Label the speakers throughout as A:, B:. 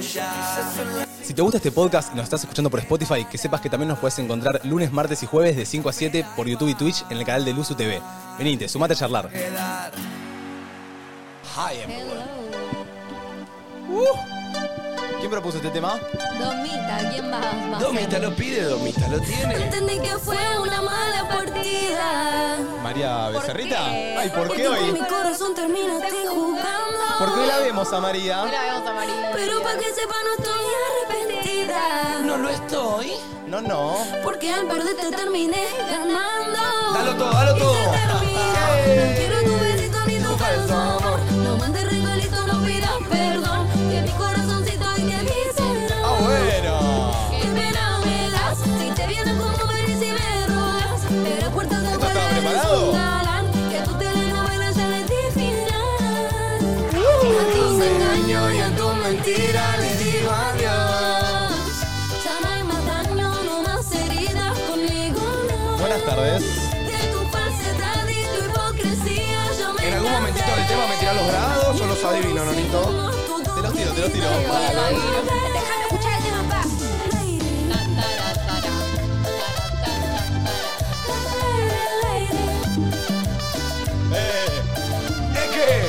A: Si te gusta este podcast y nos estás escuchando por Spotify, que sepas que también nos puedes encontrar lunes, martes y jueves de 5 a 7 por YouTube y Twitch en el canal de Luzu TV. Venite, sumate a charlar. Hi, everyone. Uh. ¿Quién propuso este tema?
B: Domita, ¿quién va, va a
C: Domita
B: ser?
C: lo pide, Domita lo tiene.
D: Entendí que fue una mala partida.
A: María Becerrita.
B: qué?
A: Ay, ¿por qué
D: Porque con
A: hoy?
D: mi corazón terminaste jugando.
A: ¿Por qué hoy la vemos a María?
B: Ahora vemos a María.
D: Pero para que sepa no estoy arrepentida.
C: No lo estoy.
A: No, no.
D: Porque al perderte terminé ganando.
C: Dalo todo, dalo todo.
D: Y se terminó. No quiero tu besito ni tu calzón. No mandes regalitos, no pidas perdón. Que mi corazoncito hoy te dice
A: Ah,
D: no.
A: bueno.
D: Qué pena me das si te vienes como venís y me rogas. Te la puerta de
A: estaba
D: afuera eres
A: preparado?
D: un galán. Que tu telenovela ya le di final.
C: Uh,
D: A tus engaños y a tus mentiras le digo adiós. Ya no hay más daño, no más heridas conmigo no.
A: Buenas tardes.
D: De tu falsedad y tu hipocresía yo me
C: En algún momentito del tema me tirás los grados o los adivino, Nonito.
A: Te los tiro, te los tiro.
D: Déjame escuchar el tema, pa.
B: Tara, tara, tara, tara, tara.
C: Es que.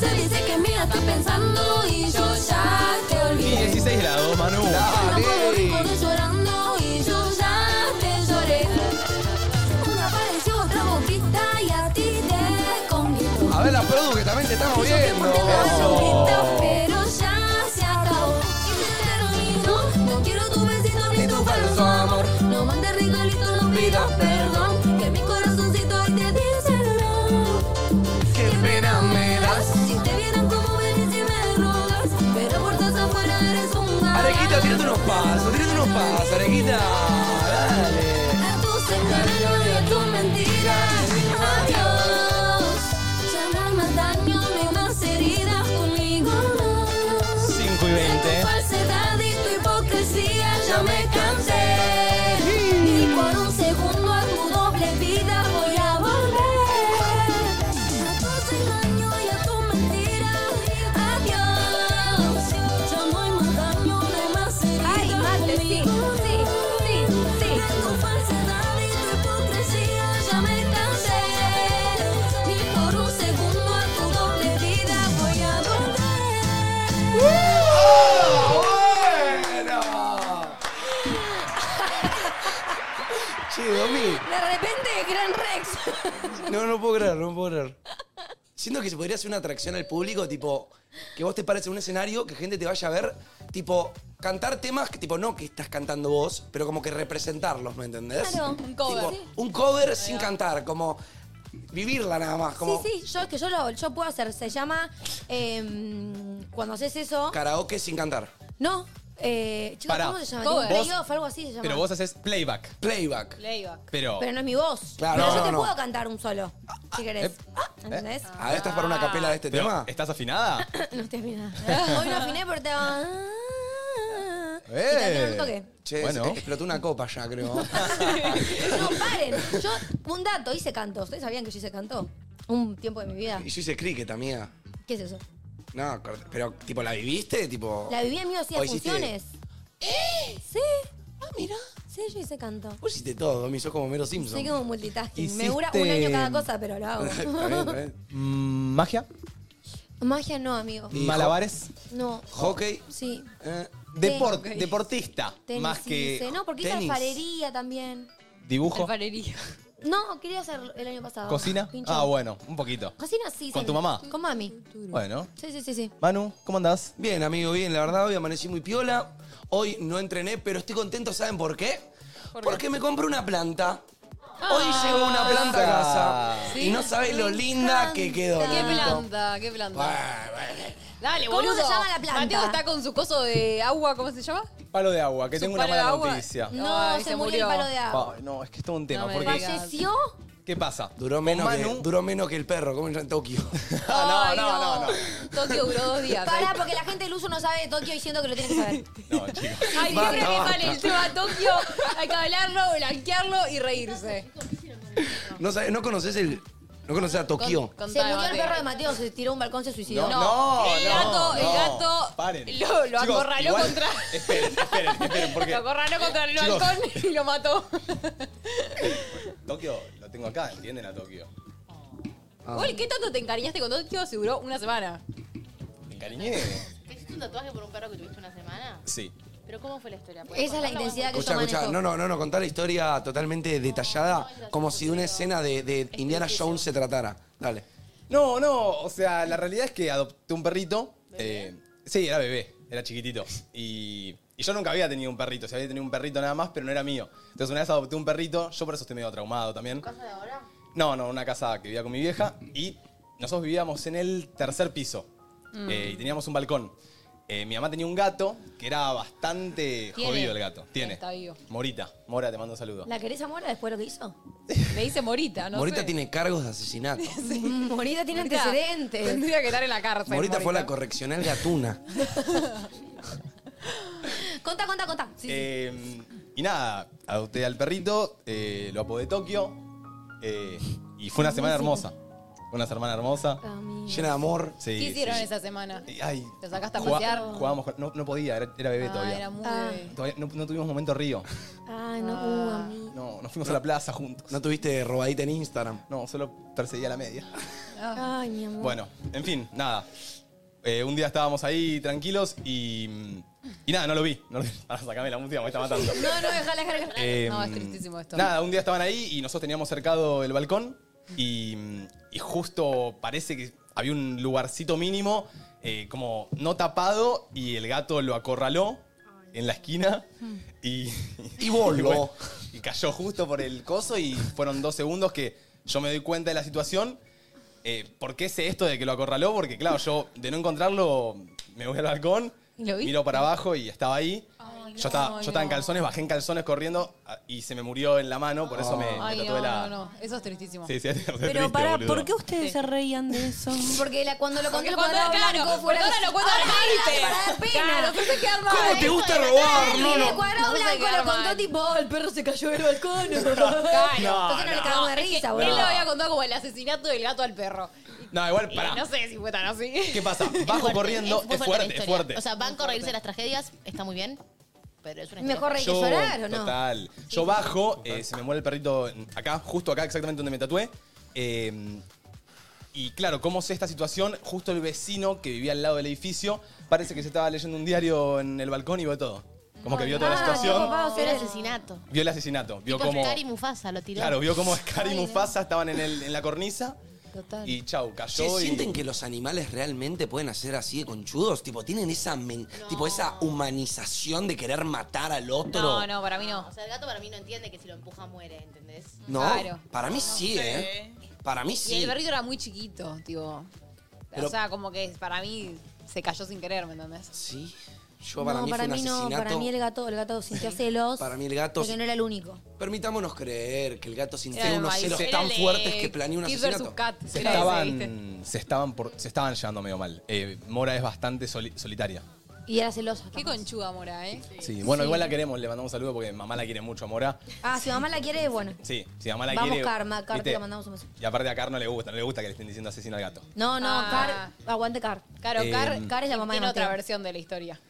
D: Se dice que mira, está pensando y yo ya te
A: Y
D: olvidé.
A: 16 grados, Manu.
D: Anda por
C: Dale.
D: rincones llorando y yo ya te lloré. Una apareció otra boquita y a ti te conquistó.
C: A ver, la produ que también te está
D: Yo te
C: moviendo.
D: porté la loquita, pero ya se acabó. Y se terminó. No quiero tu besito ni tu falso amor. No mandes regalitos, no pidas perdón. Que mi corazoncito hoy te dice no.
C: Qué pena me das.
D: Si te vieran como venís y me rogas, pero por todas afuera eres un galán.
C: Arequita, tirate unos pasos, tirate unos pasos, Arequita. Dale.
D: A tus engaños y a tus mentiras, adiós. Ya no hay más daño, no hay más heridas conmigo, no.
A: 5 y
D: De
A: 20.
D: tu falsedad y tu hipocresía ya me cansé. Ni por un segundo a tu doble vida voy a volver. A tus engaños y a tus mentiras, adiós. Ya no hay más daño, no hay más heridas
B: Ay, mate, sí,
D: conmigo,
B: sí, sí, sí.
D: De tu falsedad y tu hipocresía ya me cansé. Ni por un segundo a tu doble vida voy a volver.
C: Bueno. Che, Domi.
B: De repente, Gran Rex.
C: No, no puedo creer, no puedo creer. Siento que se podría hacer una atracción al público, tipo, que vos te pares en un escenario, que gente te vaya a ver, tipo, cantar temas que, tipo, no que estás cantando vos, pero como que representarlos, ¿me entendés?
D: Claro,
B: un cover.
C: Tipo, un cover sin cantar, como vivirla nada más, como
B: Sí, sí, yo es que yo lo yo puedo hacer. Se llama. em, cuando haces eso.
C: karaoke sin cantar.
B: No. Eh, chicos,
A: Pará.
B: ¿cómo se llama?
E: Cover.
B: Tiene un
A: Vos-
B: playoff, algo así se llama.
A: Pero vos haces playback.
C: Playback.
E: Playback.
A: Pero.
B: Pero no es mi voz.
C: Claro,
B: pero
C: no,
B: yo te
C: no, no.
B: puedo cantar un solo, si querés. Ah,
A: eh,
B: ¿Entendés?
C: A ver, ¿estás para una capela de este
A: pero,
C: tema?
A: ¿Estás afinada?
B: No estoy afinada. Hoy no afiné pero te Ah,
A: Eh.
B: Y canté un toque.
C: Che,
A: Bueno.
C: se- explotó una copa ya, creo.
B: No, paren. Yo, un dato, hice canto. ¿Ustedes sabían que yo hice canto? Un tiempo de mi vida.
C: y yo hice cricket, amiga.
B: ¿Qué es eso?
C: No, cor- pero, tipo, ¿la viviste? Tipo...
B: La viví en mí, hacía
C: ¿O Oh, hiciste-
B: funciones. ¿Eh? Sí,
C: Ah, mira.
B: sí, yo hice canto.
C: Vos hiciste todo, Domi, sos como Mero Simpson.
B: Soy como multitasking. Me
A: Hiciste-
B: dura un año cada cosa, pero lo hago.
C: Está bien, está bien.
A: Mm, ¿Magia?
B: Magia no, amigo.
C: Y-
A: ¿Malabares?
B: No.
C: Hockey.
B: Sí.
C: eh,
A: Deport-
B: Tenis.
A: Deportista.
B: Tenis
A: más que.
B: hice. No, porque hice
C: tenis.
B: alfarería también.
A: Dibujo.
E: Alfarería.
B: No, quería hacer el año pasado.
A: Cocina.
B: Pincho.
A: Ah, bueno, un poquito.
B: Cocina sí.
A: ¿Con
B: sí.
A: tu mamá?
B: Con mami.
A: Bueno.
B: Sí, sí, sí, sí.
A: Manu, ¿cómo andás?
C: Bien, amigo, bien, la verdad, hoy amanecí muy piola. Hoy no entrené, pero estoy contento, ¿saben por qué? Porque me compré una planta. Hoy llegó una planta a casa.
E: Sí.
C: Y no sabes lo
B: Me
C: linda que quedó.
E: Qué
C: nenito.
E: planta, qué planta.
C: Bah, bah.
E: Dale,
B: ¿Cómo
E: boludo.
B: se llama la planta?
E: Mateo está con su coso de agua, ¿cómo se llama?
A: Palo de agua, que
E: Su
A: tengo una
E: palo de
A: mala
E: agua.
A: noticia.
B: No,
E: Ay,
B: se,
E: se
B: murió el
E: murió.
B: palo de agua.
A: Ay, no, es que es todo un tema.
E: No me
A: porque,
E: digas.
B: ¿Falleció?
A: ¿Qué pasa?
C: Duró menos,
A: Con
C: que,
A: Manu.
C: duró menos que el perro, como en Tokio.
A: Ah,
E: Ay,
A: no, no, no, no.
E: Tokio duró dos días.
B: Pará, porque la gente del uso no sabe de Tokio diciendo que lo tiene que saber.
A: No, chicos.
E: Ay,
C: Basta,
E: siempre que
C: basta.
E: sale el tema Tokio, hay que hablarlo, blanquearlo y reírse.
C: No, sabes, no conoces el No conoces a Tokio.
E: Con-
D: Se murió el
E: Mateo.
D: perro de Mateo, se tiró un balcón, se suicidó.
C: No, no,
E: el gato, el
C: no.
E: gato
A: Paren.
E: lo, lo
A: Chicos,
E: acorraló
A: igual-
E: contra.
A: Esperen, esperen, esperen,
E: Lo
A: porque
E: acorraló contra el
A: Chicos.
E: balcón y lo mató.
A: Tokio lo tengo acá, ¿entienden a Tokio?
E: Igual, ¿qué tanto te encariñaste con Tokio? Se duró una semana.
A: Me encariñé.
F: ¿Te hiciste un tatuaje por un perro que tuviste una semana?
A: Sí.
F: ¿Pero cómo fue la historia? ¿Puedes
D: Esa es la
F: contarla?
D: intensidad que yo
C: Escucha, escucha,
D: manejo.
C: no, no, no, no, contar la historia totalmente detallada, como si de una escena de, de Indiana Jones se tratara. Dale.
A: No, no, o sea, la realidad es que adopté un perrito. eh, sí, era bebé, era chiquitito. Y, y yo nunca había tenido un perrito, o sea, había tenido un perrito nada más, pero no era mío. Entonces una vez adopté un perrito, yo por eso estoy medio traumado también.
F: ¿Casa de ahora?
A: No, no, una casa que vivía con mi vieja y nosotros vivíamos en el tercer piso Eh, y teníamos un balcón. Eh, mi mamá tenía un gato que era bastante
E: Tiene.
A: jodido el gato. Tiene.
E: Está vivo.
A: Morita. Mora, te mando un saludo.
D: ¿La querés amor después de lo que hizo?
E: Me dice Morita, ¿no?
C: Morita
E: sé.
C: tiene cargos de asesinato.
D: Morita Mm, tiene
E: Morita
D: antecedentes.
E: Tendría que estar en la cárcel.
C: Morita fue la correccional gatuna.
D: Contá, contá, contá. Sí, sí.
A: Eh, Y nada, adopté al perrito, eh, lo apodé Tokio eh, y fue una semana hermosa. Fue una semana hermosa.
D: Amigo.
C: Llena de amor.
A: Sí,
E: Ah. ¿Qué hicieron
A: sí.
E: esa semana?
A: Eh, Ay,
E: ¿Te sacaste a
A: jugá-
E: pasear?
A: Jugábamos con- no, no podía, era, era bebé
E: Ah,
A: todavía.
E: era muy
D: Ah.
E: bebé.
A: Todavía no, no tuvimos momento río.
D: Ay, no, uh, amigo.
A: No, nos fuimos a la plaza juntos.
C: No tuviste robadita en Instagram.
A: No, solo perseguía la media.
D: Ay, mi amor.
A: Bueno, en fin, nada. Eh, un día estábamos ahí tranquilos y. mm, Y nada, no lo vi. No lo vi. Ahora sacame la música, me está matando.
E: No, no, dejala, dejala. dejala.
A: Eh,
E: no, es tristísimo esto.
A: Nada, un día estaban ahí y nosotros teníamos cercado el balcón y, mm, y justo parece que había un lugarcito mínimo, eh, como no tapado, y el gato lo acorraló en la esquina
E: Hmm.
A: y.
C: Y voló.
A: bueno, Y, cayó justo por el coso y fueron dos segundos que yo me doy cuenta de la situación. Eh, ¿Por qué sé esto de que lo acorraló? Porque, claro, yo de no encontrarlo me voy al balcón,
E: ¿Y lo viste?
A: miro para abajo y estaba ahí.
E: Ay,
A: yo, estaba,
E: no,
A: yo estaba en
E: no.
A: calzones, bajé en calzones corriendo ah, y se me murió en la mano, por eso me, me
E: Ay,
A: tatué
E: no,
A: la.
E: no, no. Eso es tristísimo.
A: Sí, sí, es triste,
G: Pero pará,
A: boludo.
G: ¿por qué ustedes se reían de eso?
D: Porque la- cuando lo
E: Porque
D: conté lo
E: cuando,
D: cuadrado
E: claro,
D: blanco
E: porque
D: fuera...
E: ahora lo cuento al
D: Para
E: golpe.
D: dar pena.
E: Claro, pensé que armaba.
C: ¿Cómo te gusta robar,
D: Ay,
C: Lolo?
D: El cuadrado
E: No se
D: blanco
E: queda
D: lo contó
E: mal.
D: tipo, "Oh, el perro se cayó del balcón. Entonces
E: Claro.
D: no, le cagamos de risa,
E: Él
D: boludo. Ah,
E: lo había contado como el asesinato del gato al perro.
A: No, igual,
F: Y
A: pará.
F: no sé si fue tan así.
A: ¿Qué pasa? Bajo corriendo, es fuerte, es fuerte.
F: O sea, van a reírse de las tragedias, está muy bien, pero es una historia.
D: Mejor reír que llorar, ¿o no?
A: Total. Yo bajo, eh, se me muere el perrito en- acá, justo acá, exactamente donde me tatué. Eh, y claro, ¿cómo sé esta situación? Justo el vecino que vivía al lado del edificio parece que se estaba leyendo un diario en el balcón y vio todo. Como que vio toda la
D: Ah,
A: situación.
D: tipo,
F: Fue un
D: Era-
F: asesinato.
A: Vio el asesinato. Vio
F: Tipo
A: cómo.
F: Scar y Mufasa lo tiró.
A: Claro, vio cómo Scar y Mufasa estaban en, el- en la cornisa. Y chau,
C: Che,
A: cayó. y-
C: ¿Sienten que los animales realmente pueden hacer así de conchudos? Tipo, ¿tienen esa, men- tipo, esa humanización de querer matar al otro?
E: No, no, para mí no.
F: O sea, el gato para mí no entiende que si lo empuja muere, ¿entendés?
C: No,
E: Claro.
C: para mí sí, ¿eh? Para mí
E: Y
C: sí.
E: el perrito era muy chiquito, tipo.
C: Pero-
E: o sea, como que para mí se cayó sin querer, ¿me entendés?
C: Sí. Yo para
D: no,
C: mí
D: para
C: fue
D: mí
C: un
D: no,
C: asesinato.
D: para mí el gato, el gato sintió celos.
C: Para mí el gato-
D: Porque no era el único.
C: Permitámonos creer que el gato sintió
E: Era el
C: unos
E: maíz,
C: celos
E: era
C: tan
E: el de
C: fuertes que planeó un
E: Kid
C: asesinato.
E: versus Kat,
A: se
E: era ese, ¿viste?
A: estaban, se, estaban por- se estaban llevando medio mal. Eh, Mora es bastante soli- solitaria.
D: Y era celosa.
E: Qué
D: capaz.
E: conchuda, Mora, ¿eh?
A: Sí, bueno, igual la queremos, le mandamos un saludo porque mamá la quiere mucho a Mora.
D: Ah, si mamá la quiere, bueno.
A: Sí, si mamá la
D: Vamos,
A: quiere.
D: Karma, Car, te
A: ¿viste?
D: lo mandamos un beso.
A: Y aparte a Car no le gusta, no le gusta que le estén diciendo asesino al gato.
D: No, no,
E: Ah.
D: Car, aguante Car.
E: Claro,
A: Eh,
E: Car,
D: Car es la mamá de
E: tiene otra
D: Mateo.
E: versión de la historia.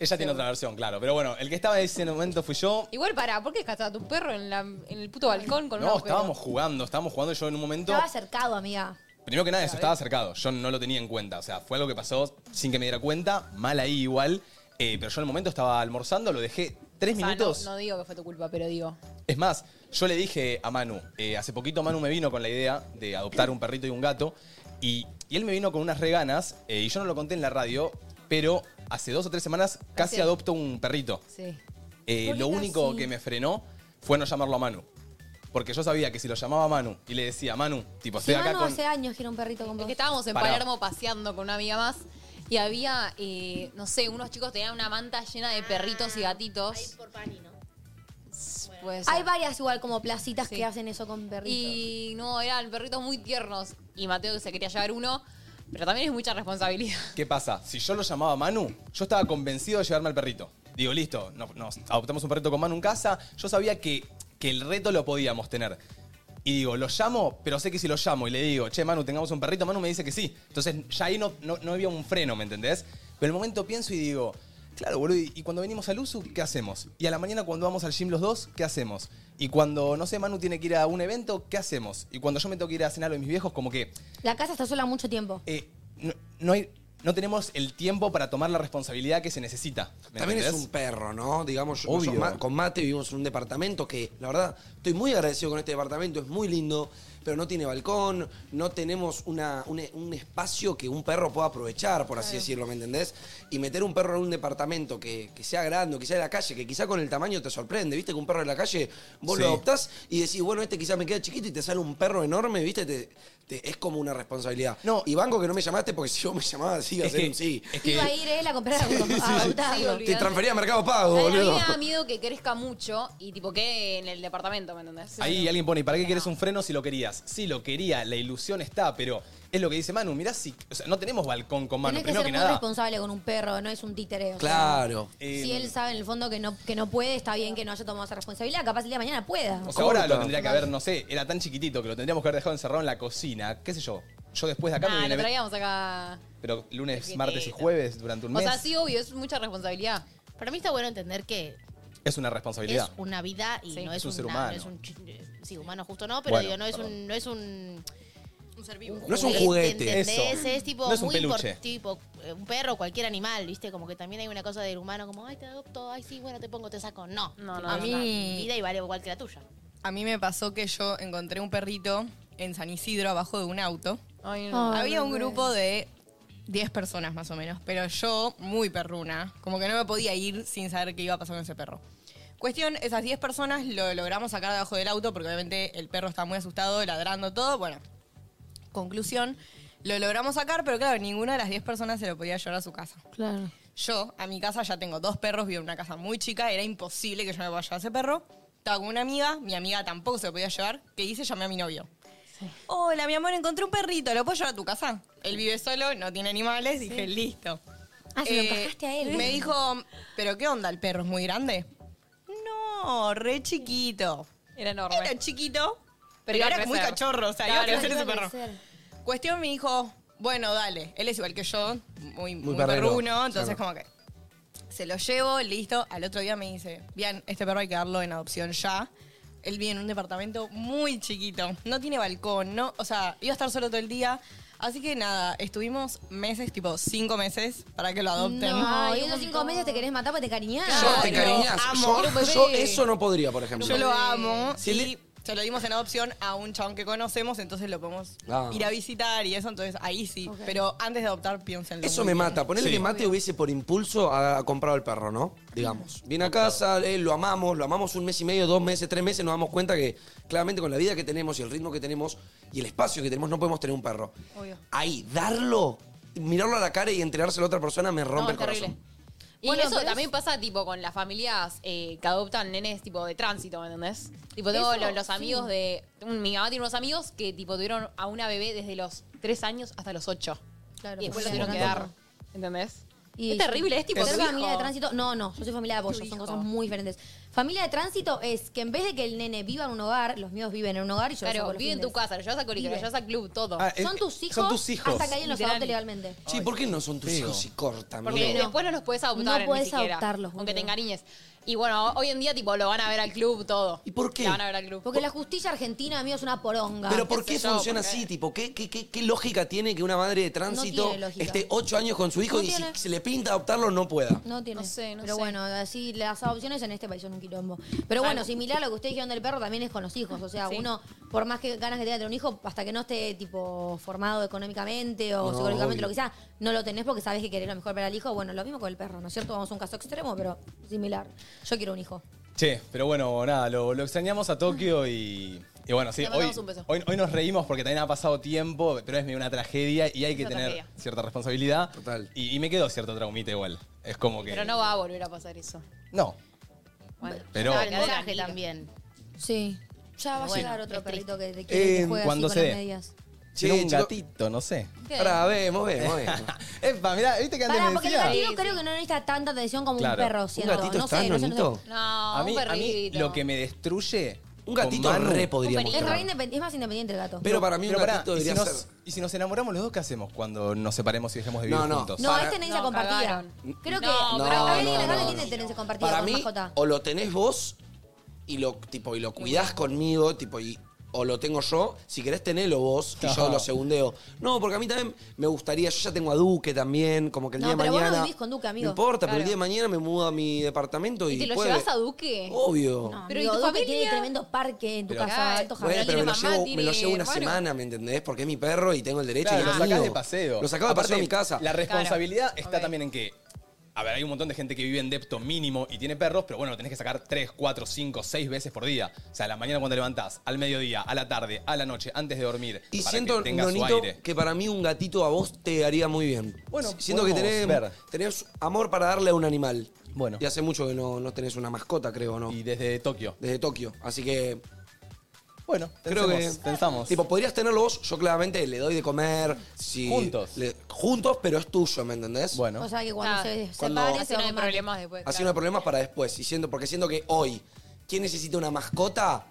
A: Ella tiene otra versión, claro. Pero bueno, el que estaba en ese momento fui yo.
E: Igual, para, ¿por qué cazaste a tu perro en, la- en el puto balcón con un
A: No,
E: agujero?
A: estábamos jugando, estábamos jugando y yo en un momento.
D: Estaba acercado, amiga.
A: Primero que nada, eso estaba cercado. Yo no lo tenía en cuenta. O sea, fue algo que pasó sin que me diera cuenta. Mal ahí igual. Eh, pero yo en el momento estaba almorzando, lo dejé tres
E: O sea, no-
A: minutos.
E: no, digo que fue tu culpa, pero digo.
A: Es más, yo le dije a Manu, eh, hace poquito Manu me vino con la idea de adoptar un perrito y un gato, y, y él me vino con unas reganas, eh, y yo no lo conté en la radio, pero hace dos o tres semanas casi
E: Casi.
A: adopto un perrito.
E: Sí.
A: Eh,
D: ¿Por qué
A: lo único
D: casi?
A: que me frenó fue no llamarlo a Manu. Porque yo sabía que si lo llamaba a Manu y le decía, Manu, tipo,
D: Si
A: estoy acá
D: Manu
A: con...
D: hace años que era un perrito con
E: Es
D: vos.
E: que estábamos en
A: Ah. Pará.
E: Palermo paseando con una amiga más y había, eh, no sé, unos chicos tenían una manta llena de perritos y
F: Ahí
E: gatitos.
F: por Pani, ¿no?
E: Puede ser.
D: Hay varias igual como placitas
E: Sí.
D: que hacen eso con perritos.
E: Y no, eran perritos muy tiernos. Y Mateo se quería llevar uno, pero también es mucha responsabilidad.
A: ¿Qué pasa? Si yo lo llamaba a Manu, yo estaba convencido de llevarme al perrito. Digo, listo, no- nos adoptamos un perrito con Manu en casa. Yo sabía que, que el reto lo podíamos tener. Y digo, lo llamo, pero sé que si lo llamo y le digo, che, Manu, tengamos un perrito, Manu me dice que sí. Entonces ya ahí no, no- no había un freno, ¿me entendés? Pero el momento pienso y digo, claro, boludo, y y cuando venimos al uso, ¿qué hacemos? Y a la mañana cuando vamos al gym los dos, ¿qué hacemos? Y cuando, no sé, Manu tiene que ir a un evento, ¿qué hacemos? Y cuando yo me tengo que ir a cenar con mis viejos, como que
D: La casa está sola mucho tiempo.
A: eh, no, no hay- no tenemos el tiempo para tomar la responsabilidad que se necesita. ¿me
C: También es
A: entendés?
C: un perro, ¿no? Digamos, yo-
A: Obvio.
C: nosotros ma- con Mate vivimos en un departamento que, la verdad, estoy muy agradecido con este departamento, es muy lindo, pero no tiene balcón, no tenemos una- un, e- un espacio que un perro pueda aprovechar, por así decirlo, ¿me entendés? Y meter un perro en un departamento que, que sea grande, o que sea de la calle, que quizá con el tamaño te sorprende, ¿viste? Que un perro de la calle, vos lo
A: Sí.
C: adoptás y decís, bueno, este quizá me queda chiquito y te sale un perro enorme, ¿viste? Te- te- es como una responsabilidad.
A: No.
C: Y banco que no me llamaste porque si vos me llamabas, sí, iba a
A: Es
C: ser
A: que-
C: un sí.
A: es que-
D: Iba a ir él a comprar a a adoptarlo.
E: Sí,
C: Te transfería a Mercado
A: Oh,
C: Pago,
E: A mí
C: boludo.
E: me da miedo que crezca mucho y tipo quede en el departamento, ¿me entendés?
A: Ahí alguien pone, ¿y para qué quieres un freno si lo querías? Sí, lo quería, la ilusión está, pero es lo que dice Manu, mirá si. O sea, no tenemos balcón con Manu,
D: Tenés que
A: primero
D: ser
A: que
D: muy
A: nada.
D: responsable con un perro, no es un títere. o sea,
C: Claro.
A: eh,
D: si él sabe en el fondo que no, que no puede, está bien que no haya tomado esa responsabilidad. Capaz el día de mañana pueda.
A: O sea, ahora
C: Corta.
A: lo tendría que haber, no sé, era tan chiquitito que lo tendríamos que haber dejado encerrado en la cocina, qué sé yo. Yo después de acá me
E: Ah,
A: viene.
E: lo traíamos acá.
A: Pero lunes,
E: Chiquitito.
A: martes y jueves durante un
E: O
A: mes
E: sea, sí, obvio, es mucha responsabilidad.
F: Para mí está bueno entender que
A: es una
F: es
A: responsabilidad.
F: una vida y
E: Sí.
F: no es,
A: Es un ser
F: una-
A: humano.
F: No es un, ch- eh, sí, humano justo no, pero
A: Bueno,
F: digo, no es,
A: perdón.
F: un, no es un...
E: Un ser vivo.
C: No es un juguete.
F: ¿entendés?
A: Eso.
F: Es tipo
A: No es un
F: muy impor-
A: peluche.
F: tipo eh, un perro, cualquier animal, ¿viste? Como que también hay una cosa del humano como, ay, te adopto, ay, sí, bueno, te pongo, te saco. No. Tipo,
E: No, no,
H: no.
F: es una
H: A mí-
F: vida y vale igual que la tuya.
H: A mí me pasó que yo encontré un perrito en San Isidro abajo de un auto.
E: Ay, no.
D: Ay,
H: Había un
D: bebé.
H: grupo de 10 personas más o menos, pero yo muy perruna, como que no me podía ir sin saber qué iba a pasar con ese perro. Cuestión, esas 10 personas lo logramos sacar debajo del auto porque obviamente el perro estaba muy asustado, ladrando todo, bueno. Conclusión, lo logramos sacar, pero claro, ninguna de las 10 personas se lo podía llevar a su casa.
D: Claro.
H: Yo, a mi casa ya tengo dos perros, vivo en una casa muy chica, era imposible que yo me vaya a ese perro. Estaba con una amiga, mi amiga tampoco se lo podía llevar. ¿Qué hice? Llamé a mi novio. Hola, mi amor, encontré un perrito, ¿lo puedo llevar a tu casa? Él vive solo, no tiene animales, dije, listo.
D: Ah, se lo
H: Eh,
D: encajaste a él.
H: Me dijo, ¿pero qué onda? ¿El perro es muy grande? No, re chiquito.
E: Era enorme.
H: Era chiquito, pero,
E: iba a
H: era muy
E: crecer.
H: cachorro, o sea, iba a
E: Claro,
H: crecer
E: iba
H: ese perro. Cuestión me dijo, bueno, dale, él es igual que yo, muy, muy,
C: perrero,
H: perruno, entonces como que se lo llevo, listo. Al otro día me dice, bien, este perro hay que darlo en adopción ya. Él vive en un departamento muy chiquito, no tiene balcón, no, o sea, iba a estar solo todo el día. Así que nada, estuvimos meses, tipo cinco meses, para que lo adopten.
D: No, y esos cinco meses te querés matar porque te cariñás.
C: Yo te
H: Ay,
C: cariñas.
H: lo
C: Yo,
H: amo.
C: yo eso no podría, por ejemplo.
H: Yo lo amo.
C: Si
H: y
C: le-
H: se lo dimos en adopción a un chabón que conocemos, entonces lo podemos
C: Ah.
H: ir a visitar y eso, entonces ahí sí. Pero antes de adoptar, piénsenlo.
C: Eso me
H: muy bien.
C: mata. Ponerle que Mate hubiese por impulso ha comprado el perro, ¿no? Digamos. Viene a casa, eh, lo amamos, lo amamos un mes y medio, dos meses, tres meses, nos damos cuenta que claramente con la vida que tenemos y el ritmo que tenemos y el espacio que tenemos no podemos tener un perro. Ahí, darlo, mirarlo a la cara y entregárselo a otra persona me rompe
E: No,
C: el
E: es
C: corazón.
E: terrible. Y
D: Bueno,
E: eso
D: pero
E: también pasa tipo con las familias eh, que adoptan nenes tipo de tránsito, ¿me entendés? Tipo, tengo
D: Eso,
E: lo- los,
D: sí.
E: amigos de. un- mi mamá tiene unos amigos que tipo tuvieron a una bebé desde los 3 años hasta los 8.
D: Claro,
E: y después
D: sí,
E: lo tuvieron
D: un
E: que
D: montón.
E: dar. ¿Entendés?
D: Y-
E: es terrible, es tipo.
D: ¿Ser
E: tu
D: familia de
E: hijo.
D: tránsito? No, no, yo soy familia de apoyo, son
E: hijo.
D: cosas muy diferentes. Familia de tránsito es que en vez de que el nene viva en un hogar, los míos viven en un hogar y yo los saco
E: Claro,
D: los
E: vive en tu
D: fines.
E: casa, lo llevas a colegio, lo
D: Vive.
E: llevas a club, todo.
A: Ah,
D: Son
A: eh,
D: tus hijos,
A: son tus hijos.
D: hasta que alguien los
E: Literal.
D: adopte legalmente.
C: Sí, ¿por qué no son tus
A: feo.
C: hijos y cortan?
E: Porque
C: amigo?
E: después no los puedes adoptar
D: No
E: ni
D: podés
E: siquiera,
D: adoptarlos,
E: Aunque te
D: boludo.
E: engañes. Y bueno, hoy en día tipo lo van a ver al club todo.
C: ¿Y por qué?
E: La van a ver al club.
D: Porque la justicia argentina, amigo, es una poronga.
C: Pero ¿por
E: qué
C: qué
E: sé yo,
C: funciona
E: porque-
C: así? Tipo, ¿qué, qué, qué, qué lógica tiene que una madre de tránsito
D: tiene lógica.
C: esté ocho años con su hijo
D: No
C: y si
D: tiene.
C: se le pinta adoptarlo no pueda?
D: No tiene.
E: No sé, no
D: Pero
E: sé.
D: bueno, así las adopciones en este país son un quilombo. Pero bueno,
E: Algo.
D: similar a lo que ustedes dijeron del perro también es con los hijos. O sea,
E: Sí.
D: uno, por más que ganas que tenga de tener un hijo, hasta que no esté tipo formado económicamente o
C: No,
D: psicológicamente,
C: obvio.
D: lo que sea, no lo tenés porque sabés que querés lo mejor para el hijo. Bueno, lo mismo con el perro, ¿no es cierto? Vamos a un caso extremo, pero similar. Yo quiero un hijo.
A: Che, pero bueno, nada, lo, lo extrañamos a Tokio y, y bueno, sí,
E: Le
A: hoy,
E: mandamos un beso.
A: hoy, hoy nos reímos porque también ha pasado tiempo, pero es medio una tragedia y hay que
E: una
A: tener
E: tragedia.
A: cierta responsabilidad.
C: Total.
A: Y, y me quedó cierto traumita igual. Es como que...
E: Pero no va a volver a pasar eso.
A: No,
E: Bueno,
A: Pero-
E: ya
F: Un
E: va a quedar
F: aprendizaje
E: tranquila.
F: también.
D: Sí. Ya va
F: Bueno,
D: a llegar otro
F: es triste.
D: perrito que te quiere y
A: Eh,
D: que juega así
A: cuando
D: con
A: se
D: las
A: dé.
D: medias.
A: Tiene
C: Che,
A: un
C: chico-
A: gatito, no sé.
C: Pará, vemos, vemos, vemos.
A: Epa, mirá, ¿viste que antes
D: Pará,
A: me
D: porque el
A: decía?
D: gatito creo que no necesita tanta atención como
A: Claro.
D: un perro,
A: Un
D: siento.
C: gatito
D: no
C: está,
D: sé, no sé, no sé.
C: Nonito?
E: No,
A: A mí,
E: un
A: a mí
E: perrito.
A: lo que me destruye
C: Un gatito
A: Con Manu.
C: re podríamos
D: Es, re
C: traer.
D: independiente, es más independiente el gato.
C: Pero para mí un
A: Pero pará,
C: gatito
A: ¿y, si
C: debería
A: nos,
C: ser...
A: y si nos enamoramos los dos, ¿qué hacemos cuando nos separemos y dejemos de vivir
C: No, no.
A: juntos?
D: no,
C: para-
D: es tenencia
E: No,
D: compartida.
E: cagaron.
D: Creo que
E: No,
D: no,
E: pero
D: a
E: no,
D: alguien acá
E: no,
D: le
E: no,
D: tiene
E: no.
D: tenencia compartida
C: Para
D: con
C: mí,
D: mascota.
C: o lo tenés vos y lo, tipo, y lo cuidás conmigo, tipo, y, o lo tengo yo. Si querés tenerlo vos y yo
A: No.
C: lo segundeo. No, porque a mí también me gustaría, yo ya tengo a Duque también, como que el
D: No,
C: día de
D: pero vos no
C: mañana...
D: vivís con Duque, amigo.
C: No importa, pero el día de mañana me mudo a mi departamento y...
E: ¿Y te lo
C: puede-
E: llevas a Duque?
C: Obvio.
D: No,
E: Pero,
D: amigo,
E: ¿y tu
D: Duque
E: familia?
D: tiene tremendo parque en tu
A: Pero-
D: casa, alto
C: Bueno,
D: jardín.
C: pero me lo,
E: tiene mamá,
C: llevo, me lo
E: tiene
C: llevo una
E: hermano.
C: semana, ¿me entendés? Porque es mi perro y tengo el derecho.
A: Claro,
C: y
A: lo
C: es
A: sacás
C: mío.
A: de paseo.
C: Lo sacás de
A: Aparte,
C: paseo de mi casa.
A: La responsabilidad está
E: Ok.
A: también en que. A ver, hay un montón de gente que vive en depto mínimo y tiene perros, pero bueno, lo tenés que sacar 3, 4, 5, 6 veces por día. O sea, a la mañana cuando te levantás, al mediodía, a la tarde, a la noche, antes de dormir.
C: Y
A: para
C: siento,
A: que tenga su
C: Nonito,
A: aire.
C: que para mí un gatito a vos te haría muy bien.
A: Bueno,
C: S- siento que tenés,
A: podemos ver.
C: tenés amor para darle a un animal.
A: Bueno.
C: Y hace mucho que no, no tenés una mascota, creo, ¿no?
A: Y desde Tokio.
C: Desde Tokio. Así que
A: Bueno,
C: creo que.
A: pensemos, pensamos.
C: Tipo, podrías tenerlo vos, yo claramente le doy de comer. Si
A: Juntos.
C: le- juntos, pero es tuyo, ¿me entendés?
A: bueno.
D: O sea que cuando
E: Ah,
D: se
C: cuando-
D: separe,
E: Así
D: se
E: no
D: va
E: hay
D: a mamar.
E: problemas después.
C: Así no
E: Pues, claro.
C: hay problemas para después. Y siento, porque siento que hoy, ¿quién necesita una mascota?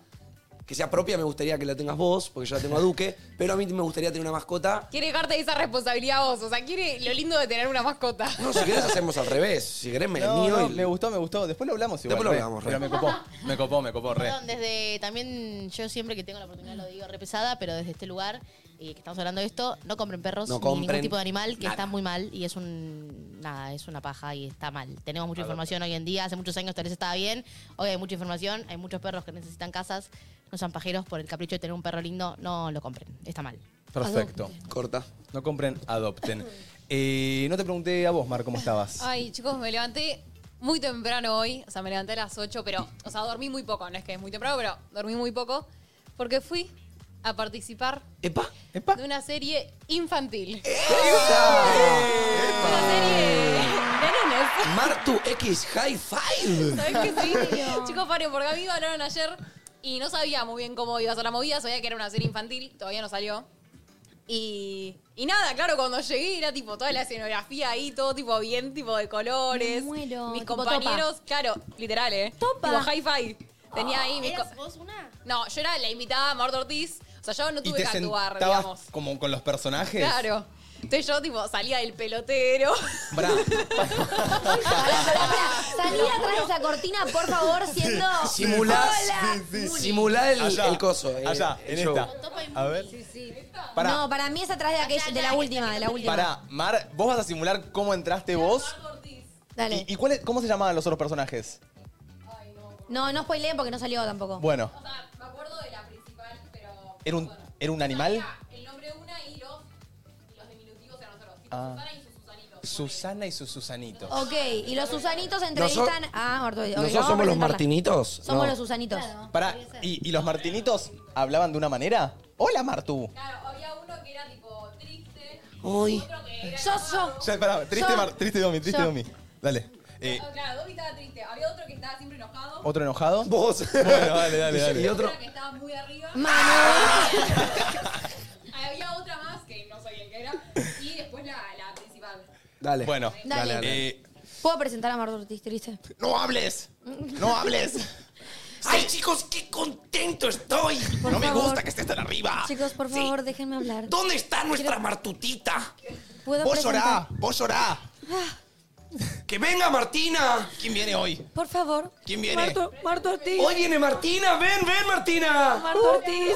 C: Que sea propia, me gustaría que la tengas vos, porque yo la tengo a Duque. pero a mí me gustaría tener una mascota.
E: Quiere dejarte esa responsabilidad a vos. O sea, quiere lo lindo de tener una mascota.
C: No, si querés hacemos al revés. Si querés me
A: No,
C: mío
A: no,
C: y-
A: me gustó, me gustó. Después lo hablamos igual.
C: Después lo
A: re.
C: hablamos, re.
A: Pero me copó, me copó, me copó, re.
F: Perdón, desde también yo siempre que tengo la oportunidad lo digo repesada, pero desde este lugar eh, que estamos hablando de esto, no compren perros
C: No
F: ni
C: compren
F: ningún tipo de animal que
C: nada.
F: está muy mal y es un nada, es una paja y está mal. Tenemos mucha información hoy en día, hace muchos años tal vez estaba bien, hoy hay mucha información, hay muchos perros que necesitan casas, no sean pajeros por el capricho de tener un perro lindo, no lo compren, está mal.
A: Perfecto.
C: Corta.
A: No compren, adopten. Eh, no te pregunté a vos, Mar, cómo estabas.
E: Ay, chicos, me levanté muy temprano hoy. O sea, me levanté a las 8, pero, o sea, dormí muy poco. No es que es muy temprano, pero dormí muy poco. Porque fui a participar
C: ¡Epa!
A: Epa.
E: de una serie infantil.
C: ¡Epa!
E: Una serie de nenes.
C: Martu X High Five.
E: ¿Sabés que sí? Chicos, paren, porque a mí me hablaron ayer y no sabía muy bien cómo iba a ser la movida, sabía que era una serie infantil, todavía no salió. Y, y nada, claro, cuando llegué era tipo toda la escenografía ahí, todo tipo bien, tipo de colores.
D: Me muero,
E: Mis
D: tipo
E: compañeros, claro, literal, ¿eh?
D: Topa.
E: Tipo hi-fi. Tenía ahí mis co-
F: vos una?
E: No, yo era la invitada Marta Ortiz, o sea, yo no
A: y
E: tuve
A: te
E: que actuar,
A: sentabas
E: digamos.
A: como con los personajes.
E: Claro. Entonces yo tipo salía del pelotero.
A: Pará,
D: Pará, pará, pará. Salí atrás de esa cortina, por favor, siendo...
C: Simulá,
D: Hola.
C: simulá el,
A: Allá,
C: el coso. eh,
A: allá,
C: el
A: en
C: show.
A: esta. A ver. Pará,
D: No, para mí es atrás de aquella, de la última, de la última.
A: pará. Mar, vos vas a simular cómo entraste vos.
D: Dale.
A: ¿Y, y cuál es- cómo se llamaban los otros personajes?
D: No, no spoileen porque no salió tampoco.
A: Bueno,
E: Me acuerdo de la principal, pero
A: ¿era un, era un animal?
E: Era el nombre de una y los, y los diminutivos eran nosotros. Tipo
A: Ah.
E: Susana y sus Susanitos.
A: Susana y sus Susanitos.
D: Ok, y los Susanitos entrevistan
C: Noso-
D: a Marto. ok, vamos a
C: ¿Nosotros somos los
D: presentarla.
C: Martinitos?
D: Somos
C: No.
D: los Susanitos.
A: Pará, ¿y, y los Martinitos hablaban de una manera? Hola, Martu.
E: Claro, había uno que era tipo triste,
C: Uy.
E: otro que era.
D: Yo, yo.
A: Ya, pará, triste,
D: Yo-
A: Mar- triste Domi, triste
D: yo-
A: Domi. Dale. Eh,
E: Ah, claro, Domi estaba triste. Había otro que estaba siempre enojado.
A: ¿Otro enojado?
C: Vos.
A: Bueno, dale, dale, dale.
C: Y otro.
E: otra que estaba muy arriba.
D: Manu.
E: Había otra más que no sabía qué era. Y después la, la principal.
C: Dale.
A: Bueno,
D: Dale.
A: eh,
D: ¿Puedo presentar a Marto Ortiz triste?
C: ¡No hables! ¡No hables! ¡Ay, chicos, qué contento estoy!
D: Por
C: no me
D: favor.
C: gusta que estés tan arriba.
D: Chicos, por
C: Ah, Sí.
D: favor, déjenme hablar.
C: ¿Dónde está nuestra martutita?
D: ¿Puedo
C: Vos
D: presentar?
C: orá, vos orá.
E: Ah.
C: ¡Que venga Martina!
A: ¿Quién viene hoy?
D: Por favor.
C: ¿Quién viene?
D: Marto, Marto Ortiz.
C: Hoy viene Martina, ven, ven Martina.
D: Marto Ortiz.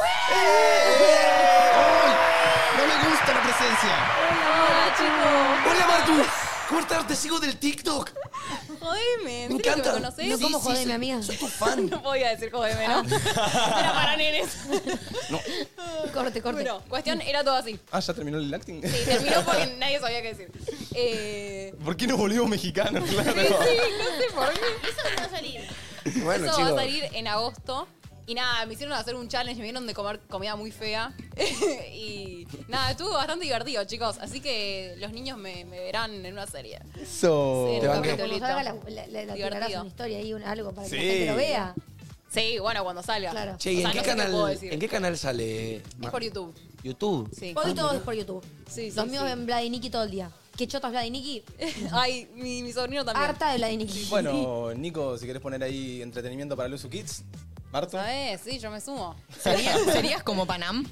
A: No me gusta la presencia.
C: Hola Martu, ¿cómo estás? Te sigo del TikTok.
E: Jodeme, ¿en
C: Me
E: serio que
C: encanta.
E: me conocés?
D: No, ¿cómo jodeme,
C: soy-
D: amiga?
C: Soy tu fan. Ah.
E: No podía decir jodeme, ¿no? Era para nenes.
D: Corte, corte.
E: Bueno, cuestión era todo así.
A: Ah, ya terminó el acting.
E: Sí, terminó porque nadie sabía qué decir. Eh,
A: ¿Por qué nos volvimos mexicanos? Claro.
C: Bueno,
E: Eso
C: chicos.
E: va a salir en agosto. Y nada, me hicieron hacer un challenge, me vieron de comer comida muy fea. y nada, estuvo bastante divertido, chicos. Así que los niños me, me verán en una serie.
A: Eso.
E: Sí,
C: Te banqué.
E: capitulito.
D: Cuando salga la, la, la- la
E: Divertido.
D: tirarás una historia ahí, un- algo para que
A: Sí.
D: la gente lo vea.
E: Sí, bueno, cuando salga.
D: Claro.
C: Che, ¿y
E: O sea,
C: en, qué
E: no sé qué
C: canal,
E: puedo decir.
C: ¿en qué canal sale?
E: Es por YouTube.
C: YouTube.
E: Sí.
D: Hoy todo es por YouTube.
E: Sí, sí,
D: Los míos
E: sí.
D: ven Vlad y Niki todo el día. Que chotas Vlad y Niki.
E: Ay, mi, mi sobrino también.
D: Harta de Vlad y Niki.
A: Bueno, Nico, si querés poner ahí entretenimiento para Luzu Kids, ¿Marto?
E: ¿Sabes? Sí, yo me sumo.
H: ¿Serías, serías como Panam?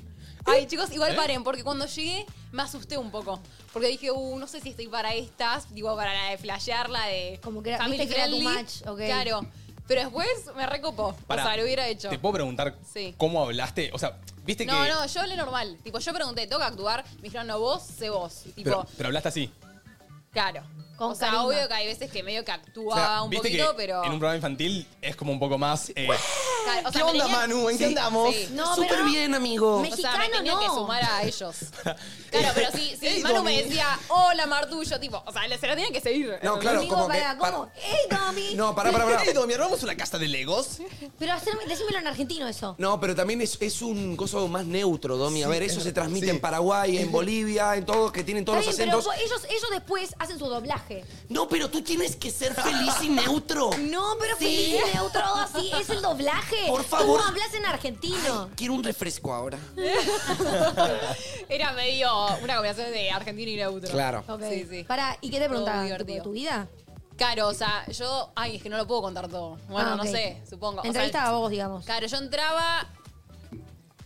E: Ay, chicos, igual
A: ¿Eh?
E: paren, porque cuando llegué me asusté un poco. Porque dije, uh, no sé si estoy para estas, digo, para la de flashear, la de.
D: Como que era-
E: family
D: viste que era too
E: friendly.
D: much, ok.
E: Claro. Pero después me recopó.
A: Pará,
E: o sea, lo hubiera hecho.
A: ¿Te puedo preguntar
E: Sí.
A: cómo hablaste? O sea, viste
E: No,
A: que.
E: no, yo hablé normal. Tipo, yo pregunté, ¿toca actuar? Me dijeron, no, vos, sé vos. Y tipo,
A: pero, pero hablaste así.
E: claro.
D: Con
E: o sea,
D: carisma.
E: obvio que hay veces que medio que actúa
A: O sea,
E: un
A: viste
E: poquito,
A: que
E: pero.
A: en un programa infantil es como un poco más. eh,
E: Claro, o
A: ¿Qué
E: sea, me
A: onda,
E: tenían-
A: Manu? ¿En qué
E: Sí,
A: andamos?
E: sí.
D: No,
C: Súper
D: pero no.
C: bien, amigo.
D: Me-
E: O sea, me
D: Mexicano,
E: tenía que
D: no.
E: sumar a ellos. Claro, pero sí, sí,
C: Ey,
E: Manu me
C: Domi.
E: decía, hola Martullo, tipo, o sea, le- se la tenía que seguir.
C: No, claro,
D: Amigo,
C: como que.
D: para,
C: par-
D: ¿cómo? ¡Ey, Domi!
C: No, pará, pará, pará.
A: Hey, Domi, ¿armamos una casa de Legos?
D: Pero hacerme, decímelo en argentino eso.
C: No, pero también es, es un coso más neutro, Domi. a ver, eso se transmite
A: sí.
C: en Paraguay, en Bolivia, en todos, que tienen todos
D: Está
C: los
D: bien,
C: acentos.
D: pero ellos, ellos después hacen su doblaje.
C: No, pero tú tienes que ser feliz y neutro.
D: No, pero
C: Sí.
D: feliz neutro, así es el doblaje.
C: Por favor.
D: ¿Cómo hablas en argentino?
C: Quiero un refresco ahora.
E: Era medio una combinación de argentino y neutro.
D: Ok.
E: Sí, sí.
D: Pará, ¿y qué te preguntaban?
E: divertido.
D: ¿Tipo, ¿Tu vida?
E: Claro, o sea, yo. Ay, es que no lo puedo contar todo. Bueno,
D: Ah, ok.
E: no sé, supongo. O sea,
D: Entrevista a vos, digamos.
E: Claro, yo entraba.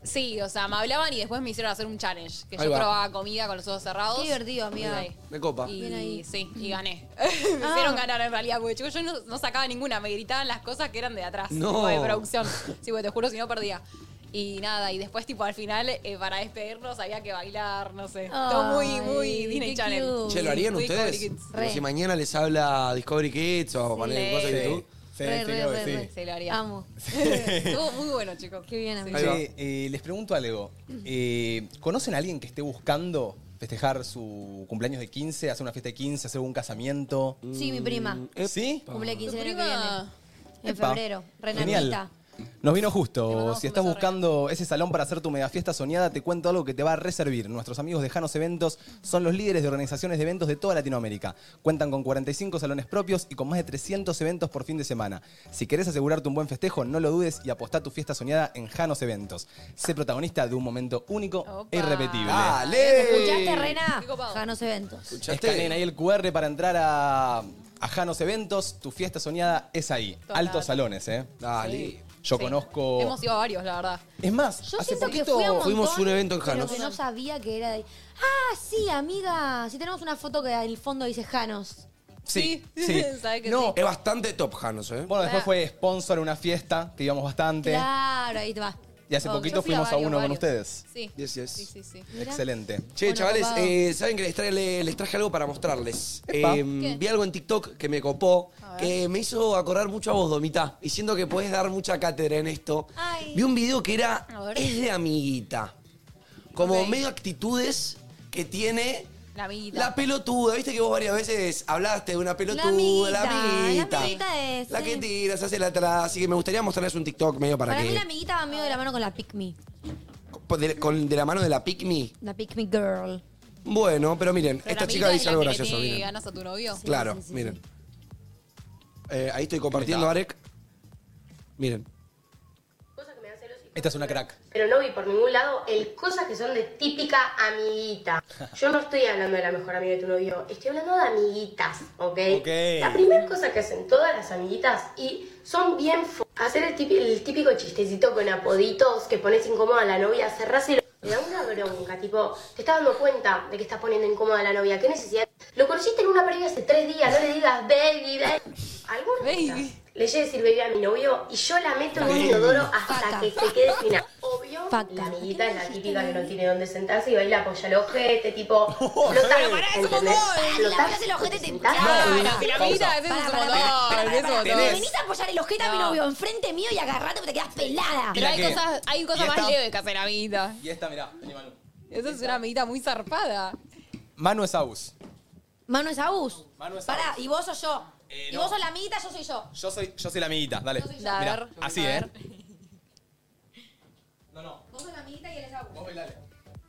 E: Sí, o sea, me hablaban y después me hicieron hacer un challenge. Que
C: Ahí
E: yo
C: va.
E: probaba comida con los ojos cerrados.
D: Qué divertido, amiga.
E: Ahí.
C: Me copa.
E: Y
D: Bien ahí.
E: sí, y gané. me hicieron ganar en realidad, porque chicos, yo no, no sacaba ninguna, me gritaban las cosas que eran de atrás,
C: No.
E: tipo de producción. Sí, porque te juro, si no perdía. Y nada, y después, tipo, al final, eh, para despedirnos había que bailar, no sé. Todo muy, muy
D: Ay,
E: Disney
D: qué
E: Channel.
D: cute.
C: Che, ¿lo harían
E: Muy
C: ustedes?
E: Discovery Kids.
D: Re.
C: Si mañana les habla Discovery Kids o ponele cosas de YouTube.
A: Sí,
D: Re,
A: sí,
D: re,
A: creo que
D: re,
A: sí.
D: re.
E: Sí, lo haría.
D: Amo.
E: Estuvo muy bueno, chicos.
D: Qué bien, amiga.
A: Che,
C: Ahí
A: eh, les pregunto algo. Eh, ¿Conocen a alguien que esté buscando festejar su cumpleaños de 15, hacer una fiesta de 15, hacer un casamiento?
D: Sí, mi prima.
A: ¿Sí?
D: Cumple 15
E: Tu
D: el año que viene.
E: prima-
D: En
A: Mm, Epa,
D: febrero. Renanita.
A: Genial. Nos vino
E: Te
A: justo.
E: mandamos
A: Si
E: un
A: estás
E: beso,
A: buscando ese salón para hacer tu mega fiesta soñada, te cuento algo que te va a reservir. Nuestros amigos de Janos Eventos son los líderes de organizaciones de eventos de toda Latinoamérica. Cuentan con 45 salones propios y con más de 300 eventos por fin de semana. Si querés asegurarte un buen festejo, no lo dudes y apostá tu fiesta soñada en Janos Eventos. Sé protagonista de un momento único
E: Opa.
A: e irrepetible.
C: ¡Dale!
D: ¿Escuchaste, Rena?
E: Qué copado.
D: Janos Eventos.
C: ¿Escuchaste?
A: Escaneen ahí el QR para entrar a, a Janos Eventos. Tu fiesta soñada es ahí.
E: Total.
A: Altos salones, ¿eh?
C: Dale.
A: Yo
E: Sí.
A: conozco.
E: Hemos ido a varios, la verdad.
A: Es más,
D: Yo
A: hace
D: siento
A: poquito
D: que fui a un
C: fuimos
D: montón,
C: a un evento en
D: pero
C: Janos.
D: que no sabía que era de... Ah, sí, amiga. Si tenemos una foto que al fondo dice Janos.
A: Sí,
E: Sí.
A: sí.
E: Sabe que
A: no,
E: sí.
C: Es bastante top Janos, ¿eh?
A: Bueno, después fue sponsor a una fiesta que íbamos bastante.
D: Claro, ahí te va.
A: Y hace
E: Oh,
A: poquito
E: yo fui
A: fuimos a,
E: varios,
A: uno con
E: varios.
A: ustedes.
E: Sí.
C: Yes, yes.
E: Sí, sí, sí.
D: Mira.
A: Excelente.
C: Che,
D: Bueno,
C: chavales,
D: copado.
C: eh, saben que les, trae- le- les traje algo para mostrarles.
A: Epa.
C: Eh, vi algo en TikTok que me copó, que me hizo acordar mucho a vos, Domita, y siento que podés dar mucha cátedra en esto.
D: Ay.
C: Vi un video que era
E: A ver.
C: es de amiguita. Como
E: Ok.
C: medio actitudes que tiene
E: La amiguita.
C: la pelotuda. Viste que vos varias veces hablaste de una pelotuda, la amiguita.
D: amiguita,
C: La,
D: la amiguita es,
C: La que
D: sí.
C: tira, se hace la atrás. Así que me gustaría mostrarles un TikTok medio para,
D: Para,
C: que.
D: mí la amiguita va medio de la mano con la Pick Me.
C: con- de, con- de la mano de la Pick Me.
D: La Pick Me Girl.
C: Bueno, pero miren,
E: Pero
C: esta
E: la
C: chica
E: amiguita es
C: dice
E: la
C: algo
E: que le
C: gracioso.
E: tiene
C: miren.
E: ganas a tu novio?
C: Claro,
D: sí, sí,
C: miren. Eh, ahí estoy compartiendo,
A: Ahí
C: Arek. Miren.
A: Esta es una crack.
I: Pero no vi por ningún lado el cosas que son de típica amiguita. Yo no estoy hablando de la mejor amiga de tu novio, estoy hablando de amiguitas, ¿ok?
A: Ok.
I: La primera cosa que hacen todas las amiguitas y son bien fo- hacer el típico, el típico chistecito con apoditos que pones incómoda a la novia, cerrás el... Me da una bronca, tipo, te estás dando cuenta de que estás poniendo incómoda a la novia, ¿qué necesidad? Lo conociste en una previa hace tres días, no le digas baby, baby. Alguna
E: Baby.
I: le llegué a decir baby a mi novio y yo la meto en un inodoro hasta
D: Faca.
I: que se quede sin nada. Obvio,
D: Facta.
I: la amiguita es la típica que no tiene dónde sentarse y baila apoya el ojete, tipo. flotá,
E: pero pará, es un
I: ¿entendés?
E: montón.
D: Pará, que la
I: Flotá,
D: apoyas el ojete, te-
I: sentás,
E: Claro,
D: Pausa.
E: si la amiguita es un
D: Pará,
E: montón,
D: pará, pará,
E: es
D: pará,
E: un
D: pará, pará.
E: montón.
D: Venís a apoyar el ojete a mi
E: No.
D: novio enfrente mío y agarrate porque te quedas pelada.
E: Pero hay
A: Mira que-
E: cosas, hay
A: ¿Y
E: cosas más
A: esta?
E: leves que hacer amiguita.
A: Y esta, mirá, vení, Manu.
E: Esa es una amiguita muy zarpada.
A: Manu es aus.
D: Mano es Abus.
A: Mano es
D: Pará,
A: Abus.
D: y vos sos yo.
A: Eh,
D: y
A: no.
D: vos sos la amiguita, yo soy yo.
A: Yo soy, yo soy la amiguita, dale.
D: soy yo.
E: A
A: Mirá,
E: ver,
A: así,
E: a
A: ¿eh?
E: ver.
A: No, no.
D: Vos sos la amiguita y él es Abus.
A: Vos bailale.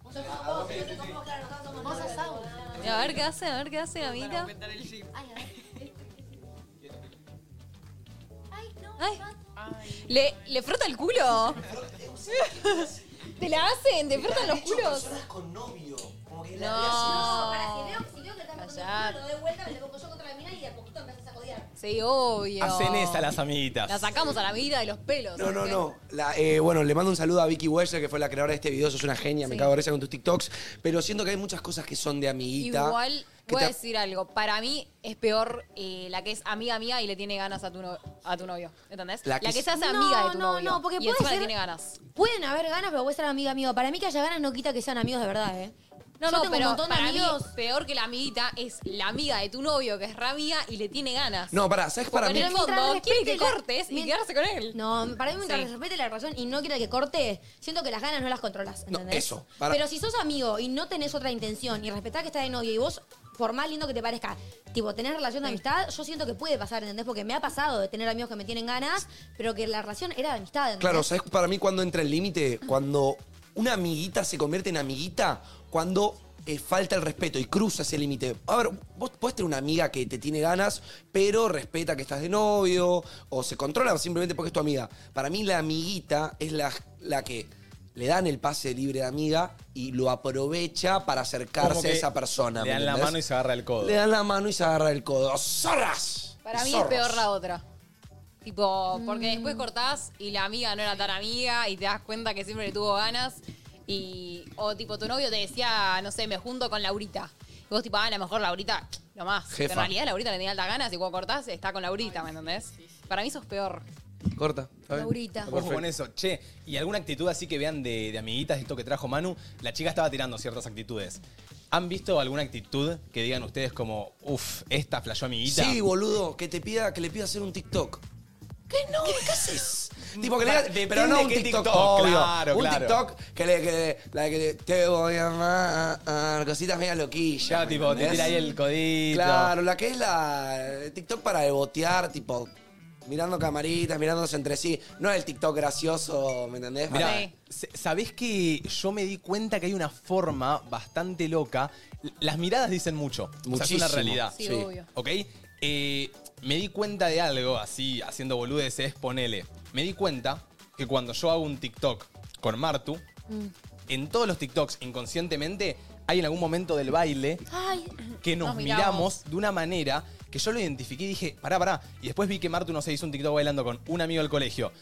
D: Yo soy vos, yo soy como vos, claro, nosotros somos Vos sos Abus.
E: A ver qué hace, a ver qué hace, amiguita. Ay. ¿Le, ¿Le frota el culo? ¿Te la hacen? ¿Te frotan los culos?
C: con novio. Como que
E: No.
D: Pará, si veo, si veo que estás
E: Callar.
D: metiendo lo doy vuelta, me lo pongo yo contra la mina y de a poquito empezás a sacudir.
E: Sí, obvio.
A: Hacen esa las amiguitas.
E: La sacamos a la vida de los pelos.
C: No, no, no. La, eh, bueno, le mando un saludo a Vicky Weller, que fue la creadora de este video. Sos una genia, me
E: Sí.
C: cago de risa con tus TikToks. Pero siento que hay muchas cosas que son de amiguita.
E: Igual
C: que
E: voy a
C: te-
E: decir algo. Para mí es peor eh, la que es amiga mía y le tiene ganas a tu, no- a tu novio. ¿Entendés?
C: La
E: La
C: que
E: que,
C: es-
E: se hace
D: No,
E: amiga de tu
D: no,
E: novio.
D: no,
E: y
D: porque puede
E: encima le
D: ser-
E: tiene ganas.
D: Pueden haber ganas, pero puede ser amiga amigo. Para mí que haya ganas no quita que sean amigos de verdad, ¿eh?
E: No,
D: Yo
E: no,
D: tengo
E: pero
D: un montón de
E: para
D: amigos.
E: mí peor que la amiguita es la amiga de tu novio, que es re amiga y le tiene ganas.
C: No, pará, ¿sabes para
E: Porque
C: mí?
E: en el
D: Mientras
E: fondo quiere que
D: respete la-
E: cortes y
D: mien-
E: quedarse con él.
D: No, para mí mientras
E: Sí.
D: respete la relación y no quiera que corte, siento que las ganas no las controlas,
C: No,
D: ¿entendés?
C: eso, para-
D: Pero si sos amigo y no tenés otra intención y respetás que está de novio y vos, por más lindo que te parezca, tipo, tenés relación de amistad, yo siento que puede pasar, ¿entendés? Porque me ha pasado de tener amigos que me tienen ganas, pero que la relación era de amistad, ¿entendés?
C: Claro, ¿sabes para mí cuando entra el límite? Cuando una amiguita se convierte en amiguita, cuando eh, falta el respeto y cruza ese límite. A ver, vos podés tener una amiga que te tiene ganas, pero respeta que estás de novio, o se controla simplemente porque es tu amiga. Para mí la amiguita es la, la que le dan el pase libre de amiga y lo aprovecha para
A: Como
C: acercarse
A: que
C: a esa persona.
A: Le
C: ¿me
A: dan la
C: entendés?
A: mano y se agarra el codo.
C: Le dan la mano y se agarra el codo. ¡Zorras!
E: Para mí
C: ¡Zorras!
E: es peor la otra. Tipo, porque después cortás y la amiga no era tan amiga y te das cuenta que siempre le tuvo ganas. Y, o tipo, tu novio te decía, no sé, me junto con Laurita. Y vos tipo, ah, a lo mejor Laurita, lo más. Pero
C: Jefa.
E: en realidad Laurita le tenía altas ganas y cuando cortás está con Laurita, ¿me entendés? Para mí eso es peor.
C: Corta. ¿está bien?
D: Laurita.
A: Ojo con eso. Che, ¿y alguna actitud así que vean de, de amiguitas, esto que trajo Manu? La chica estaba tirando ciertas actitudes. ¿Han visto alguna actitud que digan ustedes como, uff, esta flasheó amiguita?
C: Sí, boludo, que te pida, que le pida hacer un TikTok. ¿Qué no? ¿Qué haces? tipo que le diga-
A: Depende
C: pero no un
A: qué
C: TikTok,
A: TikTok,
C: obvio.
A: claro,
C: un
A: claro.
C: TikTok que le, que le- la que le- te voy a amar, cositas media loquillas.
A: Ya,
C: ¿me
A: tipo, te
C: entendés?
A: tira ahí el codito.
C: Claro, la que es la el TikTok para debotear, tipo mirando camaritas, mirándose entre sí, no el TikTok gracioso, ¿me entendés?
A: Mirá,
E: Sí.
A: s- ¿sabés que yo me di cuenta que hay una forma bastante loca? L- Las miradas dicen mucho. O sea, es
C: Muchísimo.
A: una realidad.
E: Sí, obvio.
A: ¿Ok? Eh, me di cuenta de algo, así, haciendo boludeces, ponele. Me di cuenta que cuando yo hago un TikTok con Martu,
D: Mm.
A: en todos los TikToks, inconscientemente, hay en algún momento del baile
D: Ay,
A: que nos,
E: Nos miramos.
A: miramos de una manera que yo lo identifiqué y dije, pará, pará. Y después vi que Martu, no se hizo un TikTok bailando con un amigo del colegio.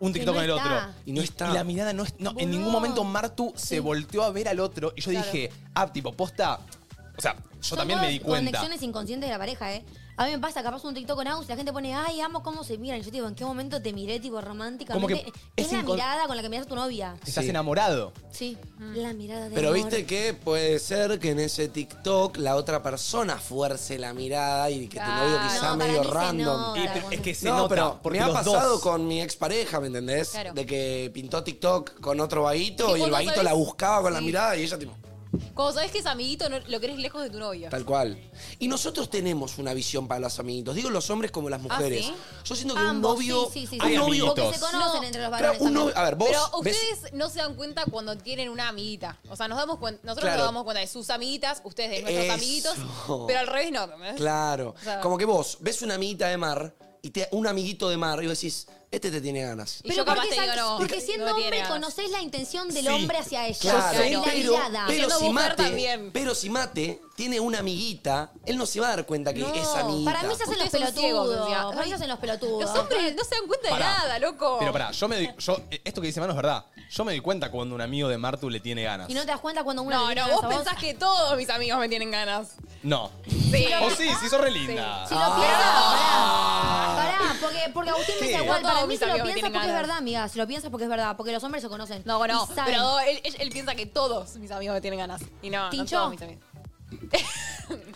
A: Un
D: Que
A: TikTok
D: no
A: con el
D: está.
A: otro.
C: Y no está.
A: la mirada no es. No, en ningún
D: Boludo.
A: momento Martu se volteó a ver al otro. Y yo
E: Claro.
A: dije, ah, tipo, posta. O sea, yo
D: son
A: también me
D: todas
A: di cuenta.
D: conexiones inconscientes de la pareja, ¿eh? A mí me pasa, capaz un TikTok con Agus y la gente pone, ay, amo cómo se miran. Y yo digo, ¿en qué momento te miré, tipo,
A: Como que
D: románticamente?
A: es
D: es la
A: incon-
D: mirada con la que miras a tu novia.
A: Estás
C: Sí.
A: enamorado.
D: Sí, la mirada de
C: Pero
D: amor.
C: viste que puede ser que en ese TikTok la otra persona fuerce la mirada y que tu
E: Claro.
C: novio quizá
D: No, para
C: medio
D: mí se
C: random.
D: nota.
A: Y,
D: Claro,
A: pero es que se
C: no,
A: nota.
C: pero
A: porque
C: me ha
A: los
C: pasado
A: dos-
C: con mi expareja, ¿me entendés?
E: Claro.
C: De que pintó TikTok con otro vaguito
E: Sí,
C: y
E: vos
C: el
E: no
C: vaguito
E: sabés.
C: la buscaba con la
E: Sí.
C: mirada y ella tipo,
E: Como sabés que es amiguito, no- lo querés lejos de tu novio.
C: tal cual. Y nosotros tenemos una visión para los amiguitos, digo los hombres como las mujeres.
E: Ah, ¿sí?
C: Yo siento que un
D: Ambos,
C: novio,
D: sí, sí, sí,
C: un
D: sí.
C: novio,
A: amiguitos.
D: Porque se conocen
E: No,
D: entre los
C: claro,
D: varones.
C: un
D: también.
C: novio- a ver, vos
E: Pero
C: ves-
E: ustedes no se dan cuenta cuando tienen una amiguita. O sea, nos damos cuenta, nosotros
C: Claro.
E: nos damos cuenta de sus amiguitas, ustedes de nuestros
C: Eso.
E: amiguitos, pero al revés no. ¿entendés?
C: Claro.
E: O sea-
C: como que vos ves una amiguita de mar y te, un amiguito de mar y vos decís, este te tiene ganas.
E: Y
D: Pero
E: yo capaz
D: porque,
E: te digo,
D: sa-
E: no,
D: porque
E: no
D: siendo
E: tiene
D: hombre
E: ganas.
D: conocés la intención del
A: Sí,
D: hombre hacia ella.
C: Claro,
D: y la
C: pero,
D: mirada.
C: pero
E: Siendo
C: si
E: mujer
C: mate,
E: también.
C: pero si mate tiene una amiguita, él no se va a dar cuenta que
E: No,
C: es amiguita.
D: para mí se hacen los
E: Ustedes son ciegos,
D: pelotudos.
E: decía.
D: Para mí se hacen los pelotudos.
E: Los hombres no se dan cuenta de
A: Pará.
E: nada, loco.
A: Pero pará, yo me doy- yo, esto que dice Manu es verdad. Yo me doy cuenta cuando un amigo de Martu le tiene ganas.
D: Y no te das cuenta cuando uno
E: No,
D: le tiene
E: no,
D: ganas
E: vos
D: a
E: pensás que todos mis amigos me tienen ganas.
A: No.
E: Sí.
A: O sí, sí, sos re linda.
D: Si lo piensas,
C: Ah.
D: pará. Pará, porque, porque Agustín me
A: ¿Qué?
D: dice, igual,
E: No,
D: para
E: todos
D: mí
E: mis
D: si lo
E: amigos me
D: piensas
E: tienen
D: porque es
E: ganas.
D: verdad, amiga. Si lo piensas porque es verdad, porque los hombres se conocen.
E: No, bueno,
D: Y saben.
E: pero él, él- él piensa que todos mis amigos me tienen ganas. Y no, no
D: ¿Tincho?
E: todos mis amigos.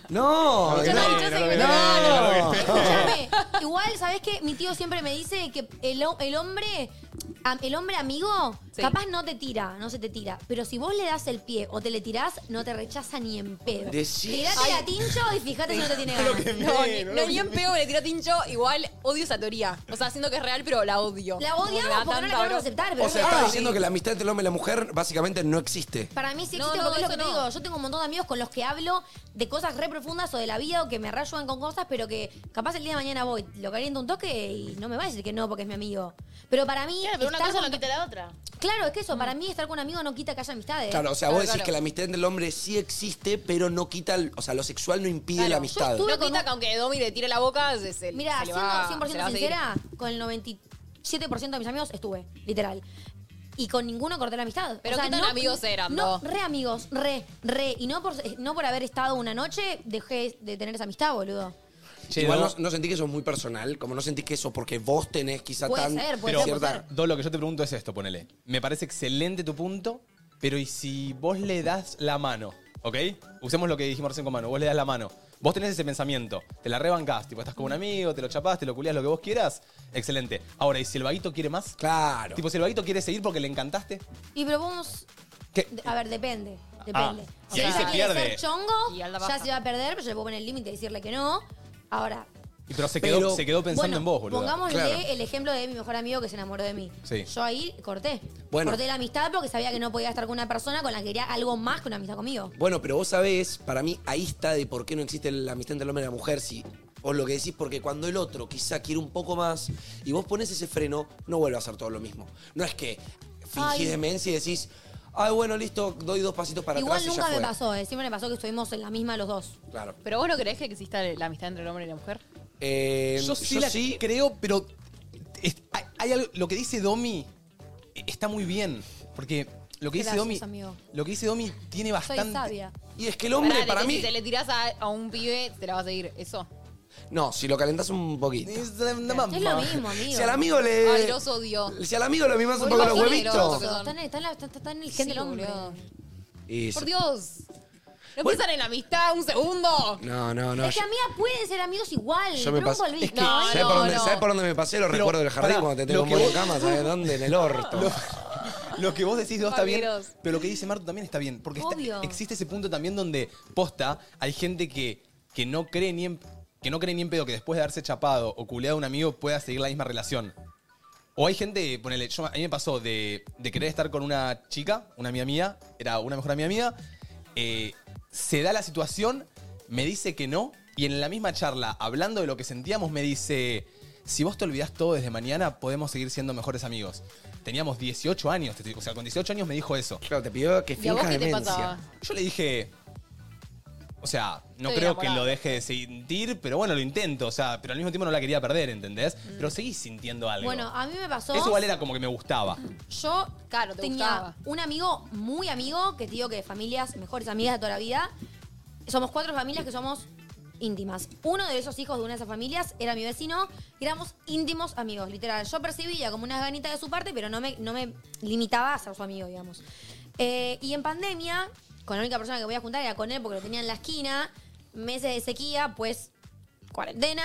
C: No,
A: Yo
C: no,
E: Yo
A: no,
E: no,
A: no
E: yo sé
A: lo veo.
E: que me
A: No.
E: no,
D: Escuchame, igual, ¿sabés qué? Mi tío siempre me dice que el, ho- el hombre am- el hombre amigo
E: Sí.
D: capaz no te tira, no se te tira. Pero si vos le das el pie o te le tirás, no te rechaza ni en pedo.
C: Decí-
D: Tirate la tincho y fíjate si no te tiene ganas.
E: no, ni, no, ni en pedo me le tiró tincho. Igual odio esa teoría. O sea, siento que es real, pero la odio.
D: La
E: Como que me
D: odiamos
E: da tanta
D: porque no la queremos
E: bronca.
D: aceptar. Pero
C: o
D: es
C: sea,
D: verdad.
C: estás diciendo que la amistad entre el hombre y la mujer básicamente no existe.
D: Para mí sí
E: No,
D: existe
E: no,
D: porque es lo que
E: eso
D: te
E: no.
D: digo. Yo tengo un montón de amigos con los que hablo de cosas re profundas o de la vida o que me rayan con cosas, pero que capaz el día de mañana voy, lo caliento un toque y no me va a decir que no porque es mi amigo. Pero para mí
F: Claro, pero un una
D: estar
F: cosa
D: con-
F: no quita la otra.
D: Claro, es que
E: Mm.
D: eso, para mí estar con un amigo no quita que haya amistades.
C: Claro, o sea, vos decís que la amistad entre el hombre sí existe, pero no quita, el- o sea, lo sexual no impide la amistad.
E: No quita que aunque Domi le tire la boca, se, se,
D: Mira,
E: se le va,
D: siendo 100%
E: se la va a seguir.
D: sincera, con el 97% de mis amigos estuve, literal. Y con ninguno corté la amistad.
E: Pero qué tan amigos eran,
D: No,
E: vos?
D: re amigos, re, re. Y no por, no por haber estado una noche dejé de tener esa amistad, boludo.
A: Che,
C: Igual
A: Do-
C: no, no sentís que eso es muy personal, como no sentís que eso porque vos tenés quizá
D: Puede
C: tan
D: ser, puede
A: Pero,
D: ser, puede ser.
A: Do, lo que yo te pregunto es esto, ponele. Me parece excelente tu punto, pero ¿y si vos le das la mano? ¿Ok? Usemos lo que dijimos recién con mano. Vos le das la mano. Vos tenés ese pensamiento. Te la rebancás. Tipo, estás con un amigo, te lo chapás, te lo culiás, lo que vos quieras. Excelente. Ahora, ¿y si el vaguito quiere más?
C: Claro.
A: Tipo, si el vaguito quiere seguir porque le encantaste.
D: Y pero vamos.
A: ¿Qué?
D: A ver, depende. Depende.
A: Ah, y ahí se
D: ella quiere
A: pierde.
D: ser chongo,
F: Y Alda
D: ya
F: baja.
D: se va a perder, pero yo le puedo poner el límite y decirle que no. Ahora,
A: Y Pero se quedó,
C: Pero-
A: se quedó pensando
D: bueno,
A: en vos, boludo.
D: Pongámosle
C: Claro.
D: el ejemplo de mi mejor amigo que se enamoró de mí.
A: Sí.
D: Yo ahí corté.
C: Bueno.
D: Corté la amistad porque sabía que no podía estar con una persona con la que quería algo más que una amistad conmigo.
C: Bueno, pero vos sabés, para mí ahí está de por qué no existe la amistad entre el hombre y la mujer. Si vos lo que decís, porque cuando el otro quizá quiere un poco más y vos pones ese freno, no vuelve a hacer todo lo mismo. No es que fingís
D: Ay.
C: demencia y decís, ay, bueno, listo, doy dos pasitos para
D: Igual
C: atrás y
D: nunca
C: ya
D: me
C: fue.
D: pasó, eh. siempre me pasó que estuvimos en la misma los dos.
C: Claro.
E: Pero vos no creés que exista la amistad entre el hombre y la mujer.
C: Eh,
A: Yo sí la creo, pero es- hay, hay algo- lo que dice Domi eh, está muy bien, porque lo que dice
D: Gracias,
A: Domi,
D: amigo.
A: lo que dice Domi tiene
D: Soy
A: bastante.
D: sabia.
C: Y es que el hombre,
E: Pará,
C: para
E: le-
C: mí...
E: Si te le tirás a, a un pibe, te la va a seguir. Eso.
C: No, si lo calentás un poquito.
A: Es la mamá.
D: Es lo mismo, amigo.
C: Si al amigo le...
E: Ay, los Ah, odio.
C: Si al amigo lo mimás un
E: Por
C: poco los
E: favor,
C: huevitos...
E: asqueroso.
D: Está en, está en la- está- está en el gen
E: Sí,
D: del hombre.
E: boludo.
C: Y-
E: Por Dios. No
C: Bueno.
E: piensan en la amistad un segundo.
C: No, no, no.
D: es que
C: yo-
D: amiga pueden ser amigos igual.
C: Yo me
D: pero vos
C: pasé.
D: volviste,
C: Es que,
E: No,
C: ¿sabes,
E: no,
C: por dónde,
E: no.
C: sabés por dónde me pasé? Los
A: Pero,
C: recuerdos del jardín
A: pará,
C: cuando te
A: lo
C: tengo
A: que
C: en
A: vos-
C: la cama, ¿sabes dónde? En el orto.
A: Lo que vos decís dos está bien,
E: Barberos.
A: pero lo que dice Marto también está bien, porque está-
D: Obvio.
A: existe ese punto también donde posta hay gente que, que no cree ni en, que no cree ni en pedo que después de haberse chapado o culeado a un amigo pueda seguir la misma relación. O hay gente, ponele, yo, a mí me pasó de, de querer estar con una chica, una amiga mía, era una mejor amiga mía, eh, se da la situación, me dice que no, y en la misma charla, hablando de lo que sentíamos, me dice, si vos te olvidás todo desde mañana, podemos seguir siendo mejores amigos. Teníamos 18 años, te estoy- o sea, con 18 años me dijo eso.
C: Claro, te pidió que
E: ¿Y a vos
C: finjas
E: qué te
C: demencia.
E: pasaba?
A: Yo le dije, o sea, no
E: Estoy
A: creo que
E: enamorada.
A: lo deje de sentir, pero bueno, lo intento, o sea, pero al mismo tiempo no la quería perder, ¿entendés? Pero seguís sintiendo algo.
D: Bueno, a mí me pasó.
A: eso igual era como que me gustaba.
D: Yo
E: Claro, te
D: tenía
E: gustaba.
D: un amigo muy amigo, que te digo que de familias, mejores amigas de toda la vida. Somos cuatro familias que somos íntimas. Uno de esos hijos de una de esas familias era mi vecino y éramos íntimos amigos, literal. Yo percibía como unas ganitas de su parte, pero no me, no me limitaba a ser su amigo, digamos. Eh, y en pandemia, con la única persona que voy a juntar era con él porque lo tenía en la esquina, meses de sequía, pues cuarentena.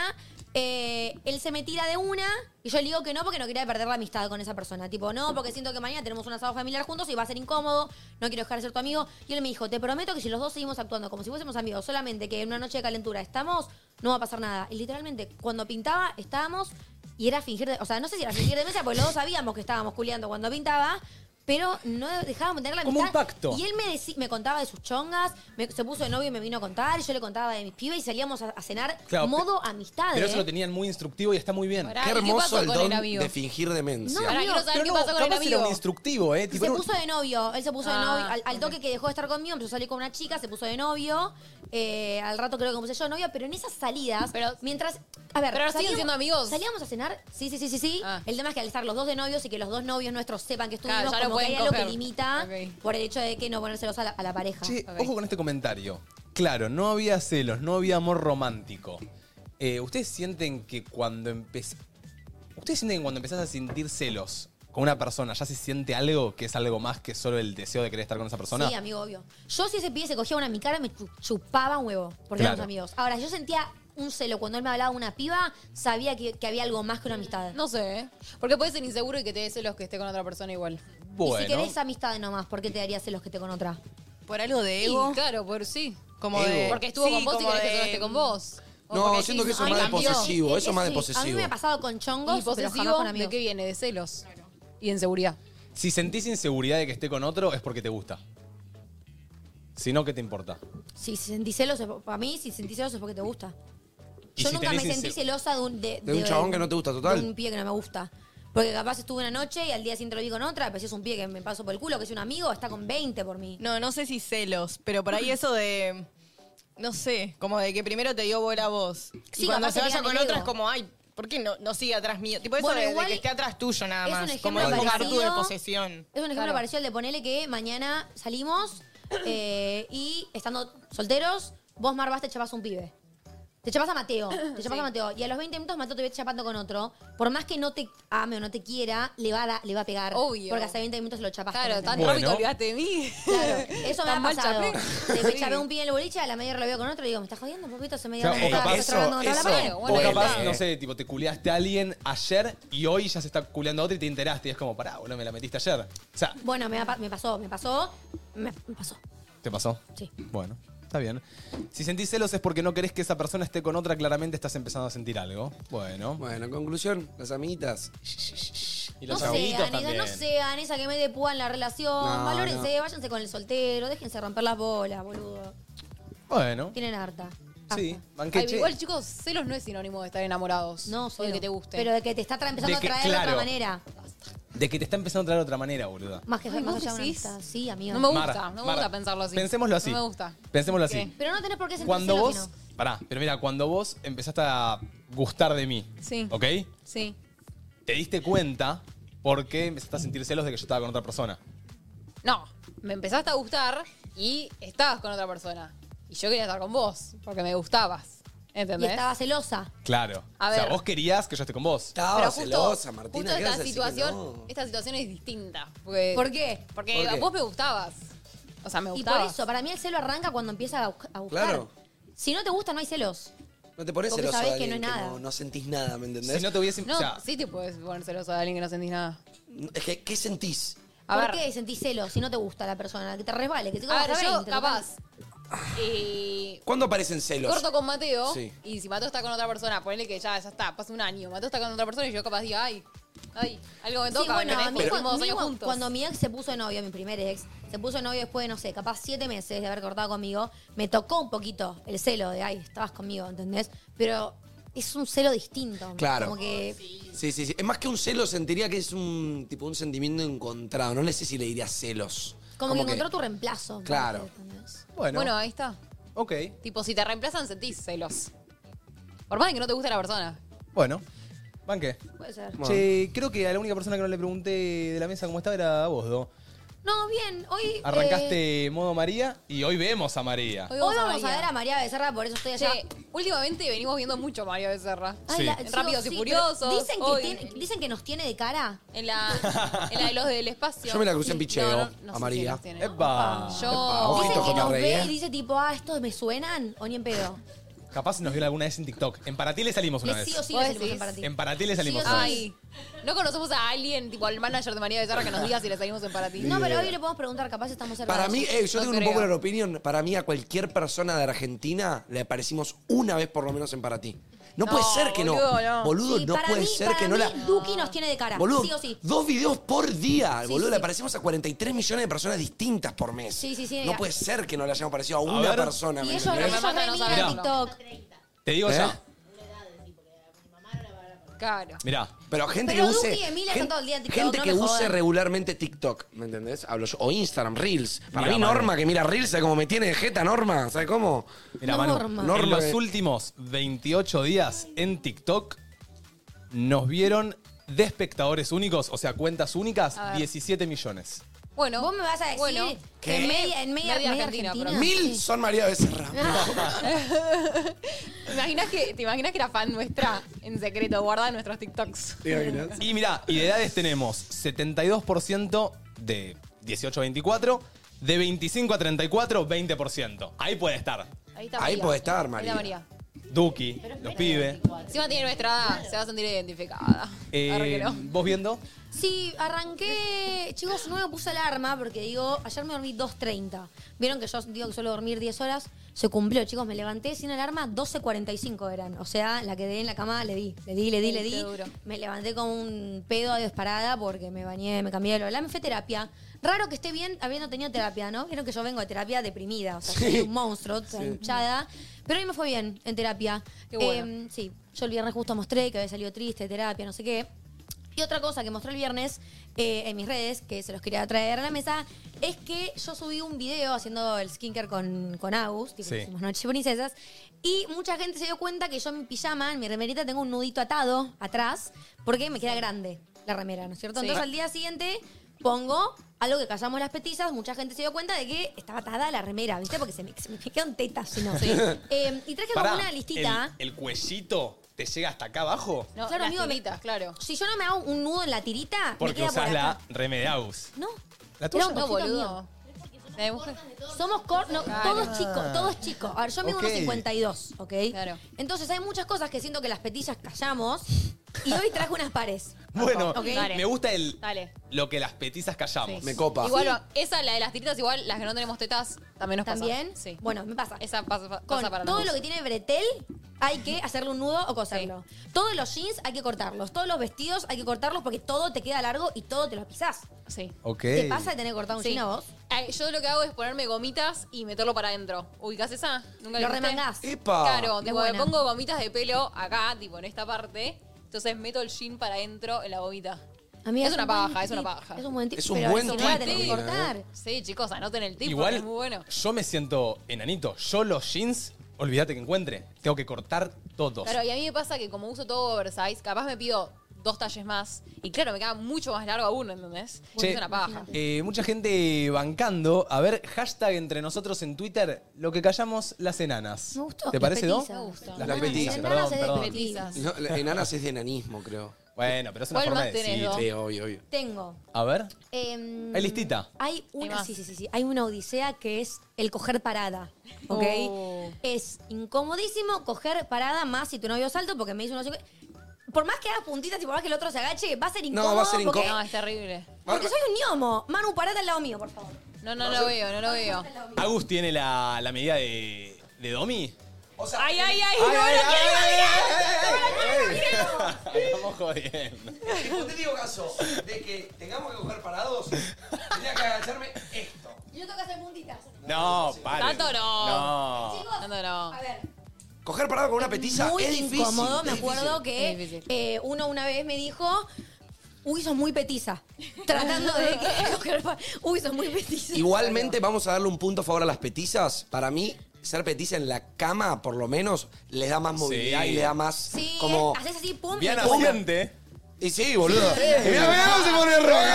D: eh, él se me tira de una y yo le digo que no porque no quería perder la amistad con esa persona. Tipo, no, porque siento que mañana tenemos un asado familiar juntos y va a ser incómodo, no quiero dejar de ser tu amigo. Y él me dijo, te prometo que si los dos seguimos actuando como si fuésemos amigos, solamente que en una noche de calentura estamos, no va a pasar nada. Y literalmente, cuando pintaba, estábamos y era fingir, de- o sea, no sé si era fingir de mesa, porque los dos sabíamos que estábamos culiando cuando pintaba. Pero no dejábamos de tener la
A: Como un
D: amistad.
A: pacto.
D: Y él me, decí- me contaba de sus chongas, me- se puso de novio y me vino a contar, y yo le contaba de mis pibes y salíamos a, a cenar
A: Claro,
D: modo amistad.
A: Pero
D: ¿eh?
A: eso lo tenían muy instructivo y está muy bien.
E: Pará,
C: Qué
E: ¿y
C: hermoso el
E: pasó con
C: don
E: el amigo?
C: de fingir demencia.
D: No,
E: Ahora quiero saber
A: Pero
E: qué
A: no,
E: pasó con el
A: capaz era un
E: amigo.
A: instructivo, ¿eh?
D: Y
A: Tipo,
D: se
A: era un-
D: puso de novio, él se puso de
E: Ah,
D: novio. Al, al toque que dejó de estar conmigo, empezó a salir con una chica, se puso de novio. eh, al rato creo que me puse yo de novio, pero en esas salidas,
E: Pero-
D: mientras. A ver,
E: pero ahora siguen siendo amigos.
D: Salíamos a cenar, sí, sí, sí, sí, sí.
E: Ah.
D: El tema es que al estar los dos de novios y que los dos novios nuestros sepan que estuvimos,
E: Claro, ya lo
D: como que
E: pueden
D: hay algo que
E: coger.
D: limita
E: Ok.
D: por el hecho de que no ponérselos a la, Ah, a la pareja.
A: Che,
E: Ok.
A: ojo con este comentario. Claro, no había celos, no había amor romántico. Eh, ¿Ustedes sienten que cuando empezás... ¿Ustedes sienten que cuando empezás a sentir celos con una persona ya se siente algo que es algo más que solo el deseo de querer estar con esa persona?
D: Sí, amigo, obvio. Yo si ese pibe se cogía una en mi cara, me chu- chupaba un huevo, porque
A: Claro.
D: éramos amigos. Ahora, yo sentía un celo cuando él me hablaba de una piba, sabía que, que había algo más que una amistad.
E: No sé, ¿eh? Porque puede ser inseguro y que te dé celos que esté con otra persona igual.
D: Y si
A: Bueno,
D: querés amistad nomás, ¿por qué te daría celos que te con otra?
H: Por algo de
E: Sí,
H: ego.
E: claro, por sí.
H: Como de-
E: Porque estuvo
H: sí,
E: con vos y
H: como
E: querés que
H: de-
E: solo
D: este
E: esté con vos. O
C: Eh, No,
E: porque
C: siento
E: decís,
C: que eso es
E: "Ay,
C: más de
E: cambió".
C: posesivo, eso es más de
D: Eh, sí.
C: posesivo.
D: A mí me ha pasado con chongos,
E: Y
D: pero jamás
E: posesivo,
D: con
E: ¿de
D: amigos.
E: qué viene? De celos. Y de inseguridad.
A: si sentís inseguridad de que esté con otro es porque te gusta. Si no, ¿qué te importa?
D: Si sentís celos, es- para mí, si sentís celos es porque te gusta.
A: Y
D: Yo
A: si
D: nunca me
A: tenés
D: sentí
A: inse-
D: celosa de un... De,
C: De un chabón que no te gusta, total.
D: De un pibe que no me gusta. Porque capaz estuve una noche y al día siguiente lo vi con otra, pero si es un pie que me pasó por el culo, que es un amigo, está con 20 por mí.
H: No, no sé si celos, pero
D: Mm.
H: por ahí eso de. No sé, como de que primero te dio bola a vos.
D: Sí,
H: y cuando
D: capaz
H: se vaya
D: serían
H: con
D: el
H: otra
D: ego.
H: es como, ay, ¿por qué no, no sigue atrás mío? Tipo eso
D: Bueno,
H: de, de
D: igual
H: que esté atrás tuyo nada
D: es un
H: más. como
D: ejemplo
H: tipo Cartu de
D: parecido.
H: posesión.
D: Es un ejemplo
H: Claro.
D: parecido al de ponerle que mañana salimos eh, y estando solteros, vos Marvás te chapás a un pibe. Te chapás a Mateo, te chapás a Mateo. Y a los 20 minutos Mateo te ve chapando con otro. Por más que no te ame o no te quiera, le va a, da- le va a pegar.
E: Obvio.
D: Porque hace 20 minutos lo chapaste.
E: Claro, tan
D: ¿entendés?
E: rápido
A: Bueno.
E: te olvidaste de mí.
D: Claro, eso me
E: Tan
D: ha
E: mal
D: pasado.
E: chapé.
D: Le me
E: Sí.
D: chapé un pie en el boliche, a la media lo veo con otro y digo, ¿me estás jodiendo, papito? Se me dio
A: Claro,
D: una
A: o
D: patada,
A: capaz-
D: estás trabando contra la
C: eso,
D: pared.
E: Bueno,
A: O
E: bueno,
A: capaz,
C: Eh,
E: está.
A: no sé, tipo, te culeaste a alguien ayer y hoy ya se está culeando a otro y te enteraste. Y es como, pará, boludo, me la metiste ayer. O sea,
D: Bueno, me, ha- me pasó, me pasó, me, me pasó.
A: ¿te pasó?
D: Sí.
A: Bueno, está bien. Si sentís celos es porque no querés que esa persona esté con otra, claramente estás empezando a sentir algo. Bueno.
C: Bueno, en conclusión, las amiguitas.
A: Y
D: No
A: los
D: sean,
A: amiguitos
D: esa,
A: también.
D: no sean esa que me depúan la relación.
C: No,
D: Valórense, váyanse con el soltero, déjense romper las bolas, boludo.
A: Bueno,
D: Tienen harta.
A: sí,
D: Harta.
E: Ay,
A: banqueche.
E: igual, chicos, celos no es sinónimo de estar enamorados.
D: No,
E: O de
D: cero.
E: que te guste.
D: Pero de que te está tra- empezando
A: De que-
D: a traer de
A: claro.
D: otra manera.
A: De que te está empezando a traer de otra manera, boluda.
D: Más que
E: Ay,
D: más
E: ¿vos
D: allá de una
E: decís?
D: amistad. Sí, amiga.
E: No me gusta,
A: Mara,
E: no me
A: Mara,
E: gusta pensarlo así.
A: Pensémoslo así.
E: No me gusta.
A: Pensémoslo así.
D: Pero no tenés por qué sentir
A: Cuando vos.
D: celos que
A: Pará, pero mira, cuando vos empezaste a gustar de mí.
E: Sí.
A: ¿Ok?
E: Sí.
A: Te diste cuenta por qué empezaste a sentir celos de que yo estaba con otra persona.
E: No, me empezaste a gustar y estabas con otra persona. Y yo quería estar con vos, porque me gustabas.
D: no. Y
E: ¿Entendés?
D: estaba celosa.
A: Claro.
E: A
A: O sea,
E: ver.
A: vos querías que yo esté con vos.
C: Estaba
E: Pero
C: celosa, Martina.
E: justo
C: ¿qué vas a
E: esta
C: decir
E: situación,
C: que no?
E: esta situación es distinta. Porque,
D: ¿Por qué?
E: Porque
C: ¿Por qué?
E: a vos me gustabas. O sea, me
D: Y por
E: gustabas.
D: eso, para mí el celo arranca cuando empieza a bu- a buscar.
C: Claro.
D: Si no te gusta, no hay celos.
C: No te pones
D: Porque
C: celoso de
D: sabés que
C: alguien
D: no es nada.
C: no, no sentís nada, ¿me entendés?
A: Si no te hubiese.
E: No,
A: o sea,
E: sí te puedes poner celoso de alguien que no sentís nada.
C: Es que, ¿qué sentís?
E: A
D: ¿Por
E: ver.
D: qué sentís celos si no te gusta la persona? Que te resbale, que te
E: A ver,
D: cojas a
E: yo
D: 20,
E: capaz. eh,
C: ¿Cuándo aparecen celos?
E: corto con Mateo.
C: Sí.
E: Y si Mateo está con otra persona, ponele que ya, ya está, pasa un año. Mateo está con otra persona y yo capaz digo, ay, ay, algo me
D: Sí,
E: toca.
D: bueno,
E: ¿entendés?
D: a mí
E: Porque
D: cuando,
E: fuimos dos
D: mi-
E: años
D: cuando-
E: juntos.
D: cuando mi ex se puso de novio, mi primer ex, se puso de novio después de, no sé, capaz siete meses de haber cortado conmigo, me tocó un poquito el celo de, ay, estabas conmigo, ¿entendés? Pero es un celo distinto.
C: Claro.
D: Como que...
C: Sí, sí, sí. Es más que un celo, sentiría que es un tipo un sentimiento encontrado. No le sé si le diría celos.
D: Como, que encontró tu reemplazo. me
C: Claro.
D: parece, ¿entendés?
A: bueno.
E: Bueno, ahí está.
A: Ok.
E: Tipo, si te reemplazan, sentís celos. Por más de que no te guste la persona.
A: Bueno. Banque.
D: Puede ser.
A: Che, creo que a la única persona que no le pregunté de la mesa cómo estaba era a vos, Do.
D: No, bien, hoy... eh,
A: Arrancaste modo María y hoy vemos a María.
E: Hoy
D: hoy
E: vamos a
D: vamos a,
E: María.
D: ver a María Becerra, por eso estoy allá.
E: Che, últimamente venimos viendo mucho a Mario Becerra.
D: Ay,
A: Sí.
D: la-
A: En
D: chicos,
E: Rápidos y
D: sí,
E: Furiosos,
D: pero Dicen que,
E: hoy.
D: tiene- dicen que nos tiene de cara.
E: En la, en la de los del espacio.
C: Yo me la crucé en picheo, a
E: sé si
C: María.
E: los tiene.
A: ¡Epa!
E: Yo.
C: Ojito
D: Dicen que
C: con
D: nos
C: Rey,
D: ve
C: ¿eh?
D: y dice tipo, ah, estos me suenan, o ni en pedo.
A: Capaz nos vio alguna vez en TikTok. En Para ti le salimos una
D: Le sí o
A: vez.
D: sí le
E: ¿Vos
D: salimos
E: decís?
D: en para ti.
A: En Para ti le salimos
D: Sí o
A: una
D: sí.
A: vez.
E: Ay, no conocemos a alguien, tipo al manager de María Becerra, que nos diga si le salimos en para ti.
D: No, pero hoy le podemos preguntar, capaz estamos cerca.
C: Para
D: de
C: mí,
D: ellos.
C: eh, yo
E: No
C: tengo un
E: creo.
C: poco la opinión. Para mí, a cualquier persona de Argentina le aparecimos una vez por lo menos en para ti. No,
E: No,
C: puede ser que no.
E: boludo, no.
C: Boludo,
D: Sí,
C: no
D: para
C: puede
D: mí-
C: ser
D: para
C: que no
D: mí
C: la.
D: Duki nos tiene de cara,
C: Boludo,
D: sí o sí.
C: dos videos por día. boludo,
D: sí.
C: le aparecimos a 43 millones de personas distintas por mes.
D: Sí, sí, sí.
C: No puede ser que no le hayamos parecido a una
A: ver.
C: persona.
D: Y
C: ¿me
D: ellos,
E: Pero
C: entendés?
E: mi
D: ellos
E: mamá no
D: remigran
E: sabe
D: TikTok.
A: Te digo
C: ¿Eh?
A: ya.
E: Claro.
A: Mirá.
C: Pero gente
D: Pero
C: que
D: Duki
C: use.
D: y Emilia
C: gen-
D: están todo el día en TikTok,
C: gente
D: no
C: que
D: me
C: use
D: jodan.
C: regularmente TikTok, ¿me entendés? Hablo yo. O Instagram, Reels. Para
A: Mira,
C: mí,
A: madre.
C: Norma, que mira Reels, ¿sabe cómo me tiene de jeta Norma? ¿Sabe cómo?
A: Mirá,
D: Norma.
A: Manu. En
C: Norma.
A: los últimos 28 días en TikTok nos vieron de espectadores únicos, o sea, cuentas únicas, 17 millones.
E: Bueno.
D: Vos me vas a decir
E: Bueno.
D: que en
C: ¿Qué?
D: media, en media,
E: Media
D: media
E: Argentina, pero-
D: Argentina.
C: Mil
D: Sí.
C: son María Becerra.
E: ¿Te imaginas que, ¿Te imaginas que era fan nuestra en secreto? Guarda nuestros TikToks.
C: ¿Te imaginas?
A: Y mirá, y de edades tenemos 72% de 18 a 24, de 25 a 34, 20%. Ahí puede estar.
E: Ahí está
C: Ahí
E: María.
C: puede estar,
E: Ahí está
C: María.
E: María.
A: Duki, los pibes.
E: Encima tiene nuestra edad, se va a sentir identificada.
A: Eh,
E: Arre que no.
A: ¿Vos viendo?
D: Sí, arranqué. Chicos, no me puse alarma porque digo, ayer me dormí 2.30. Vieron que yo digo que suelo dormir 10 horas. Se cumplió, chicos, me levanté sin alarma, 12.45 eran. O sea, la que quedé en la cama, le di, le di, le di,
E: Ay,
D: le
E: qué
D: di.
E: duro.
D: Me levanté con un pedo de disparada porque me bañé, me cambié de lo. me fue terapia. Raro que esté bien habiendo tenido terapia, ¿no? Vieron que yo vengo de terapia deprimida, o sea, soy un monstruo, hinchada. Pero hoy me fue bien en terapia.
E: Qué bueno.
D: Em, sí, yo el viernes justo mostré que había salido triste, de terapia, no sé qué. Y otra cosa que mostré el viernes eh, en mis redes, que se los quería traer a la mesa, es que yo subí un video haciendo el skincare con, con Agus, tipo,
A: Sí.
D: hicimos Noches Princesas, y mucha gente se dio cuenta que yo en mi pijama, en mi remerita, tengo un nudito atado atrás, porque me queda grande la remera, ¿no es cierto?
E: Sí.
D: Entonces al día siguiente pongo algo que callamos las petizas, mucha gente se dio cuenta de que estaba atada la remera, ¿viste? Porque se me, se me quedan tetas, si no. Eh, y traje
A: Pará,
D: como una listita.
A: El, el cuellito te llega hasta acá abajo
E: No,
D: Claro,
E: las
D: amigo, me-
E: tiritas, claro.
D: Si yo no me hago un nudo en la tirita, me
A: porque
D: queda por
A: usás la
D: acá.
A: reme de Agus.
D: No.
A: ¿La
D: Era
A: tuya?
D: un
E: No,
D: cosito
E: boludo.
D: mío.
E: La de mujer.
D: Somos cor- no, todos chicos, todos chicos. A ver, yo mido
J: Ok.
D: unos 52, ¿ok?
E: Claro.
D: Entonces hay muchas cosas que siento que las petillas callamos y hoy traje unas pares.
A: Bueno,
D: Ok.
E: Dale.
A: me gusta el
E: Dale.
A: lo que las petizas callamos.
C: Me copa.
E: Igual, esa, la de las tiritas, igual, las que no tenemos tetas, también nos pasa.
D: ¿También?
E: Sí.
D: Bueno, me pasa.
E: Esa pasa, pasa
D: Con
E: para
D: todo
E: los
D: lo
E: dos.
D: que tiene bretel hay que hacerle un nudo o coserlo. Todos los jeans hay que cortarlos. Todos los vestidos hay que cortarlos porque todo te queda largo y todo te lo pisás.
E: Sí.
J: Ok.
D: ¿Te pasa de tener cortado un
E: Sí.
D: jean a vos?
E: Ay, yo lo que hago es ponerme gomitas y meterlo para adentro. ¿Ubicás esa? ¿Nunca
D: Lo
E: viste?
D: remangás.
C: ¡Epa!
E: Claro,
D: Es
E: tipo, me
D: buena.
E: pongo gomitas de pelo acá, tipo en esta parte. Entonces meto el jean para adentro en la gomita.
D: Amiga,
E: es una
D: un buen
E: paja, es una
D: tip,
E: paja.
D: Es un buen tip.
C: Es un
D: pero
C: buen
D: eso
C: tip, ¿eh?
D: la tenés que
C: Paulina,
D: cortar.
E: Sí, chicos, anoten el tip porque
A: Igual,
E: es muy bueno.
A: yo me siento enanito. Yo los jeans, olvídate que encuentre. Tengo que cortar todos.
E: Claro, y a mí me pasa que como uso todo oversize, capaz me pido dos talles más. Y claro, me queda mucho más largo aún, ¿entendés?
A: Che,
E: es una paja.
A: eh, mucha gente bancando. A ver, hashtag entre nosotros en Twitter, lo que callamos las enanas.
D: Me gustó.
A: ¿Te
D: Las
A: parece, no?
D: petizas. Me gustó.
A: Las
C: Las
A: petizas,
C: petizas.
A: perdón,
D: Enanas es de
A: perdón.
D: petizas.
C: No, la- enanas es de enanismo, creo.
A: Bueno, pero es una
E: ¿Cuál
A: forma de
E: más tenés,
A: decir.
E: Do?
C: Sí, obvio, obvio.
D: Tengo.
A: A ver,
D: em,
A: hay listita.
D: Hay una,
E: más.
D: sí, sí, sí, sí. Hay una odisea que es el coger parada. ¿Ok?
E: Oh.
D: Es incomodísimo coger parada más si tu novio es alto porque me dice uno. Por más que hagas puntitas y por más que el otro se agache, va a ser
C: No,
D: incómodo.
C: va a ser
D: porque-
C: incómodo.
E: No, es terrible.
D: Porque soy un ñomo. Manu, parada al lado mío, por favor.
E: No, no lo veo, no lo veo.
A: Agus tiene la, la medida de, de Domi.
E: Ay, ay, ay,
C: Ay,
E: no
C: ay,
E: lo
C: ay,
E: quiero
C: eh! ay, ay,
E: imaginar.
C: ay.
A: Estamos jodiendo.
C: El hipotético caso de que tengamos que coger parados, tenía que agacharme esto.
D: Y yo tengo que hacer puntitas.
A: No, paren.
E: Tanto no.
A: No.
D: Chicos,
E: No, no, no.
D: a ver.
C: Coger parado con una petiza
D: muy
C: es difícil.
D: incómodo. Me
C: es
D: acuerdo
E: Es
D: que
E: difícil.
D: eh, uno una vez me dijo, uy, sos muy petiza. Tratando de que... uy, sos muy petiza.
C: Igualmente vamos a darle un punto a favor a las petizas. Para mí, ser petiza en la cama, por lo menos, les da más movilidad y le da más
D: Sí,
C: como...
D: haces así, pum,
A: Bien
D: y pum.
A: asiente.
C: Y sí, boludo. Eh,
J: Mirá, mirá cómo se pone roja.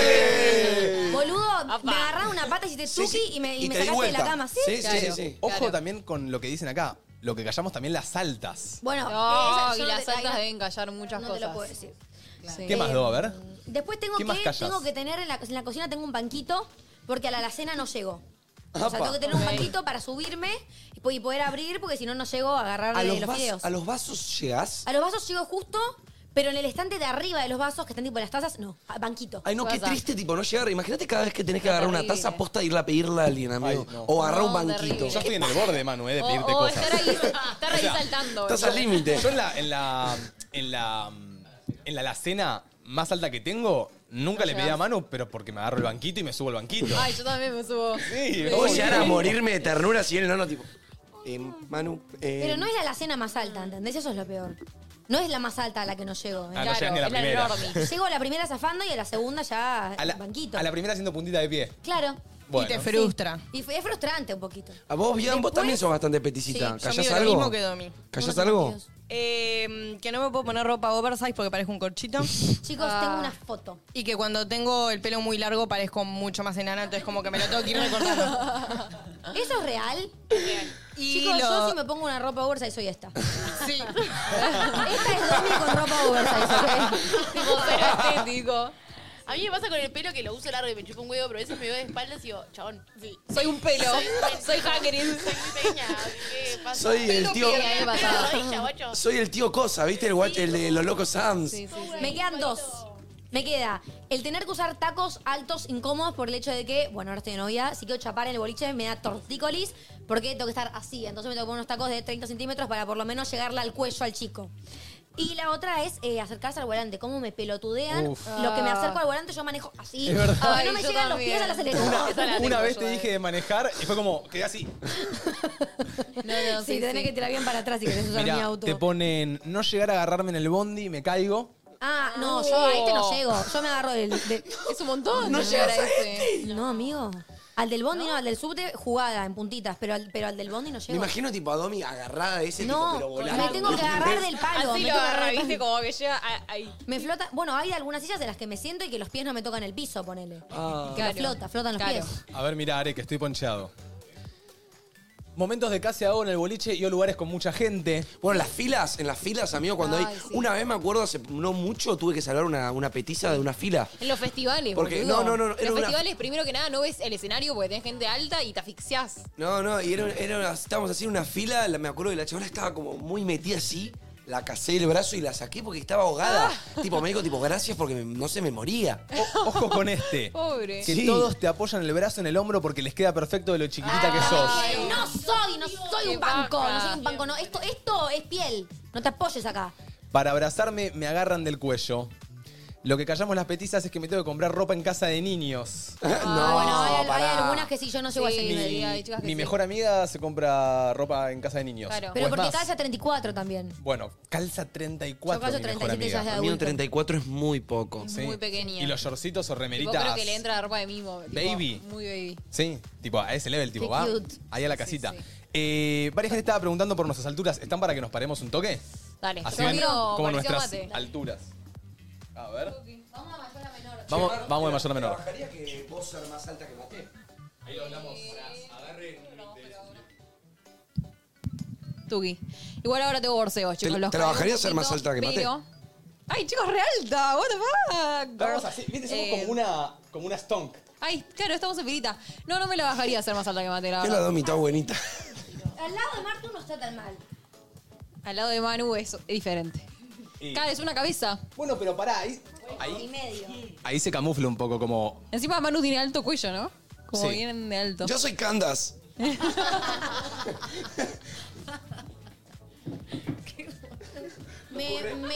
C: ¡Eh!
D: Boludo, me agarraba una pata y te tuki y me, y me
C: te di
D: sacaste de la
C: vuelta.
D: cama. ¿Sí?
C: Sí, sí, sí,
E: Claro.
C: sí.
A: Ojo
E: Claro.
A: también con lo que dicen acá. Lo que callamos también las altas.
D: Bueno,
E: No,
D: esa- yo
E: y
D: te-
E: las
D: ahí
E: altas
D: no-
E: deben callar muchas
D: No
E: cosas.
D: te lo puedo decir.
E: Sí.
A: ¿Qué más, Do? A ver.
D: Después tengo
A: ¿Qué más
D: que,
A: callas?
D: tengo que tener en la, en la cocina tengo un banquito porque a la alacena no llego. O
C: Apa.
D: sea, tengo que tener un
E: Ok.
D: banquito para subirme y po- y poder abrir porque si no, no llego a agarrar
C: ¿A
D: de
C: los,
D: los
C: vas-
D: fideos.
C: ¿A los vasos llegás?
D: A los vasos llego justo, pero en el estante de arriba de los vasos, que están tipo las tazas, no, a- banquito.
C: Ay, no, qué
E: Pasa.
C: triste, tipo, no llegar. Imagínate cada vez que tenés que agarrar una
E: terrible.
C: taza posta e irla a pedirla a alguien, amigo.
A: Ay, no.
C: O agarrar un
E: No,
C: banquito.
E: terrible.
A: Yo estoy en el borde, Manu, eh, de
E: O,
A: pedirte
E: o
A: cosas.
E: estar oh, ahí, estar ahí saltando.
C: Estás al límite.
A: Yo en la, en la. En la. En la alacena más alta que tengo, nunca le pedí a Manu, pero porque me agarro el banquito y me subo al banquito.
E: Ay, yo también me subo.
A: Sí,
C: Puedo
A: obvio.
C: llegar a morirme de ternura si el enano, tipo. eh, Manu, eh,
D: Pero no es la alacena más alta, ¿entendés? Eso es lo peor. No es la más alta a la que no llego. ¿eh?
A: Ah, no llegas ni a la
E: es la
A: primera.
E: enorme.
D: Llego a la primera zafando y a la segunda ya
A: A la,
D: banquito.
A: a la primera haciendo puntita de pie.
D: Claro.
A: Bueno.
H: Y te frustra.
D: Y fue- es frustrante un poquito.
C: A vos, bien, vos
D: Después-
C: también sos bastante peticita.
H: Sí, yo
C: ¿Callás
H: mido
C: algo?
H: lo mismo que Domi.
C: ¿Callás
D: Unos
C: algo?
D: sentidos.
H: Eh, que no me puedo poner ropa oversize porque parezco un corchito.
D: Chicos,
E: Ah.
D: tengo una foto.
H: Y que cuando tengo el pelo muy largo parezco mucho más enana, entonces como que me lo tengo que ir recortando.
D: ¿Eso es real?
H: Y
D: Chicos, yo
H: lo-
D: si me pongo una ropa oversize soy esta.
H: Sí.
D: Esta es Domi con ropa oversize, ¿ok?
E: Tipo, pero estético.
F: A mí me pasa con el pelo que lo uso largo y me chupa un huevo, pero a veces me veo de espaldas y digo, chabón, sí.
E: Soy un pelo. Soy Hagrid.
F: Soy muy pequeña, ¿qué pasa?
C: Soy el tío.
E: pelo, eh, pasado.
C: Soy el tío Cosa, ¿viste? El guacho, el de los locos Sams.
D: Me quedan dos. Me queda el tener que usar tacos altos incómodos por el hecho de que, bueno, ahora estoy de novia, si quiero chapar en el boliche me da tortícolis porque tengo que estar así. Entonces me tengo que poner unos tacos de 30 centímetros para por lo menos llegarle al cuello al chico. Y la otra es eh, acercarse al volante, cómo me pelotudean.
A: Uf.
D: Lo que me acerco al volante yo manejo así.
A: Es verdad.
D: Porque no
E: Ay,
D: me
E: yo
D: llegan los pies a la
E: también.
D: acelerador.
E: Esa la
A: Una
E: tengo
A: vez
E: yo,
A: te
E: eh.
A: dije de manejar y fue como, quedé así.
E: No, no,
D: sí, tenés que tirar bien para atrás si querés usar mi
A: Mirá,
D: auto.
A: te ponen no llegar a agarrarme en el bondi, me caigo.
D: Ah, no, yo a este no llego. Yo me agarro del.
E: Es un montón. No
D: No llegas
E: llegar a este ese.
D: No, amigo. Al del bondi no, al del subte jugada, en puntitas, pero al, pero al del bondi no llego.
C: Me imagino tipo a Domi agarrada de ese
D: No,
C: tipo, pero volando.
D: me tengo que agarrar del
E: Así lo
D: palo. me tengo que agarrar
E: agarra,
D: del
E: viste,
D: palo.
E: como que llega a- ahí.
D: Me flota. Bueno, hay algunas sillas en las que me siento y que los pies no me tocan el piso, ponele.
A: Ah.
D: Que me
A: Claro.
D: flota, flotan los
A: Claro.
D: pies.
A: A ver, mira, Are, que estoy poncheado. Momentos de casi ahogo en el boliche y o lugares con mucha gente.
C: Bueno, las filas, en las filas, amigo, cuando hay. Una vez me acuerdo, hace no mucho, tuve que salvar una, una petiza de una fila.
E: En los festivales,
C: Porque-
E: boludo.
C: no, no, no,
E: En
C: era
E: los
C: una-
E: festivales, primero que nada, no ves el escenario porque tenés gente alta y te asfixiás.
C: No, no, y era, era una- estábamos haciendo una fila, la- me acuerdo que la chavala estaba como muy metida así, la casé el brazo y la saqué porque estaba ahogada.
D: Ah.
C: Tipo, me dijo, tipo, gracias porque me- no se me moría.
A: Ojo con este.
E: Pobre.
A: Que todos te apoyan el brazo en el hombro porque les queda perfecto de lo chiquitita que sos.
D: No soy, no soy
E: Qué
D: un banco,
E: vaca.
D: no soy un banco, no. Esto, esto es piel. No te apoyes acá.
A: Para abrazarme me agarran del cuello. Lo que callamos las petizas es que me tengo que comprar ropa en casa de niños.
D: Ah, bueno, hay, hay algunas que sí, yo no llego a
E: Sí,
D: ese nivel.
E: sí, hay chicas que
A: Mi
E: sí.
A: mejor amiga se compra ropa en casa de niños.
E: Claro.
D: Pero
A: O es
D: porque
A: más,
D: calza 34 también.
A: Bueno, calza 34.
D: Yo calzo
A: mi mejor
D: 37
A: amiga.
D: ya de
C: A mí un 34 es muy poco.
A: Sí.
E: Muy pequeña.
A: Y los shortcitos o
E: Tipo,
A: remeritas.
E: creo que le entra la ropa de mimo. tipo,
A: Baby.
E: Muy baby.
A: Sí, tipo a ese level, tipo,
E: Qué
A: va.
E: cute.
A: Ahí a la casita. Eh, varias gente estaba preguntando por nuestras alturas. ¿Están para que nos paremos un toque?
E: Dale.
A: Así
E: Yo
A: ven
E: miro
A: como
E: Pareció
A: nuestras
E: Mate.
A: alturas. A ver.
E: Vamos a mayor a menor.
A: Vamos, vamos de mayor a menor.
C: ¿Trabajaría que vos ser más alta que Mate?
A: Ahí lo hablamos. Agarren.
E: Tuki. Igual ahora tengo borseo, chicos. los
C: trabajaría
E: traigo
C: ser más
E: poquito,
C: alta que Mate?
E: pero- Ay, chicos, realta. What the fuck.
A: Vamos así, viste, somos
E: Eh,
A: como una, como una stonk.
E: Ay, claro, estamos en pirita. No, no me la bajaría a ser más alta que Mate,
D: Ah.
E: la
C: Que la
E: verdad.
C: Domi está buenita.
D: Al lado de Martu no está tan mal.
E: Al lado de Manu es diferente.
A: Y-
E: Cada es una cabeza.
A: Bueno, pero pará, ahí,
D: Y medio.
A: ahí se camufla un poco como.
E: Encima Manu tiene alto cuello, ¿no? Como
A: Sí.
E: vienen de alto.
C: Yo soy Candas.
D: Me,
C: Puede que
D: me,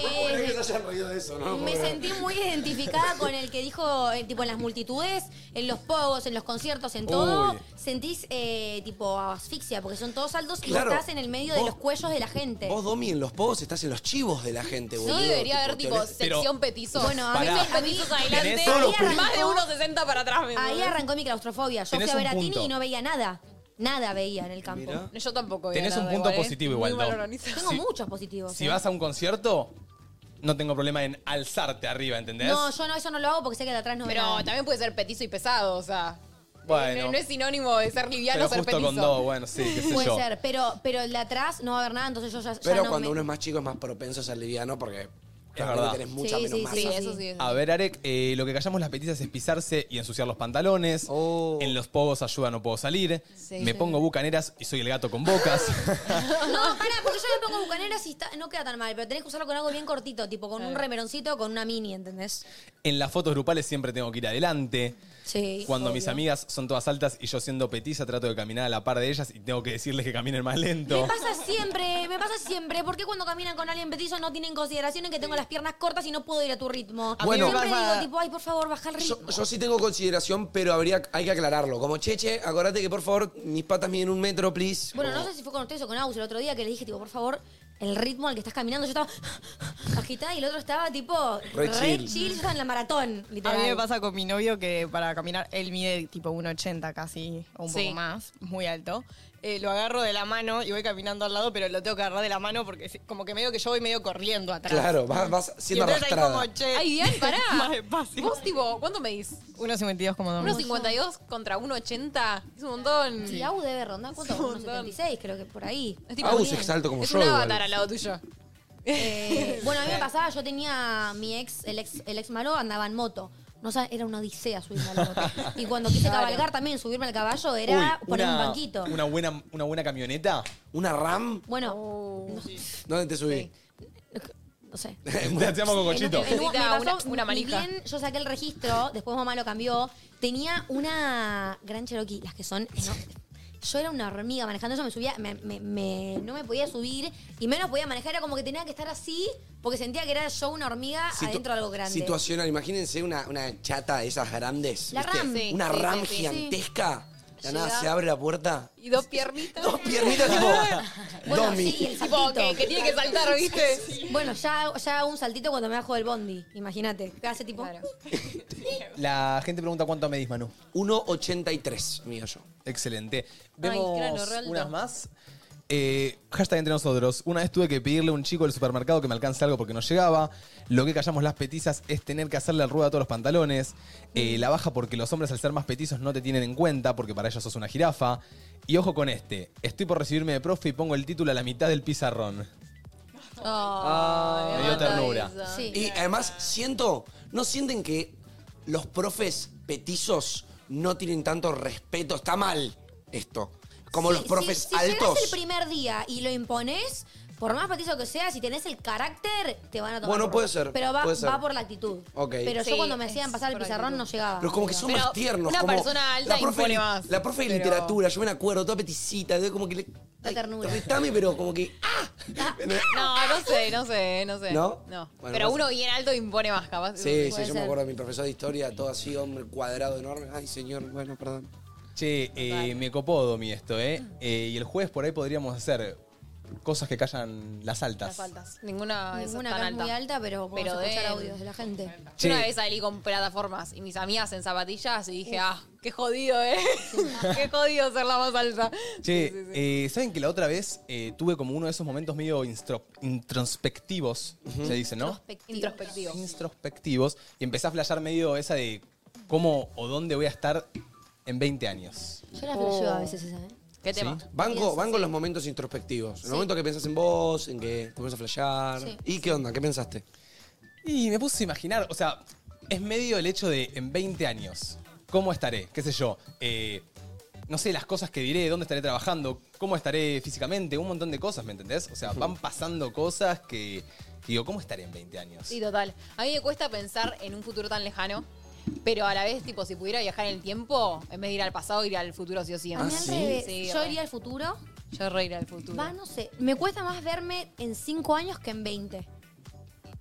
C: se hayan reído de eso, ¿no?
D: me sentí muy identificada con el que dijo, eh, tipo, en las multitudes, en los pogos, en los conciertos, en todo.
A: Uy.
D: Sentís, eh, tipo, asfixia, porque son todos altos y
C: Claro.
D: estás en el medio de
C: Vos-
D: los cuellos de la gente.
C: Vos, Domi, en los pogos estás en los chivos de la gente, boludo.
E: No debería haber
C: te
E: tipo
C: olés-
A: pero-
E: sección petizos.
D: Bueno, a mí
A: Pará.
D: me- a mí-
E: Petizos adelante.
A: Tenés todos los
D: petizos.
E: Más de 1.60 para atrás, me
D: Ahí
E: mudé.
D: arrancó mi claustrofobia. Yo fui
A: Tenés
D: a ver
A: un
D: a Tini
A: punto.
D: y no veía nada. Nada veía en el campo.
C: Mirá.
E: No, Yo tampoco. voy a
A: Tenés
E: nada
A: un punto
E: igual, ¿eh?
A: positivo
E: Muy
A: igual,
E: mal
A: Dom.
E: organizado.
D: Tengo
A: Si-
D: muchos positivos.
A: Si
D: ¿eh?
A: vas a un concierto, no tengo problema en alzarte arriba, ¿entendés?
D: No, yo no, eso no lo hago porque sé que de atrás no veo
E: Pero
D: nada.
E: también puede ser petizo y pesado, o sea.
A: Bueno.
E: No, no es sinónimo de ser liviano
A: pero
E: ser
A: justo
E: petizo.
A: con dos, bueno, sí, qué sé
D: Puede
A: yo.
D: ser, pero, pero el de atrás no va a haber nada, entonces yo ya, ya
C: Pero
D: no
C: cuando
D: me-
C: uno es más chico es más propenso a ser liviano porque realmente
A: verdad.
C: tenés mucha
D: Sí,
C: menos
D: sí,
C: masa.
E: Sí,
D: Eso
E: eso
D: sí.
E: sí. eso
A: A ver, Arek, eh, lo que callamos las petizas es pisarse y ensuciar los pantalones.
C: Oh.
A: En los pogos ayuda no puedo salir.
E: Sí,
A: Me
E: sí.
A: pongo bucaneras y soy el gato con bocas.
D: No, pará, porque yo me pongo bucaneras y está- no queda tan mal, pero tenés que usarlo con algo bien cortito, tipo con un remeroncito, con una mini, ¿entendés?
A: en las fotos grupales siempre tengo que ir adelante.
D: Sí.
A: Cuando mis amigas son todas altas y yo siendo petiza trato de caminar a la par de ellas y tengo que decirles que caminen más lento.
D: Me pasa siempre, me pasa siempre. ¿Por qué cuando caminan con alguien petizo no tienen consideración en que tengo las piernas cortas y no puedo ir a tu ritmo?
A: mí
C: Bueno. me
D: siempre
A: pasa-
D: digo, tipo, ay, por favor, baja el ritmo.
C: Yo, yo sí tengo consideración, pero habría, hay que aclararlo. Como, cheche, acordate que por favor mis patas miden un metro, please.
D: Bueno,
C: Como-
D: no sé si fue con ustedes o con Aus el otro día que le dije, tipo, por favor, el ritmo al que estás caminando. Yo estaba agitada y el otro estaba, tipo,
C: Re
D: re,
C: chill.
D: chill. yo estaba en la maratón,
H: A
D: literal.
H: mí me pasa con mi novio que para caminar, él mide tipo 1,80 casi, o un
E: Sí.
H: poco más, muy alto. Eh, lo agarro de la mano y voy caminando al lado, pero lo tengo que agarrar de la mano porque es como que medio que yo voy medio corriendo atrás.
C: Claro, vas, vas
H: Y
C: siendo
H: entonces ahí
C: arrastrada.
H: como, che,
E: Ay, Dian, pará.
H: más despacio.
E: Vos, tipo, ¿cuánto medís?
H: 1,52,2.
E: 1,52 contra 1,80. Es un montón.
D: Y Aus debe rondar, ¿cuánto?
E: Es un
D: Unos
E: montón.
D: 76, creo que por ahí.
E: Es tipo
C: Agus
E: bien.
C: es alto como
E: es
C: yo.
E: un
C: igual.
E: avatar al lado tuyo.
D: Eh, bueno, a mí me pasaba, yo tenía mi ex, el ex, el ex malo, andaba en moto. No sé, era una odisea subirme a la moto. Y cuando quise cabalgar también, subirme al caballo, era
A: Uy,
D: poner
A: una,
D: un banquito.
A: Una buena, una buena camioneta.
C: ¿Una RAM?
D: Bueno,
A: Oh.
C: ¿Dónde te subí?
D: no sé.
A: Te hacíamos con cochito.
D: En un- me
E: Necesita
D: pasó,
E: una- una
D: ni
E: manija.
D: bien yo saqué el registro, después mamá lo cambió. Tenía una Gran Cherokee, las que son. no, yo era una hormiga manejando, yo me subía, me- me- me- no me podía subir y menos podía manejar. Era como que tenía que estar así porque sentía que era yo una hormiga
C: Situ-
D: adentro de algo grande.
C: Situacional, imagínense una, una chata de esas grandes.
D: La
C: ¿viste?
D: RAM.
E: Sí,
C: una
E: sí,
C: RAM
E: sí, sí.
C: gigantesca. La nada
E: Llega.
C: se abre la puerta.
E: Y dos piernitas. Dos
C: Piernita tipo.
D: Bueno,
C: Domi.
D: sí, el
E: Tipo,
D: saltito.
E: que- que tiene que saltar, ¿viste? Sí.
D: Bueno, ya, ya un saltito cuando me bajo del bondi, imagínate. ¿Qué hace tipo? uh,
A: La gente pregunta cuánto medís, Manu.
C: 1,83 mío yo.
A: Excelente.
D: Ay,
A: Vemos
D: claro, re alto.
A: unas más. Eh, hashtag entre nosotros. Una vez tuve que pedirle a un chico del supermercado que me alcance algo porque no llegaba. Lo que callamos las petizas es tener que hacerle el ruedo a todos los pantalones. Eh, la baja porque los hombres al ser más petizos no te tienen en cuenta porque para ellos sos una jirafa. Y ojo con este. Estoy por recibirme de profe y pongo el título a la mitad del pizarrón. me dio ternura.
D: Sí.
C: Y además siento, ¿no sienten que los profes petizos no tienen tanto respeto? Está mal esto. Como los
D: Sí,
C: profes
D: si- si
C: altos.
D: llegás el primer día y lo impones, por más patizo que sea, si tenés el carácter, te van a tomar.
C: Bueno,
D: por-
C: puede ser,
D: Pero va,
C: puede ser.
D: va por la actitud.
C: Ok.
D: Pero
E: Sí,
D: yo cuando me hacían
E: es
D: pasar el
E: por
D: pizarrón no llegaba.
C: Pero como que son más tiernos.
E: una
C: como
E: persona alta
C: la profe, de-
E: impone más,
C: La profe de
E: pero-
C: literatura, yo me acuerdo, toda peticita, como que le...
D: La ternura.
C: Retame, pero como que... ah,
E: No, no sé, no sé, no sé.
C: ¿No?
E: No.
C: Bueno,
E: Pero
C: pasa.
E: uno bien alto impone más, capaz.
C: Sí, sí,
E: Puede
C: yo me
E: ser.
C: acuerdo de mi profesor de historia, todo así, hombre cuadrado enorme. Ay, señor, bueno, perdón.
A: Che, eh, me copó Domi esto, ¿eh? Eh, Y el jueves por ahí podríamos hacer cosas que callan las altas.
E: Las altas. Ninguna, es
D: Ninguna
E: tan
D: acá es
E: alta.
D: muy alta, pero podemos
E: Pero
D: escuchar
E: de-
D: audios de la gente.
E: Yo una
A: Che.
E: vez salí con plataformas y mis amigas en zapatillas y dije, ah, qué jodido, ¿eh? qué jodido ser la más alta.
A: Che, eh, ¿saben que la otra vez eh, tuve como uno de esos momentos medio instro- introspectivos, se dice, ¿no?
E: Introspectivo.
A: Introspectivos. Y empecé a flashear medio esa de cómo o dónde voy a estar en 20 años.
D: Yo la flasheo a veces esa, ¿eh?
E: ¿Qué
A: ¿Sí?
E: tema?
C: Banco, banco los momentos introspectivos. El
D: Sí.
C: momento que pensás en vos, en que te pones a flashear.
D: Sí.
C: ¿Y qué onda? ¿Qué pensaste?
A: Y me puse a imaginar, o sea, es medio el hecho de en 20 años, ¿cómo estaré? ¿Qué sé yo? Eh, no sé, las cosas que diré, dónde estaré trabajando, cómo estaré físicamente, un montón de cosas, ¿me entendés? O sea, van pasando cosas que, que digo, ¿cómo estaré en 20 años?
E: Sí, total. A mí me cuesta pensar en un futuro tan lejano, pero a la vez, tipo, si pudiera viajar en el tiempo, en vez de ir al pasado, iría al futuro sí o sí.
C: Ah,
D: A mí al revés.
E: Sí,
D: yo
E: re.
D: iría al futuro.
E: Yo re iría al futuro.
D: Va, no sé. Me cuesta más verme en 5 años que en 20.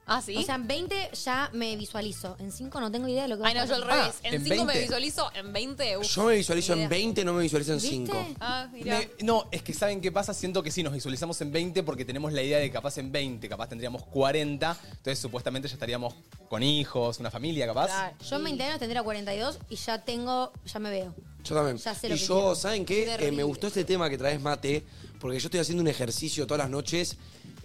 E: ¿Ah, sí?
D: O sea, en 20 ya me visualizo. En 5 no tengo idea de lo que va
E: Ay, no,
D: a
E: yo al
D: pasar.
E: revés.
A: Ah,
E: en
A: en
E: 5 me
A: 20.
E: visualizo, en 20. uf,
C: Yo me visualizo
E: ni
C: en
E: idea.
C: 20, no me visualizo en
D: ¿Viste?
C: 5.
E: Ah, mirá.
A: Me- no, es que ¿saben qué pasa? Siento que sí, nos visualizamos en 20 porque tenemos la idea de capaz en 20, capaz tendríamos 40, entonces supuestamente ya estaríamos con hijos, una familia capaz.
E: Claro.
D: Yo en 20 años tendré 42 y ya tengo, ya me veo.
C: Yo también.
D: Ya sé
C: y
D: lo que
C: yo,
D: quiero.
C: ¿saben qué? Eh, me
D: Terrible.
C: gustó este tema que traes, Mate, porque yo estoy haciendo un ejercicio todas las noches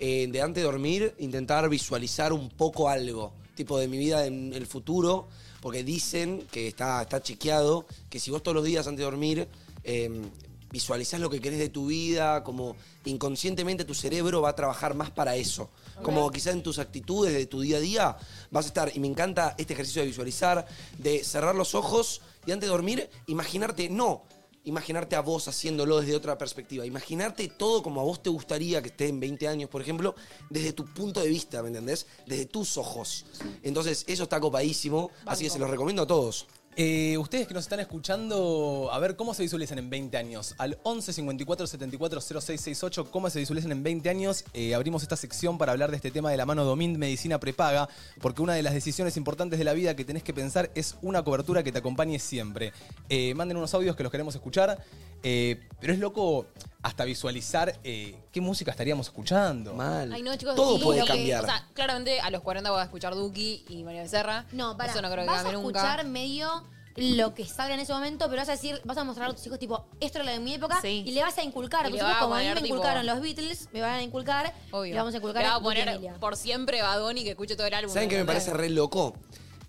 C: eh, de antes de dormir, intentar visualizar un poco algo, tipo de mi vida en el futuro, porque dicen que está, está chequeado, que si vos todos los días antes de dormir eh, visualizás lo que querés de tu vida, como inconscientemente tu cerebro va a trabajar más para eso. Como quizás en tus actitudes de tu día a día vas a estar, y me encanta este ejercicio de visualizar, de cerrar los ojos y antes de dormir, imaginarte, no, imaginarte a vos haciéndolo desde otra perspectiva, imaginarte todo como a vos te gustaría que esté en 20 años, por ejemplo, desde tu punto de vista, ¿me entendés? Desde tus ojos. Entonces, eso está copadísimo, así que se los recomiendo a todos.
A: Eh, ustedes que nos están escuchando, a ver cómo se visualizan en 20 años. Al 11 54 74 0668, cómo se visualizan en 20 años. Eh, abrimos esta sección para hablar de este tema de la mano Domin Medicina Prepaga, porque una de las decisiones importantes de la vida que tenés que pensar es una cobertura que te acompañe siempre. Eh, manden unos audios que los queremos escuchar, eh, pero es loco hasta visualizar eh, qué música estaríamos escuchando.
C: Mal.
E: Ay, no, chicos.
C: todo
E: sí,
C: puede
E: lo que-
C: cambiar.
E: o sea, claramente a los 40 voy a escuchar Duki y María Becerra.
D: No, para.
E: Eso no creo que
D: vas a
E: cambie
D: escuchar
E: nunca.
D: medio lo que salga en ese momento, pero vas a decir, vas a mostrar a tus hijos, tipo, esto era lo de mi época,
E: Sí.
D: y le vas a inculcar
E: Y
D: a tus
E: le
D: hijos
E: va a
D: como a mí
E: poner,
D: me
E: tipo-
D: inculcaron los Beatles, me van a inculcar, y
E: Obvio.
D: le vamos a inculcar
E: Le
D: a,
E: va a
D: Duki y
E: poner
D: Emilia.
E: por siempre Badoni que escuche todo el álbum.
C: ¿Saben qué me
E: ¿entendés?
C: parece re loco?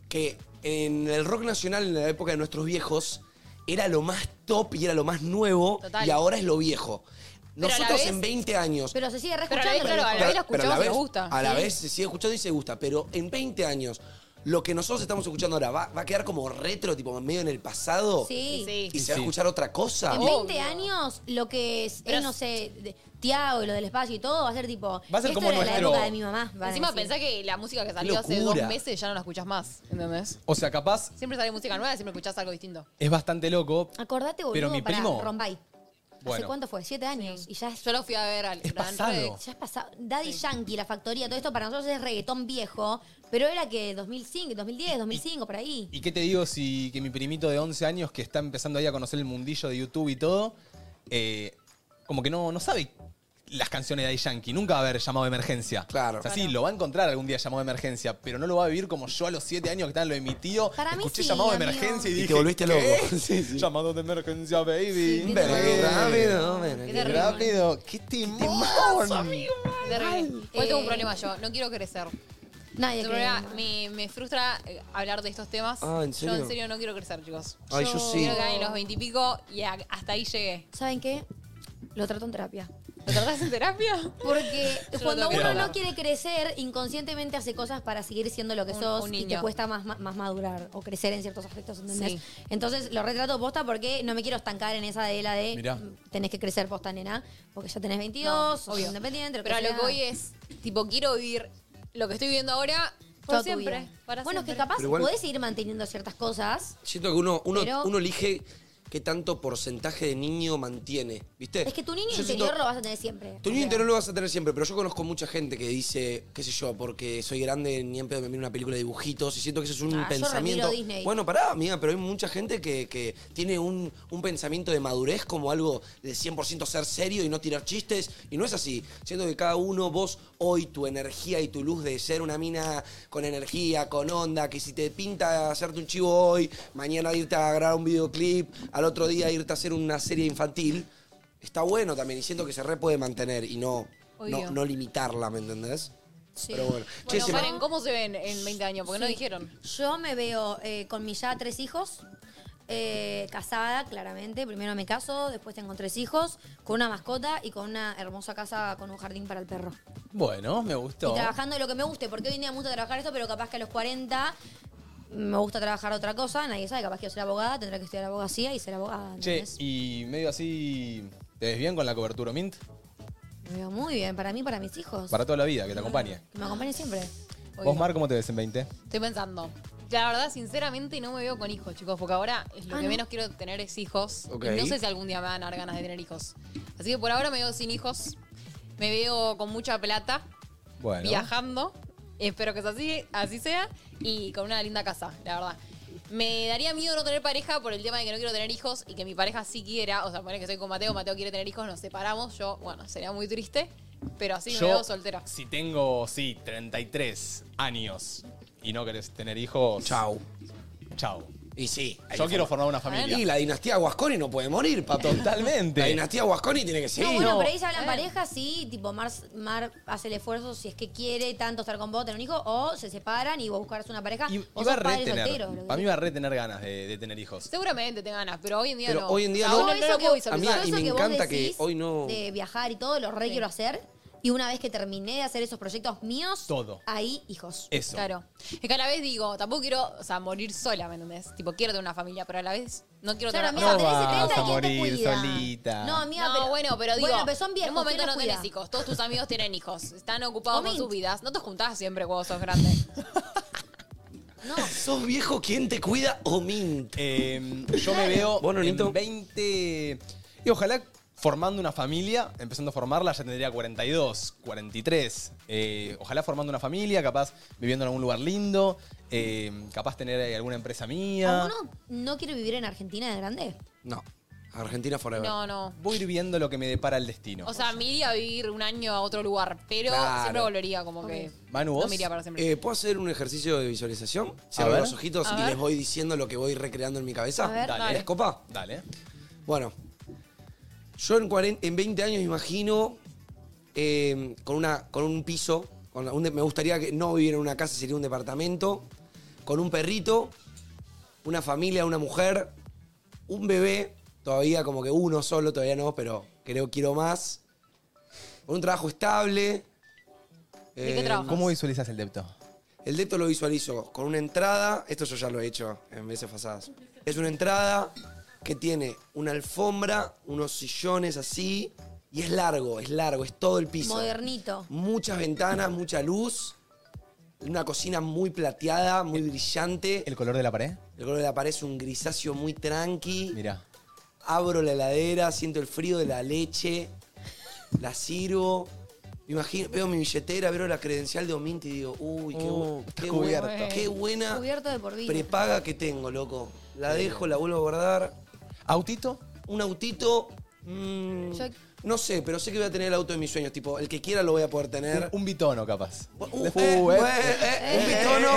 C: Que en el rock nacional, en la época de nuestros viejos, era lo más top y era lo más nuevo,
E: Total.
C: y ahora es lo viejo.
E: Pero a la
C: Nosotros
E: vez-
C: en 20 años.
D: Pero se sigue re
E: Pero a la vez, claro,
D: escuchando lo
E: a
D: que
E: la vez lo
C: Pero- pero a
E: escuchamos
C: la
E: y nos
C: vez-
E: gusta.
C: A la
E: Sí.
C: vez se sigue escuchando y se gusta, pero en 20 años, lo que nosotros estamos escuchando ahora va, va a quedar como retro, tipo medio en el pasado.
D: Sí.
E: Sí.
C: Y se va a escuchar otra cosa.
D: En
E: Obvio.
D: 20 años, lo que es,
E: Pero
D: eh, no
E: es-
D: sé, de- Tiago y lo del espacio y todo, va a ser tipo,
A: Va a ser
D: esto
A: como
D: era la
A: nuestro-
D: época de mi mamá. van a
E: Encima
D: decir.
E: pensá que la música que salió hace dos
C: locura.
E: meses ya no la escuchas más. ¿Entendés?
A: O sea, capaz
E: Siempre sale música nueva, siempre escuchás algo distinto.
A: es bastante loco.
D: Acordate, boludo,
A: Pero mi
D: para
A: primo-
D: Rombay. ¿Hace
A: Bueno.
D: cuánto fue? ¿Siete años? Y ya
E: Yo lo fui a ver al Gran
A: pasado.
E: Rex.
D: Ya es pasado. Daddy Yankee, la factoría, todo esto para nosotros es reggaetón viejo, pero era que 2005, 2010, 2005, por ahí.
A: ¿Y qué te digo si que mi primito de 11 años que está empezando ahí a conocer el mundillo de YouTube y todo, eh, como que no, no sabe las canciones de Daddy Yankee, nunca va a haber llamado de emergencia. Claro. O sea, sí, lo va a encontrar algún día llamado de emergencia, pero no lo va a vivir como yo a los 7 años que estaba en lo de mi tío.
D: Para mí
A: escuché
D: sí,
A: llamado de
D: amigo.
A: emergencia y,
C: Y te
A: dije.
C: volviste
A: ¿qué?
C: loco.
A: Llamado de emergencia, baby.
C: qué terrible. Rápido, ven
E: Qué
A: Qué
E: terrible.
A: rápido. Qué timón.
E: Terrible. Hoy
D: Eh.
E: tengo un problema yo, no quiero crecer.
D: Nadie
E: El problema, me, me frustra eh, hablar de estos temas.
C: Ah, ¿en
E: Yo
C: serio?
E: en serio no quiero crecer, chicos.
C: Ay, yo sí.
E: Quiero quedar en los veintipico y, a- hasta ahí llegué.
D: ¿Saben qué? Lo trato en terapia.
E: ¿Lo tratás en terapia?
D: Porque
E: Yo
D: cuando
E: lo tengo que
D: uno
E: hablar.
D: no quiere crecer, inconscientemente hace cosas para seguir siendo lo que
E: Un-
D: sos
E: un
D: y te
E: niño.
D: cuesta más, más- más madurar o crecer en ciertos aspectos, ¿entendés?
E: Sí.
D: Entonces lo retrato posta porque no me quiero estancar en esa de la de
E: Mirá.
D: mm, tenés que crecer posta, nena, porque ya tenés 22,
E: No,
D: sos
E: obvio.
D: independiente, lo
E: Pero a
D: que
E: lo
D: sea.
E: que voy es, tipo, quiero vivir lo que estoy viviendo ahora por
D: Toda tu
E: siempre.
D: vida.
E: Para
D: bueno,
E: siempre.
D: es que capaz
C: Pero igual-
D: podés seguir manteniendo ciertas cosas.
C: Siento que uno, uno,
D: Pero-
C: uno elige qué tanto porcentaje de niño mantiene, ¿viste?
D: Es que tu niño
C: Yo siento-
D: interior lo vas a tener siempre.
C: Tu niño interior lo vas a tener siempre, pero yo conozco mucha gente que dice, qué sé yo, porque soy grande, ni en pedo me miro una película de dibujitos y siento que eso es un
D: Ah, yo
C: pensamiento.
D: remiro Disney.
C: Bueno, pará, amiga, pero hay mucha gente que, que tiene un, un pensamiento de madurez como algo de 100% ser serio y no tirar chistes, y no es así. Siento que cada uno, vos hoy, tu energía y tu luz de ser una mina con energía, con onda, que si te pinta hacerte un chivo hoy, mañana irte a grabar un videoclip, al otro día irte a hacer una serie infantil está bueno también y siento que se re puede mantener y no,
E: Obvio.
C: no, no limitarla, ¿me entendés? Pero bueno, Che,
E: Bueno,
C: se me-
E: paren, ¿cómo se ven en 20 años? Porque no
D: Sí.
E: dijeron.
D: Yo me veo eh, con mis ya tres hijos, eh, casada, claramente. Primero me caso, después tengo tres hijos, con una mascota y con una hermosa casa con un jardín para el perro.
A: Bueno, me
D: Y
A: gustó.
D: trabajando de lo que me guste, porque hoy en día me gusta trabajar esto, pero capaz que a los 40 me gusta trabajar otra cosa, nadie sabe, capaz quiero ser abogada, tendré que estudiar abogacía y ser abogada.
A: Che,
D: ¿entendés?
A: y medio así. ¿Te ves bien con la cobertura Mint?
D: Me veo muy bien, para mí, para mis hijos.
A: Para toda la vida, que te acompañe.
D: Que me acompañe siempre.
A: ¿Vos, Mar, cómo te ves en 20?
E: Estoy pensando. La verdad, sinceramente, no me veo con hijos, chicos, porque ahora es lo
D: Ah,
E: que
D: ¿no?
E: menos quiero tener es hijos.
A: Ok.
E: Y No sé si algún día me van a dar ganas de tener hijos. Así que por ahora me veo sin hijos. Me veo con mucha plata,
A: Bueno.
E: viajando. Espero que eso así, así sea. Y con una linda casa, la verdad. Me daría miedo no tener pareja por el tema de que no quiero tener hijos y que mi pareja sí quiera. O sea, poner que soy con Mateo, Mateo quiere tener hijos, nos separamos. Yo, bueno, sería muy triste. Pero así me veo soltera.
A: Si tengo, sí, 33 años y no querés tener hijos. Chau. Chau.
C: Y sí. hay
A: Yo
C: que
A: quiero formar una familia.
C: Y la dinastía Guasconi no puede morir, pato.
A: Totalmente.
C: La dinastía Guasconi tiene que seguir.
D: no, bueno, pero ahí se hablan parejas, sí, tipo Mar, Mar hace el esfuerzo si es que quiere tanto estar con vos, tener un hijo, o se separan y vos buscarás una pareja.
A: Y,
D: o
A: y va a
D: sos padre
A: retener.
D: soltero, lo que
A: Para mí va a retener ganas de, de tener hijos.
E: Seguramente te ganas, pero hoy en día
C: Pero
E: no. Ah,
C: hoy en día
E: O
C: no.
E: sea, hoy
D: Todo
E: lo
D: eso que
E: puedo
D: vos-
E: visualizar.
C: Amiga,
D: todo
C: y
D: eso
C: me
D: que vos
C: encanta que
D: decís
C: hoy no.
D: de viajar y todo, lo re quiero hacer. Y una vez que terminé de hacer esos proyectos míos,
A: Todo.
D: ahí hijos.
A: Eso.
E: Claro. Es que a la vez digo, tampoco quiero, o sea, morir sola, ¿me entendés? Tipo, quiero tener una familia, pero a la vez no quiero
D: Claro,
E: tener
D: amiga, tenés 70 y
A: a
D: ¿quién te
A: morir
D: cuida?
A: solita.
D: No, amiga,
E: no,
D: pero.
E: bueno, pero digo,
D: Bueno, pero son
E: en
D: viejos.
E: un momento no
D: ¿quién los
E: tenés
D: cuida?
E: hijos, todos tus amigos tienen hijos, están
D: O
E: ocupados con
D: mint.
E: sus vidas, no te juntás siempre cuando sos grande.
C: ¿Sos viejo quién te cuida o mint?
A: Eh, yo me veo
C: Bueno,
A: en
C: Nito.
A: 20. Y ojalá formando una familia, empezando a formarla, ya tendría 42, 43. Eh, ojalá formando una familia, capaz viviendo en algún lugar lindo, eh, capaz tener eh, alguna empresa mía.
D: ¿Alguno no quiere vivir en Argentina de grande?
C: No. Argentina forever.
E: No, no.
A: Voy a ir viendo lo que me depara el destino.
E: O sea, me iría a vivir un año a otro lugar, pero
C: Claro.
E: siempre volvería como que.
A: Manu,
E: No
A: vos.
E: me iría para siempre.
C: Eh, ¿Puedo hacer un ejercicio de visualización? Cierro
A: ver.
C: los ojitos
E: A
C: y
E: ver.
C: les voy diciendo lo que voy recreando en mi cabeza.
D: A ver.
A: Dale.
C: ¿Les copa?
A: Dale.
C: Bueno, yo en, 40 en 20 años me imagino eh, con, una, con un piso, con un de- me gustaría que no vivir en una casa, sería un departamento, con un perrito, una familia, una mujer, un bebé, todavía como que uno solo, todavía no, pero creo quiero más, con un trabajo estable. Eh,
E: ¿De qué trabajas?
A: eh, ¿Cómo visualizas el depto?
C: El depto lo visualizo con una entrada, esto yo ya lo he hecho en veces pasadas. Es una entrada que tiene una alfombra, unos sillones así, y es largo, es largo, es todo el piso.
D: Modernito.
C: Muchas ventanas, mucha luz, una cocina muy plateada, muy brillante.
A: ¿El color de la pared?
C: El color de la pared es un grisáceo muy tranqui.
A: Mirá.
C: abro la heladera, siento el frío de la leche, la sirvo. Me imagino, veo mi billetera, veo la credencial de Ominti y digo, uy, qué, bu-
A: Uh,
C: qué
A: qué
C: buena-
A: cubierto.
C: qué
E: Ah.
C: buena
D: Cubierto de por vida.
C: prepaga que tengo, loco. La dejo, la vuelvo a guardar.
A: ¿Autito?
C: Un autito. mm,
D: Yo-
C: No sé, pero sé que voy a tener el auto de mis sueños. Tipo, el que quiera lo voy a poder tener.
A: Un bitono, capaz.
C: Eh. Uh, eh, eh, un bitono.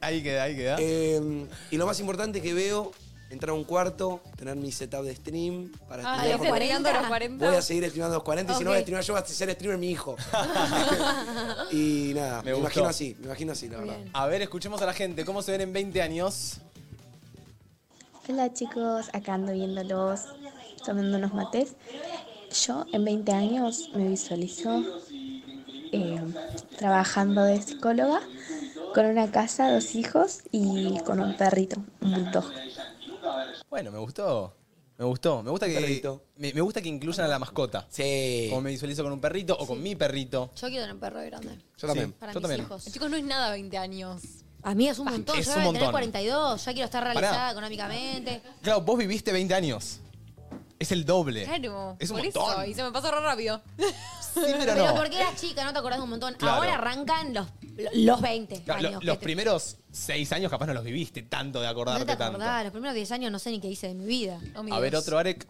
A: Ahí queda, ahí queda.
C: Eh, y lo más importante que veo, entrar a un cuarto, tener mi setup de stream para
E: Ah,
C: streamear,
E: ¿estás
C: porque
E: streameando a los 40?
C: Voy a seguir streamando a los 40 y si no
E: Ok.
C: voy a streamar yo, voy a ser streamer mi hijo. y nada, me,
A: gustó.
C: imagino así, me imagino así, la verdad.
A: A ver, escuchemos a la gente. ¿Cómo se ven en 20 años?
K: Hola chicos, acá ando viéndolos, tomando unos mates. Yo en 20 años me visualizo eh, trabajando de psicóloga con una casa, dos hijos y con un perrito, un bulldog.
A: Bueno, me gustó. Me gustó. Me gusta que. Me, me gusta que incluyan a la mascota.
C: Sí.
A: Como me visualizo con un perrito o con mi perrito.
D: Yo quiero tener un perro grande.
A: Yo también.
D: Para
A: Yo
D: mis
A: también.
D: hijos.
E: Chicos, no es nada 20 años.
A: Eh,
D: A mí es un montón.
A: es
D: yo
A: un
D: voy a
A: montón.
D: tener 42. Ya quiero estar
A: Pará.
D: realizada económicamente.
A: Claro, vos viviste 20 años. Es el doble.
E: Claro.
A: Es un
E: por
A: montón.
E: eso. Y se me pasó re rápido.
A: pero no.
D: porque eras chica, no te acordás de un montón.
A: Claro.
D: Ahora arrancan los, los 20
A: Claro, lo-
D: años.
A: los
D: que te-
A: primeros 6 años capaz no los viviste tanto de
D: No te
A: acordarte tanto.
D: acordás, los primeros 10 años no sé ni qué hice de mi vida.
A: A ver, otro Arek.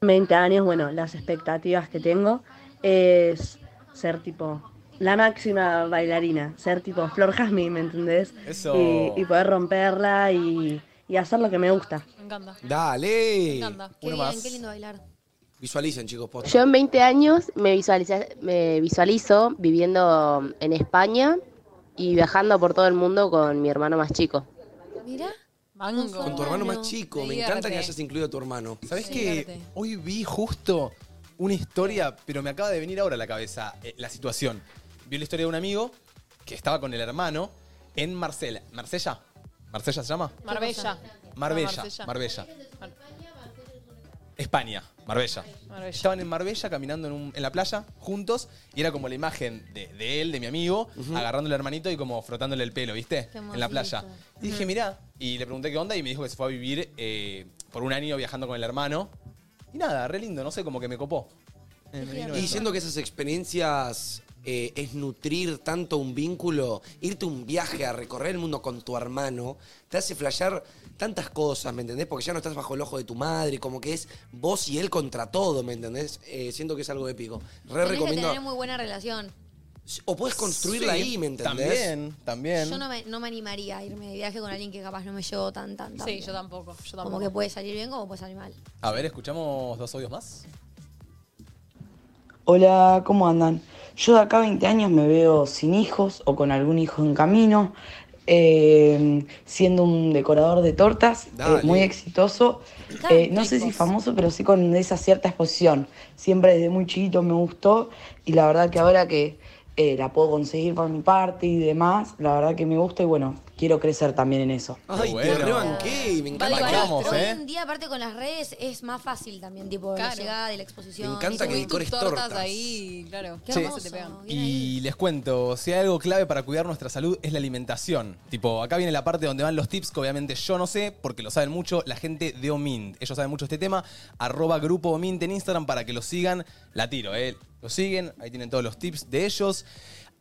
L: 20 años, bueno, las expectativas que tengo es ser tipo la máxima bailarina, ser tipo Flor Jasmine, ¿me entendés?
A: Eso.
L: Y, y poder romperla y, y hacer lo que me gusta.
E: Me encanta.
C: Dale.
D: Qué
C: Uno
D: bien,
C: más.
D: qué lindo bailar.
C: Visualicen, chicos, posta.
M: Yo en 20 años me, visualiza- me visualizo viviendo en España y viajando por todo el mundo con mi hermano más chico.
D: Mira.
A: Eh,
E: Mango.
C: Con tu hermano más chico, me encanta que hayas incluido a tu hermano.
A: ¿Sabés que hoy vi justo una historia, pero me acaba de venir ahora a la cabeza eh, la situación? Vi la historia de un amigo que estaba con el hermano en Marsella. ¿Marsella? ¿Marsella se llama?
E: Marbella.
A: Marbella,
E: No,
A: Marbella. España, Marbella.
E: Marbella.
A: Estaban en Marbella caminando en, un- en la playa juntos y era como la imagen de, de él, de mi amigo, agarrando al hermanito y como frotándole el pelo, ¿viste?
N: Qué
A: En la playa.
N: hermosito.
A: Y dije, mirá, y le pregunté qué onda y me dijo que se fue a vivir eh, por un año viajando con el hermano. Y nada, re lindo, no sé, como que me copó. Eh, me vino
C: Y
A: eso.
C: siento que esas experiencias eh, es nutrir tanto un vínculo, irte un viaje a recorrer el mundo con tu hermano, te hace flashear tantas cosas, ¿me entendés? Porque ya no estás bajo el ojo de tu madre, como que es vos y él contra todo, ¿me entendés? Eh, siento que es algo épico. Re
D: Tenés que
C: recomiendo.
D: tener muy buena relación.
C: O puedes construirla
A: Sí,
C: ahí, ¿me entendés?
A: También, también.
D: Yo no me, no me animaría a irme de viaje con alguien que capaz no me llevo tan, tan, tan
E: Sí,
D: bien.
E: yo tampoco. Yo tampoco.
D: Como que puede salir bien como puede salir mal.
A: A ver, escuchamos dos audios más.
O: Hola, ¿cómo andan? Yo de acá a 20 años me veo sin hijos o con algún hijo en camino, eh, siendo un decorador de tortas, eh,
P: Dale.
O: muy exitoso. Eh, no sé si famoso, pero sí con esa cierta exposición. Siempre desde muy chiquito me gustó y la verdad que ahora que eh, la puedo conseguir por mi parte y demás, la verdad que me gusta y bueno, quiero crecer también en eso.
C: Ay, te
A: Bueno.
C: rebanqué, me encanta.
A: Vale, Vamos,
D: Hoy
A: ¿eh?
D: en día, aparte con las redes, es más fácil también, tipo, la
E: Claro.
D: llegada de la exposición.
A: Me encanta
D: y
A: que
D: todo.
A: decores
E: tortas,
A: tortas.
E: ahí, claro.
A: Qué
E: Capaz
A: hermoso.
E: se te pegan.
A: Y les cuento, si hay algo clave para cuidar nuestra salud es la alimentación. Tipo, acá viene la parte donde van los tips que obviamente yo no sé, porque lo saben mucho la gente de Omint. Ellos saben mucho este tema. Arroba grupo Omint en Instagram para que lo sigan. La tiro, ¿eh? Lo siguen, ahí tienen todos los tips de ellos.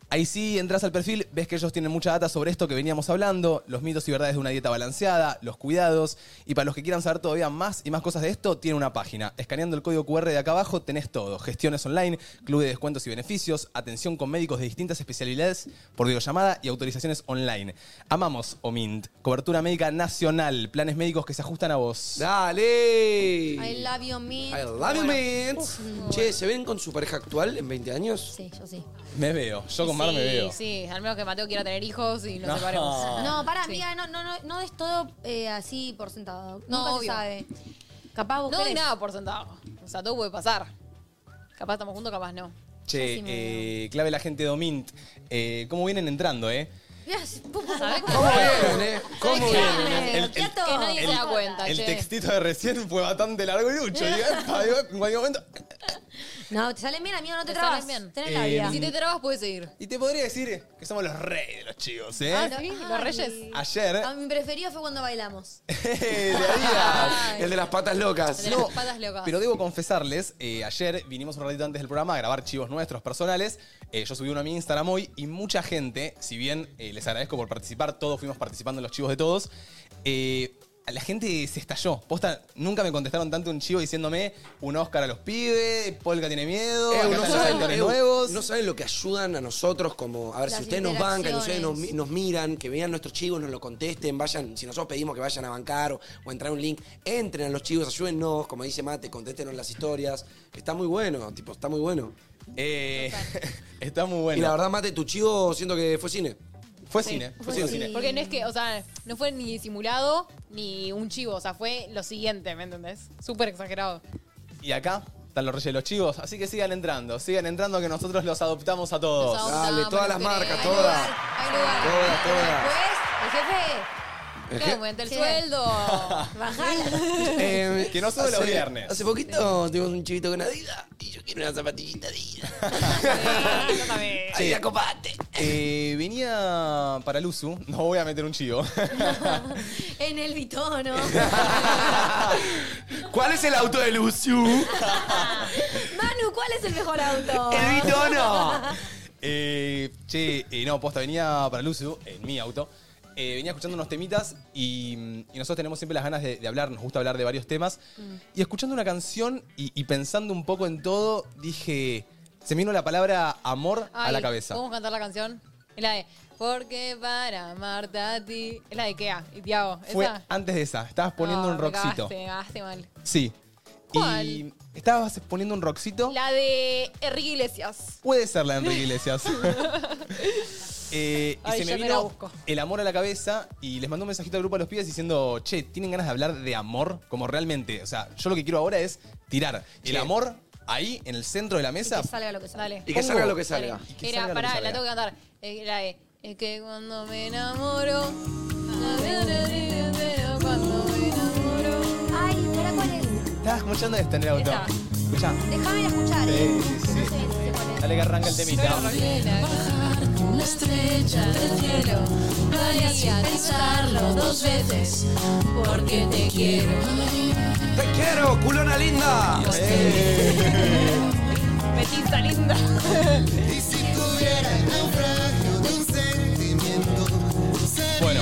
A: Ahí sí entras al perfil, ves que ellos tienen mucha data sobre esto que veníamos hablando, los mitos y verdades de una dieta balanceada, los cuidados. Y para los que quieran saber todavía más y más cosas de esto, tiene una página. Escaneando el código QR de acá abajo tenés todo. Gestiones online, club de descuentos y beneficios, atención con médicos de distintas especialidades por videollamada y autorizaciones online. Amamos OMINT. Cobertura médica nacional, planes médicos que se ajustan a vos.
C: ¡Dale!
D: I love you, me.
C: I love you,
D: Bueno.
C: man. Che, ¿se ven con su pareja actual en 20 años?
D: Sí, yo sí.
A: Me veo, yo con Mar me veo.
E: Sí, al menos que Mateo quiera tener hijos y nos
A: No.
C: Ah.
E: separemos.
D: No, para,
E: Sí.
D: amiga, no, no, no, no des todo eh, así por sentado.
E: No,
D: Nunca
E: obvio.
D: se sabe. Capaz vos
E: No doy
D: querés.
E: nada por sentado. O sea, todo puede pasar. Capaz estamos juntos, capaz no.
A: Che, eh, clave la gente de OMINT. Eh, ¿Cómo vienen entrando, eh?
E: ¿Cómo
A: vienen, eh? ¿Cómo vienen?
E: El,
A: El- el-
E: que nadie se da cuenta,
A: El
E: che.
A: textito de recién fue bastante largo y mucho. Digo, "Epa", digo, en cualquier momento.
D: No, te salen bien, amigo, no te,
E: Te
D: trabas.
E: salen bien.
D: Tenés la
A: Eh,
D: vida.
A: Si te
E: trabas, puedes seguir.
A: Y te podría decir eh, que somos los reyes de los chicos, ¿eh?
D: Ah, sí,
E: los reyes.
A: Ayer, eh,
D: A mi preferido fue cuando bailamos.
C: El de las patas locas.
A: No,
D: patas locas.
A: Pero debo confesarles, eh, ayer vinimos un ratito antes del programa a grabar chivos nuestros personales. Eh, yo subí uno a mi Instagram hoy y mucha gente, si bien eh, les agradezco por participar, todos fuimos participando en los chivos de todos, eh, la gente se estalló. Posta, nunca me contestaron tanto un chivo diciéndome un Oscar a los pibes, Polka tiene miedo,
C: Eh,
A: acá
C: no,
A: están los
C: saben,
A: actores
C: eh,
A: nuevos.
C: no saben lo que ayudan a nosotros, como, a ver,
A: Las
C: si ustedes nos bancan, si ustedes nos,
A: interacciones.
C: nos miran, que vean nuestros chivos, nos lo contesten, vayan, si nosotros pedimos que vayan a bancar o, o entrar a un link, entren a los chivos, ayúdennos, como dice Mate, contéstenos las historias. Está muy bueno, tipo, está muy bueno.
A: Eh, está muy bueno.
C: Y la verdad, Mate, tu chivo siento que fue cine.
A: Fue cine, fue cine.
E: Porque no es que, o sea, no fue ni disimulado ni un chivo, o sea, fue lo siguiente, ¿me entendés? Súper exagerado.
A: Y acá están los reyes de los chivos, así que sigan entrando, sigan entrando que nosotros los adoptamos a todos.
E: Los adoptamos, Dale, todas las los marcas, queremos.
A: todas. Todas,
D: Pues, el jefe.
C: Claro,
E: je- aumenta el sueldo.
D: Bajala.
C: Eh,
A: Que no sube los
C: hace-
A: viernes.
C: Hace poquito tuvimos un chivito con Adidas y yo quiero una zapatillita Adidas. Adidas copate.
A: Eh, venía para Luzu, no voy a meter un chivo.
D: En el bitono.
C: ¿Cuál es el auto de Luzu?
D: Manu, ¿cuál es el mejor auto?
C: El bitono.
A: Eh, che, eh, no, posta, venía para Luzu, en mi auto. Eh, venía escuchando unos temitas y, mm, y nosotros tenemos siempre las ganas de, de hablar, nos gusta hablar de varios temas.
E: Mm.
A: Y escuchando una canción y, y pensando un poco en todo, dije, se me vino la palabra amor a la
E: Ay, uh,
A: cabeza.
E: ¿Podemos cantar la canción? Es la de Porque para amarte a ti. Es la de Kea y Tiago.
A: Fue
E: ¿Esa?
A: antes de esa, estabas poniendo
E: No,
A: un
E: me
A: rockcito.
E: cagaste, me cagaste mal.
A: Sí.
E: ¿Cuál?
A: Y estabas poniendo un rockcito.
E: La de Enrique Iglesias.
A: Puede ser la de Enrique Iglesias. Eh, y
E: Ay,
A: se me
E: ya me la
A: vino
E: busco.
A: el amor a la cabeza y les mandó un mensajito al grupo a los pibes diciendo, che, ¿tienen ganas de hablar de amor? Como realmente, o sea, yo lo que quiero ahora es tirar el
C: Sí.
A: amor ahí, en el centro de la mesa.
D: Que salga lo que salga.
A: Y que Pongo- salga lo que salga.
E: Dale.
A: Y que
E: Era,
A: salga lo que
E: pará,
A: salga.
E: la tengo que cantar. Eh, la de Es que cuando me enamoro. Cuando me enamoro.
D: Ay, ¿para cuál es?
A: Estabas escuchando esta en el auto.
E: Esa.
A: Escuchá.
D: Déjame escuchar, eh.
A: Sí, sí, sí. Dale que arranca el temita.
Q: Una estrella del cielo, vaya a pensarlo dos veces, porque te quiero.
C: ¡Te quiero, culona linda!
E: Metita linda.
Q: Y si tuviera el naufragio de un sentimiento, sería
A: Bueno.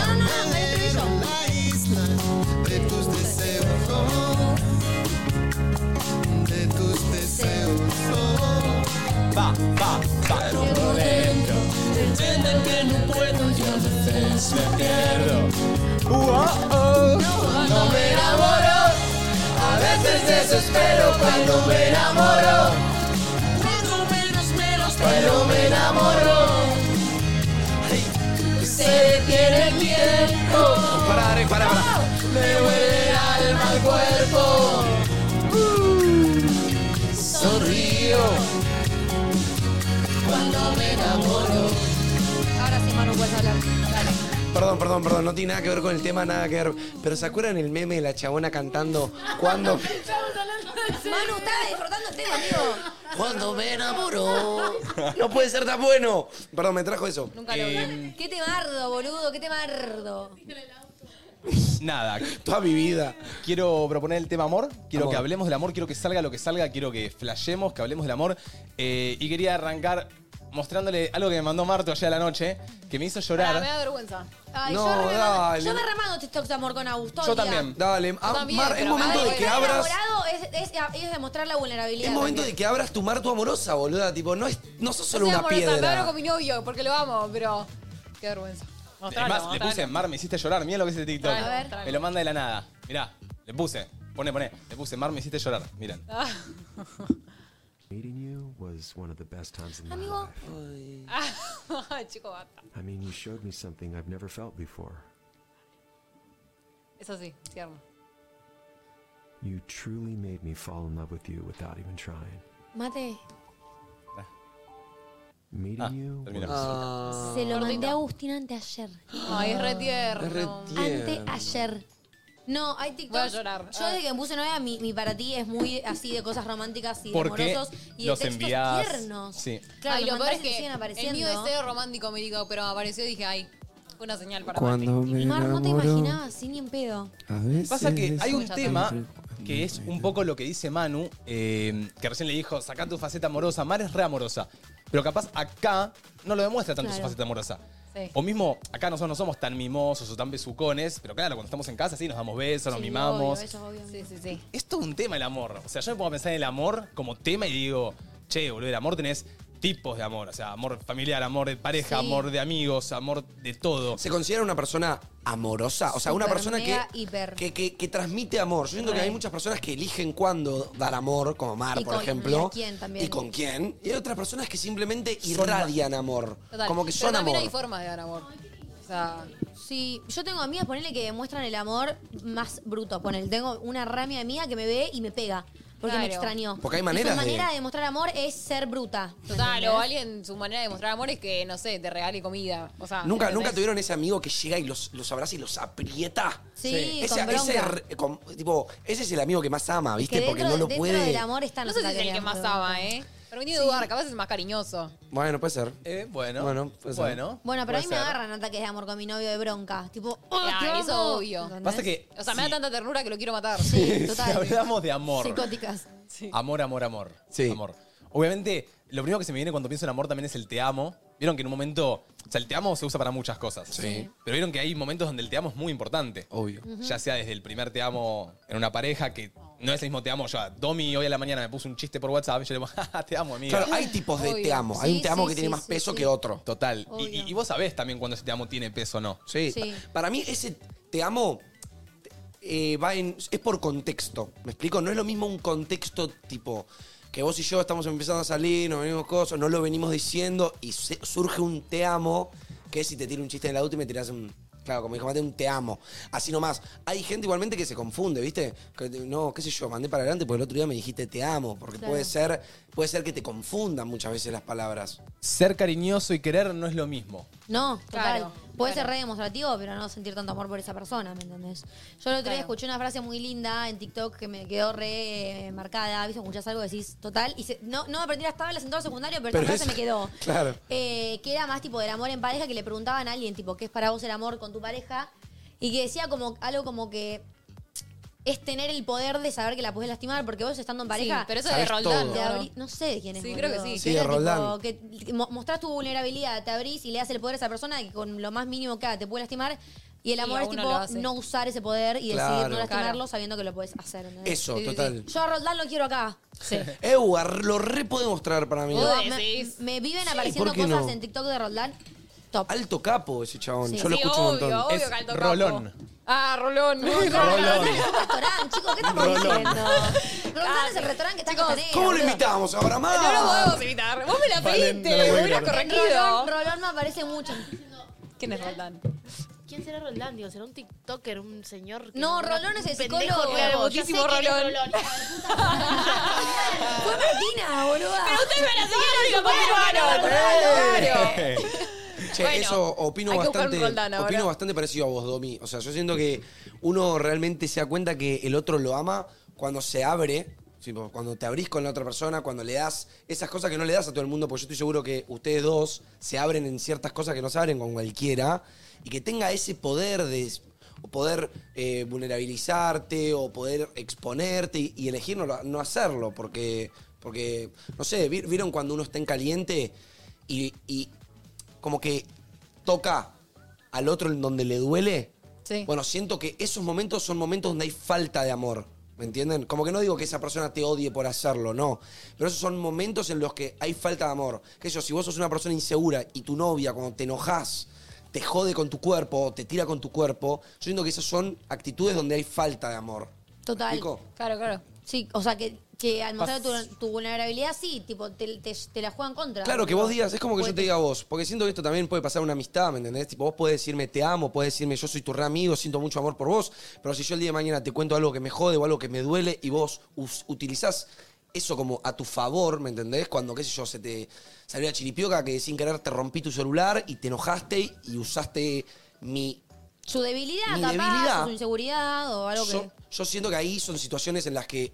Q: la isla de tus deseos. oh, de tus deseos. oh.
A: Va, va, va.
Q: por dentro, entienden que no puedo, yo a veces me pierdo.
C: Uh, ah,
A: Uh-oh.
Q: Cuando me enamoro, a veces desespero cuando me enamoro. Cuando menos, menos, pero me enamoro. Ay, Se detiene el tiempo.
C: Pará, Ari, pará, pará.
Q: Me huele el alma al cuerpo. Uh, sonrío cuando me enamoro.
D: Ahora sí, Manu, puedes hablar. Dale.
C: Perdón, perdón, perdón, no tiene nada que ver con el tema, nada que ver. Pero ¿se acuerdan el meme de la chabona cantando cuando,
D: Manu, estaba disfrutando el tema, amigo.
C: cuando me enamoró? No puede ser tan bueno. Perdón, me trajo eso.
D: Nunca lo vi. Qué temardo, boludo, qué temardo.
A: Nada.
C: Toda mi vida.
A: Quiero proponer el tema amor. Quiero
C: Amor.
A: que hablemos del amor. Quiero que salga lo que salga. Quiero que flashemos, que hablemos del amor. Eh, y quería arrancar mostrándole algo que me mandó Marto ayer a la noche, que me hizo
E: Pará, me
A: llorar.
E: da vergüenza.
D: Ay,
A: No,
D: yo, re me mando-
A: dale.
D: yo me remando TikToks de amor con Augusto.
A: Yo también.
C: Dale, ah,
D: También,
C: Mar, es
D: pero
C: momento
D: para
C: de que
D: estar
C: abras.
D: enamorado Es, es- es demostrar la vulnerabilidad.
C: Es momento de que abras tu mar tu amorosa, boluda. Tipo, no, es, no sos solo
E: Soy
C: una
E: amorosa, Me hablo
C: piedra.
E: con mi novio porque lo amo, pero. Qué vergüenza.
A: Es
E: Mostralo,
A: más, le
E: mostralo.
A: puse Mar, me hiciste llorar. Mira lo que es el TikTok.
E: Mostralo, A ver. mostralo.
A: Me lo manda de la nada. Mirá, le puse. Pone, pone. Le puse Mar, me hiciste llorar. Miren.
E: Ah.
N: Meeting you was one of the best times in my
E: Amigo.
N: life.
E: Ah, chico, basta.
N: I mean, you showed me something I've never felt before.
E: Eso sí, cierto.
N: You truly made me fall in love with you without even trying.
D: Mate,
N: Meeting
A: Ah,
N: you
A: terminamos.
N: was-
E: Ah.
D: se lo mandé a Agustín anteayer.
E: Ay, es re tierno.
N: Es re
D: Anteayer. No, hay TikToks.
E: Voy a llorar.
D: Yo desde que me puse novia, mi, mi para ti es muy así de cosas románticas y de
A: Porque
D: amorosos y
A: los
D: de textos
A: enviás.
D: tiernos.
A: Sí.
D: Claro,
E: Ay,
D: los
E: lo peor es
D: mensajes
E: que
D: siguen
E: el mío
D: apareciendo.
E: es cero romántico, me digo, pero apareció y dije, ay, una señal para
J: Cuando
E: Martín.
J: me Mar, no te enamoro. imaginaba
D: así ni en pedo.
J: A veces
A: Pasa que hay un
J: es
A: tema
J: siempre
A: que es un poco lo que dice Manu, eh, que recién le dijo, sacá tu faceta amorosa. Mar es re amorosa. Pero capaz acá no lo demuestra tanto su
E: Claro.
A: faceta amorosa.
E: Sí.
A: O mismo, acá nosotros no somos tan mimosos o tan besucones, pero claro, cuando estamos en casa sí nos damos besos, nos mimamos.
E: Sí, sí, sí.
A: Es todo un tema el amor. O sea, yo me pongo a pensar en el amor como tema y digo, che, boludo, el amor tenés tipos de amor. O sea, amor familiar, amor de pareja,
D: Sí.
A: amor de amigos, amor de todo.
C: ¿Se considera una persona amorosa? O sea, una
D: Súper,
C: persona que,
D: mega, hiper.
C: que, que- que transmite amor. Yo siento que
D: Re.
C: hay muchas personas que eligen cuándo dar amor, como Mar,
D: Y
C: por
D: con- y
C: ejemplo.
D: a quién también.
C: ¿Y con quién? Y hay otras personas que simplemente
D: Son-
C: irradian amor.
E: Total.
C: Como que
E: Pero
C: son
E: también
C: amor.
E: hay formas de dar amor. O sea,
D: Sí, yo tengo amigas, ponele que demuestran el amor más bruto. Ponele, tengo una ramia mía que me ve y me pega. Porque me
E: Claro.
D: extrañó.
C: Porque hay
D: Y
C: maneras
D: Su
C: de-
D: manera de demostrar amor es ser bruta.
E: total, o alguien, su manera de mostrar amor es que, no sé, te regale comida. O sea,
C: ¿Nunca,
E: ¿entendés?
C: ¿Nunca tuvieron ese amigo que llega y los, los abraza y los aprieta?
D: Sí, Sí.
C: Ese,
D: con
C: ese
D: bronca.
C: re- con- tipo, ese es el amigo que más ama, ¿viste?
D: Que
C: Porque
D: dentro-
C: no lo
D: dentro
C: puede.
D: del amor están
E: No sé
D: los
E: si es el que
D: ataques
E: más
D: de
E: ama, ¿eh? Permití dudar, capaz es más cariñoso.
C: Bueno, puede ser.
A: Eh, bueno.
C: Bueno, puede ser.
A: Bueno.
D: Bueno, pero a mí
A: Puede
D: me
A: ser.
D: agarran ataques de amor con mi novio de bronca. Tipo, ¡oh,
E: Claro,
D: te
E: eso
D: amo!
E: obvio.
D: ¿Entendés?
A: Pasa que
E: O sea, me da tanta ternura que lo quiero matar.
A: si hablamos de amor.
D: Psicóticas.
A: Amor, amor, amor. Amor. Obviamente, lo primero que se me viene cuando pienso en amor también es el te amo. Vieron que en un momento. O sea, el te amo se usa para muchas cosas.
C: Sí.
A: Pero vieron que hay momentos donde el te amo es muy importante.
C: Obvio.
D: Ujú.
A: Ya sea desde el primer te amo en una pareja que. No es el mismo te amo. Yo a Domi hoy a la mañana me puso un chiste por WhatsApp y yo le digo, "Ja, ja, te amo, amiga.
C: Claro, hay tipos de te amo. Hay un te amo que tiene más peso que otro.
A: Total. Y,
C: Obvio.
A: y- y vos sabés también cuando ese te amo tiene peso o no.
C: Sí.
A: Sí.
C: Para mí ese te amo eh, va en, es por contexto. ¿Me explico? No es lo mismo un contexto tipo que vos y yo estamos empezando a salir, nos venimos cosas, no lo venimos diciendo y se- surge un te amo que es si te tiro un chiste en la auto y me tirás un... Claro, como dijo Mate, un te amo. Así nomás. Hay gente igualmente que se confunde, ¿viste? Que te- no, qué sé yo, mandé para adelante porque el otro día me dijiste te amo. Porque
D: Claro.
C: puede ser puede ser que te confundan muchas veces las palabras.
A: Ser cariñoso y querer no es lo mismo.
D: No, total.
E: Claro,
D: Puede
E: claro.
D: ser re demostrativo, pero no sentir tanto amor por esa persona, ¿me entendés? Yo el otro día escuché una frase muy linda en TikTok que me quedó re eh, marcada. ¿Viste? Escuchás algo, decís, total. Y se- no, no me aprendí las tablas en todo el secundario, pero,
C: Pero
D: esa frase
C: es-
D: me quedó.
C: Claro.
D: Eh, que era más tipo del amor en pareja, que le preguntaban a alguien, tipo, ¿qué es para vos el amor con tu pareja? Y que decía como algo como que es tener el poder de saber que la podés lastimar, porque vos estando en pareja.
E: Sí, pero eso es de Sabés Roldán, todo.
D: te
E: ¿no?
D: abrí- No sé de quién es.
E: Sí, creo que
D: boludo.
E: sí.
C: Sí, de
D: era tipo
C: Roldán.
D: que t- mo- mostrás tu vulnerabilidad, te abrís y le das el poder a esa persona que con lo más mínimo que haga te puede lastimar. Y el
E: Sí,
D: amor
E: a
D: es
E: uno lo hace.
D: tipo no usar ese poder y
C: Claro.
D: decidir no lastimarlo
E: Claro.
D: sabiendo que lo puedes hacer. ¿entendés?
C: Eso, total.
D: Yo a Roldán lo quiero acá. Sí.
C: Eu, ar- lo re puede mostrar para mí.
D: Yo- me, me viven apareciendo
C: ¿por qué
D: cosas
C: no?
D: en TikTok de Roldán. Top.
C: Alto capo ese chabón.
D: Sí.
C: Yo lo
D: Sí,
C: escucho
D: obvio,
C: un montón.
D: obvio que alto capo. Rolón.
E: Ah, Rolón.
C: Rolón.
D: chicos, ¿qué estamos
C: Rolón.
D: diciendo? Roldán es el restaurante que está con Costanera,
C: ¿Cómo lo
D: boludo.
C: invitamos ahora más?
E: No lo podemos evitar. Vos me la
C: Vale, no
E: pediste,
C: lo voy a
E: me hubieras
C: evitar.
E: corregido.
D: Rolón, Rolón me aparece mucho.
E: ¿Quién es Roldán?
F: ¿Quién será Roldán? Digo, ¿será un TikToker, un señor? que
D: No,
F: nombró
D: Rolón es
F: un
D: el
F: pendejo
D: psicólogo.
F: nuevo? Ya sé
E: Muchísimo
F: quién es
E: Rolón.
D: Fue Martina, boluda.
E: Pero ustedes me la siguieron y lo
C: ¡Eh!
E: confirmaron. Claro.
C: Che,
E: Bueno,
C: eso opino
E: hay que buscar un
C: bastante,
E: Roldán ahora.
C: opino bastante parecido a vos, Domi. O sea, yo siento que uno realmente se da cuenta que el otro lo ama cuando se abre, tipo, cuando te abrís con la otra persona, cuando le das esas cosas que no le das a todo el mundo, porque yo estoy seguro que ustedes dos se abren en ciertas cosas que no se abren con cualquiera, y que tenga ese poder de o poder eh, vulnerabilizarte o poder exponerte y, y elegir no, lo- no hacerlo, porque, porque, no sé, vi- vieron cuando uno está en caliente y- y, como que toca al otro en donde le duele.
E: Sí.
C: Bueno, siento que esos momentos son momentos donde hay falta de amor. ¿Me entienden? Como que no digo que esa persona te odie por hacerlo, no. Pero esos son momentos en los que hay falta de amor. Que yo, si vos sos una persona insegura y tu novia, cuando te enojas, te jode con tu cuerpo o te tira con tu cuerpo, yo siento que esas son actitudes donde hay falta de amor.
D: Total.
C: Nico.
E: Claro, claro.
D: Sí, o sea, que, que al mostrar tu, tu vulnerabilidad, sí, tipo, te, te- te la juegan contra. Pues
C: Claro, que vos digas, es como que yo te diga a vos, porque siento que esto también puede pasar una amistad, ¿me entendés? Tipo, vos podés decirme te amo, podés decirme yo soy tu re amigo, siento mucho amor por vos, pero si yo el día de mañana te cuento algo que me jode o algo que me duele y vos us- utilizás eso como a tu favor, ¿me entendés? Cuando, qué sé yo, se te salió la chiripioca que sin querer te rompí tu celular y te enojaste y usaste mi
D: Su debilidad,
C: Mi
D: capaz,
C: debilidad.
D: o su inseguridad o algo
C: Yo, yo siento que ahí son situaciones en las que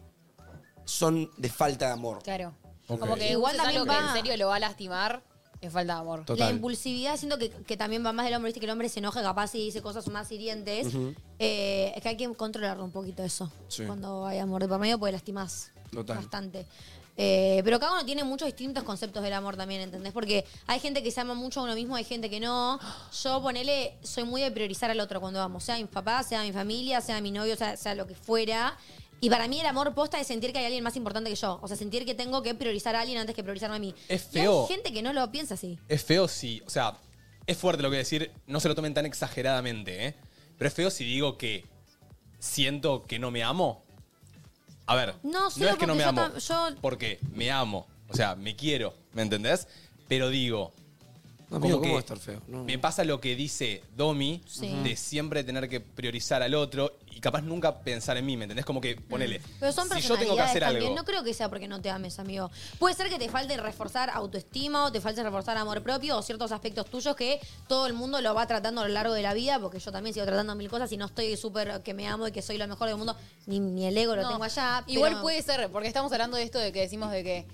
C: son de falta de amor.
E: Claro.
C: Ok.
E: Como que
D: Igual
E: igual algo
D: también
E: que
D: va-
E: en serio lo va a lastimar, es falta de amor.
D: que. La impulsividad siento que, que también va más del hombre, viste que el hombre se enoja capaz y dice cosas más hirientes.
C: Ujú.
D: Eh, es que hay que controlarlo un poquito eso.
C: Sí.
D: Cuando hay amor de por medio, pues lastimás
C: Total.
D: bastante. Eh, pero cada uno tiene muchos distintos conceptos del amor también, ¿entendés? Porque hay gente que se ama mucho a uno mismo, hay gente que no. Yo, ponele, soy muy de priorizar al otro cuando amo, sea a mis papás, sea a mi familia, sea a mi novio, sea, sea lo que fuera. Y para mí el amor posta es sentir que hay alguien más importante que yo. O sea, sentir que tengo que priorizar a alguien antes que priorizarme a mí.
A: Es
D: Y hay
A: feo.
D: gente que no lo piensa así.
A: Es feo si. O sea, es fuerte lo que decir, no se lo tomen tan exageradamente, ¿eh? Pero es feo si digo que siento que no me amo. A ver,
D: No, sé
A: no es que no me
D: yo
A: amo.
D: tam- Yo,
A: Porque me amo. O sea, me quiero. ¿Me entendés? Pero digo.
C: amigo,
A: como
C: ¿cómo
A: que
C: va a estar feo? No.
A: Me pasa lo que dice Domi
D: Sí.
A: de siempre tener que priorizar al otro y capaz nunca pensar en mí, ¿me entendés? Como que ponele.
D: Pero son
A: si yo tengo que
D: personalidades
A: hacer
D: también.
A: algo.
D: No creo que sea porque no te ames, amigo. Puede ser que te falte reforzar autoestima o te falte reforzar amor propio o ciertos aspectos tuyos que todo el mundo lo va tratando a lo largo de la vida, porque yo también sigo tratando mil cosas y no estoy súper que me amo y que soy lo mejor del mundo, ni, ni el ego lo
E: No,
D: tengo allá.
E: Igual
D: pero-
E: puede ser, porque estamos hablando de esto de que decimos de que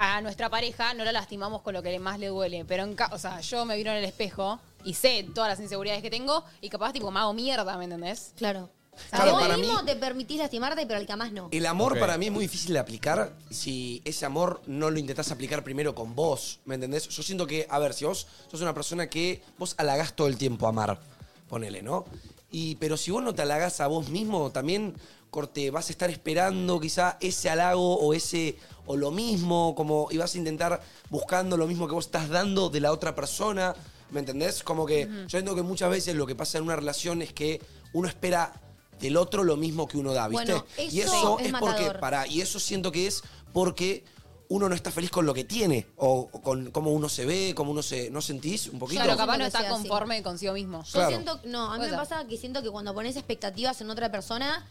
E: a nuestra pareja no la lastimamos con lo que le- más le duele. Pero, en ca- o sea, yo me viro en el espejo y sé todas las inseguridades que tengo y capaz, tipo, me hago mierda, ¿me entendés?
D: Claro.
C: Claro,
D: vos
C: para mí-
D: mismo te permitís lastimarte, pero al que más no.
C: El amor
A: Ok.
C: para mí es muy difícil de aplicar si ese amor no lo intentás aplicar primero con vos, ¿me entendés? Yo siento que, a ver, si vos sos una persona que vos halagás todo el tiempo a amar, ponele, ¿no? Y, pero si vos no te halagás a vos mismo, también, corte, vas a estar esperando quizá ese halago o ese o lo mismo, como, y vas a intentar buscando lo mismo que vos estás dando de la otra persona, ¿me entendés? Como que
E: Ujú.
C: yo entiendo que muchas veces lo que pasa en una relación es que uno espera del otro lo mismo que uno da, ¿viste?
D: Bueno,
C: y
D: eso
C: eso
D: es
C: es, porque,
D: matador.
C: para, y eso siento que es porque uno no está feliz con lo que tiene, o o con cómo uno se ve, cómo uno se. ¿No sentís un poquito?
E: Claro, capaz no
D: que sea
E: está
D: así.
E: conforme consigo mismo.
D: Yo siento, no, a
E: O
D: mí me
E: sea.
D: pasa que siento que cuando pones expectativas en otra persona,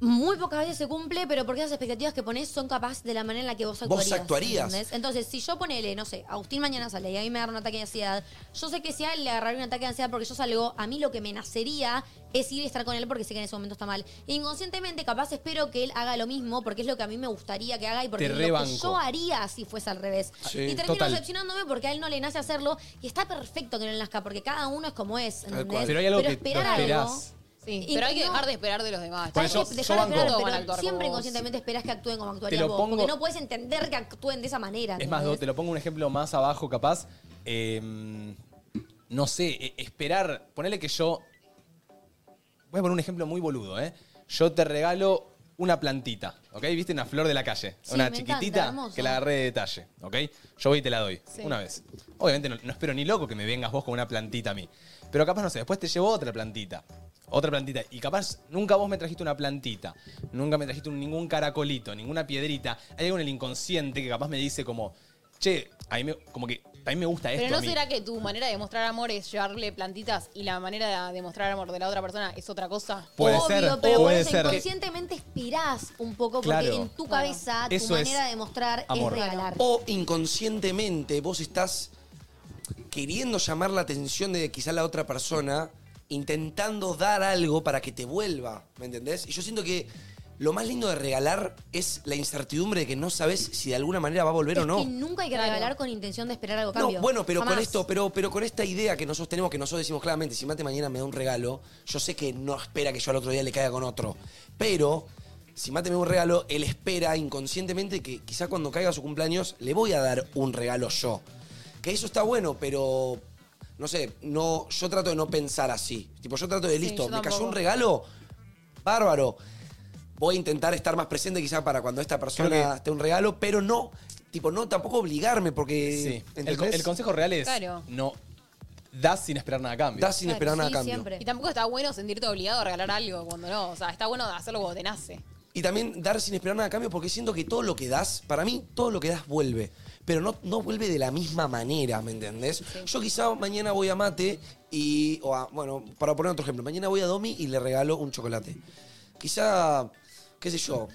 D: muy pocas veces se cumple, pero porque esas expectativas que pones son capaz de la manera en la que vos actuarías.
C: actuarías.
D: ¿entendés? Entonces, si yo ponele, no sé, Agustín mañana sale y a mí me agarra un ataque de ansiedad, yo sé que si a él le agarraría un ataque de ansiedad porque yo salgo, a mí lo que me nacería es ir y estar con él porque sé que en ese momento está mal. E Inconscientemente, capaz espero que él haga lo mismo porque es lo que a mí me gustaría que haga y porque
A: Te
D: es lo que
A: rebanco.
D: yo haría si fuese al revés.
A: Ah, Sí,
D: y termino
A: total.
D: decepcionándome porque a él no le nace hacerlo y está perfecto que no le nazca porque cada uno es como es.
A: Tal
D: ¿entendés?
A: cual. Pero hay algo que
D: esperar
A: lo
D: algo-
A: esperás.
E: Sí,
D: Y
E: pero hay que
D: no-
E: dejar de esperar de los demás.
A: Por
E: Hay
A: eso,
E: que
A: yo
E: dejar de
A: banco.
E: esperar,
A: Todos
E: pero
A: van a
D: Siempre
E: vos.
D: inconscientemente esperás que actúen como
A: Te
D: actuaría
A: lo
D: vos.
A: pongo-
D: Porque no puedes entender que actúen de esa manera.
A: Es más, Do,
D: ¿entendés?
A: te lo pongo un ejemplo más abajo, capaz. Eh, no sé, e- esperar. Ponele que yo. Voy a poner un ejemplo muy boludo, ¿eh? Yo te regalo una plantita, ¿ok? ¿Viste? Una flor de la calle.
D: Sí,
A: una
D: me encanta,
A: chiquitita
D: hermosa.
A: que la agarré de detalle, ¿ok? Yo voy y te la doy,
D: Sí.
A: una vez. Obviamente no, no espero ni loco que me vengas vos con una plantita a mí. Pero capaz, no sé, después te llevo otra plantita. Otra plantita. Y capaz nunca vos me trajiste una plantita. Nunca me trajiste un- ningún caracolito, ninguna piedrita. Hay algo en el inconsciente que capaz me dice como, che, a mí me, como que a mí me gusta esto.
E: Pero no
A: a mí.
E: será que tu manera de mostrar amor es llevarle plantitas y la manera de mostrar amor de la otra persona es otra cosa.
A: Puede
D: Obvio,
A: ser,
D: pero
A: puede
D: vos
A: ser.
D: inconscientemente esperás un poco porque
C: Claro.
D: en tu cabeza tu
C: Eso es
D: manera de mostrar
C: Amor.
D: es regalar.
C: O inconscientemente vos estás queriendo llamar la atención de quizá la otra persona, intentando dar algo para que te vuelva, ¿me entendés? Y yo siento que lo más lindo de regalar es la incertidumbre de que no sabes si de alguna manera va a volver o no.
D: Y nunca hay que regalar con intención de esperar algo a cambio.
C: No, bueno, pero con
D: Jamás.
C: esto, pero, pero con esta idea que nosotros tenemos, que nosotros decimos claramente, si Mate mañana me da un regalo, yo sé que no espera que yo al otro día le caiga con otro. Pero si Mate me da un regalo, él espera inconscientemente que quizá cuando caiga su cumpleaños le voy a dar un regalo yo. Que eso está bueno, pero no sé, no, yo trato de no pensar así. Tipo, yo trato de
E: Sí,
C: listo,
E: yo
C: me cayó
E: tampoco.
C: un regalo, bárbaro. Voy a intentar estar más presente quizá para cuando esta persona
A: que-
C: esté un regalo, pero no, tipo, no tampoco obligarme porque
A: Sí. eh, El, co-
C: ¿Entendés?
A: el consejo real es
E: Claro.
A: no das sin esperar nada a cambio.
C: Das sin esperar nada a cambio.
E: Y tampoco está bueno sentirte obligado a regalar algo cuando no. O sea, está bueno hacerlo cuando te nace.
C: Y también dar sin esperar nada a cambio porque siento que todo lo que das, para mí, todo lo que das vuelve. Pero no, no vuelve de la misma manera, ¿me entendés? Yo quizá mañana voy a Mate y... O a- bueno, para poner otro ejemplo. Mañana voy a Domi y le regalo un chocolate. Quizá, qué sé yo,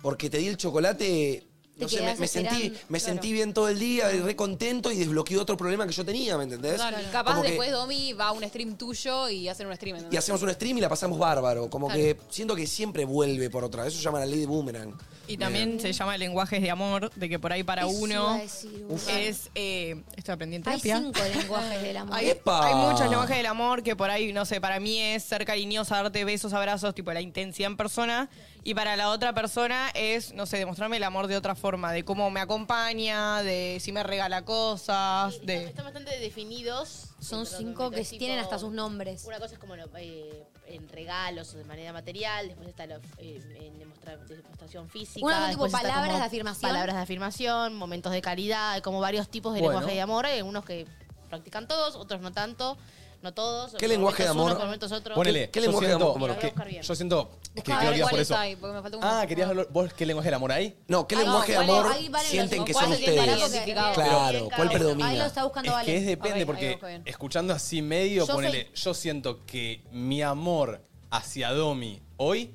C: porque te di el chocolate No
D: te
C: sé, me,
D: quedás
C: me sentí,
D: esperando,
C: me
D: claro.
C: sentí bien todo el día, y re contento y desbloqueé otro problema que yo tenía, ¿me entendés?
E: Claro, y capaz
C: Como que-
E: después Domi va a un stream tuyo y hacen un stream. ¿entendés?
C: y hacemos un stream y la pasamos bárbaro. Como
E: Claro.
C: que siento que siempre vuelve por otra. Eso se llama la ley de boomerang.
H: Y también se llama lenguajes de amor, de que por ahí para
D: Eso iba
H: uno
D: a decir,
C: Uf.
H: es... eh, estoy aprendiendo
D: Hay
H: terapia.
D: cinco lenguajes del amor.
H: Hay,
C: ¡Epa!
H: hay muchos lenguajes del amor que por ahí, no sé, para mí es ser cariñosa, darte besos, abrazos, tipo la intensidad en persona. Y para la otra persona es, no sé, demostrarme el amor de otra forma, de cómo me acompaña, de si me regala cosas, de...
F: Están bastante definidos. Pero
D: Son cinco que
F: mientras, tipo,
D: tienen hasta sus nombres.
F: Una cosa es como lo- eh, en regalos o de manera material, después está lo, eh, en demostra- demostración física.
D: Una son tipo
F: después está
D: palabras
F: como
D: de afirmación.
F: Palabras de afirmación, momentos de calidad, hay como varios tipos de
C: Bueno.
F: lenguaje de amor. Hay unos que practican todos, otros no tanto, no todos.
C: ¿Qué
F: por
C: lenguaje de
F: momentos uno,
C: amor?
F: por momentos otro.
A: Ponele,
C: ¿Qué
A: yo
C: lenguaje de
A: siento-
C: amor?
A: que-
F: buscar bien.
A: yo siento que
F: A ver,
A: querías por
F: ¿cuáles
A: eso.
F: hay? Porque me falta uno.
A: Ah, querías hablar- vos qué lenguaje del amor ahí?
C: No, ¿qué
A: Ay,
C: lenguaje
A: no,
C: de
A: ¿cuál
C: amor
A: es? Ahí vale
C: sienten
A: los-
C: que
A: ¿cuál
C: son
A: se siente
C: ustedes?
A: identificado?
C: Claro, ¿cuál predomina?
D: Ahí lo está buscando
A: Es que
D: Valen.
A: es depende, porque eh, escuchando así medio,
D: Yo
A: ponele,
D: soy-
A: yo siento que mi amor hacia Domi hoy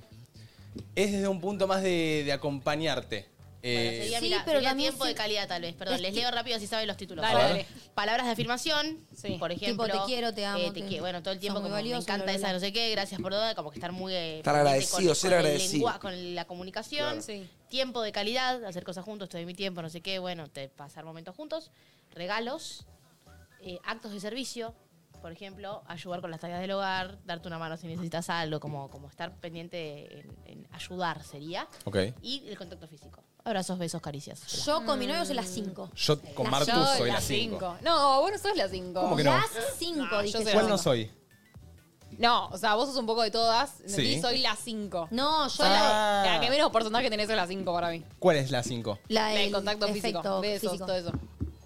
A: es desde un punto más de, de acompañarte. Eh,
F: Sería,
D: Sí,
F: mira,
D: pero
F: sería
D: también
F: tiempo
D: sí.
F: de calidad tal vez. Perdón,
D: Es
F: les
D: que-
F: leo rápido si saben los títulos.
A: Dale, A ver. dale.
F: Palabras de afirmación, por ejemplo. Eh,
D: Tipo, te quiero, te amo,
F: te
D: te-
F: quiero. Bueno, todo el tiempo
D: sos muy
F: como me
D: valioso,
F: encanta
D: bla, bla,
F: esa
D: bla.
F: no sé qué, gracias por todo, como que estar muy... eh,
C: Estar
F: pendiente
C: agradecido, ser
F: el
C: agradecido.
F: lengua- con la comunicación. Tiempo de calidad, hacer cosas juntos, estoy en mi tiempo, no sé qué. Bueno, te- pasar momentos juntos. Regalos, eh, actos de servicio. Por ejemplo, ayudar con las tareas del hogar, darte una mano si necesitas algo, como, como estar pendiente en- en ayudar sería.
A: Ok.
F: Y el contacto físico. Abrazos, besos, caricias.
D: Yo con mi novio
F: Mm.
D: soy las cinco.
A: Yo con Martu soy la 5.
E: No, vos no sos la 5.
A: ¿Cómo que no?
E: Las
D: cinco,
F: Ah,
E: dije yo.
A: ¿Cuál no soy?
E: No, o sea, vos sos un poco de todas.
A: Sí.
E: Sí. Soy la 5.
D: No, yo
A: Ah.
E: la, la que menos porcentaje tenés es la 5 para mí.
A: ¿Cuál es la 5?
D: La
E: del
D: del
E: contacto físico.
D: efecto
E: Besos,
D: físico.
E: todo eso.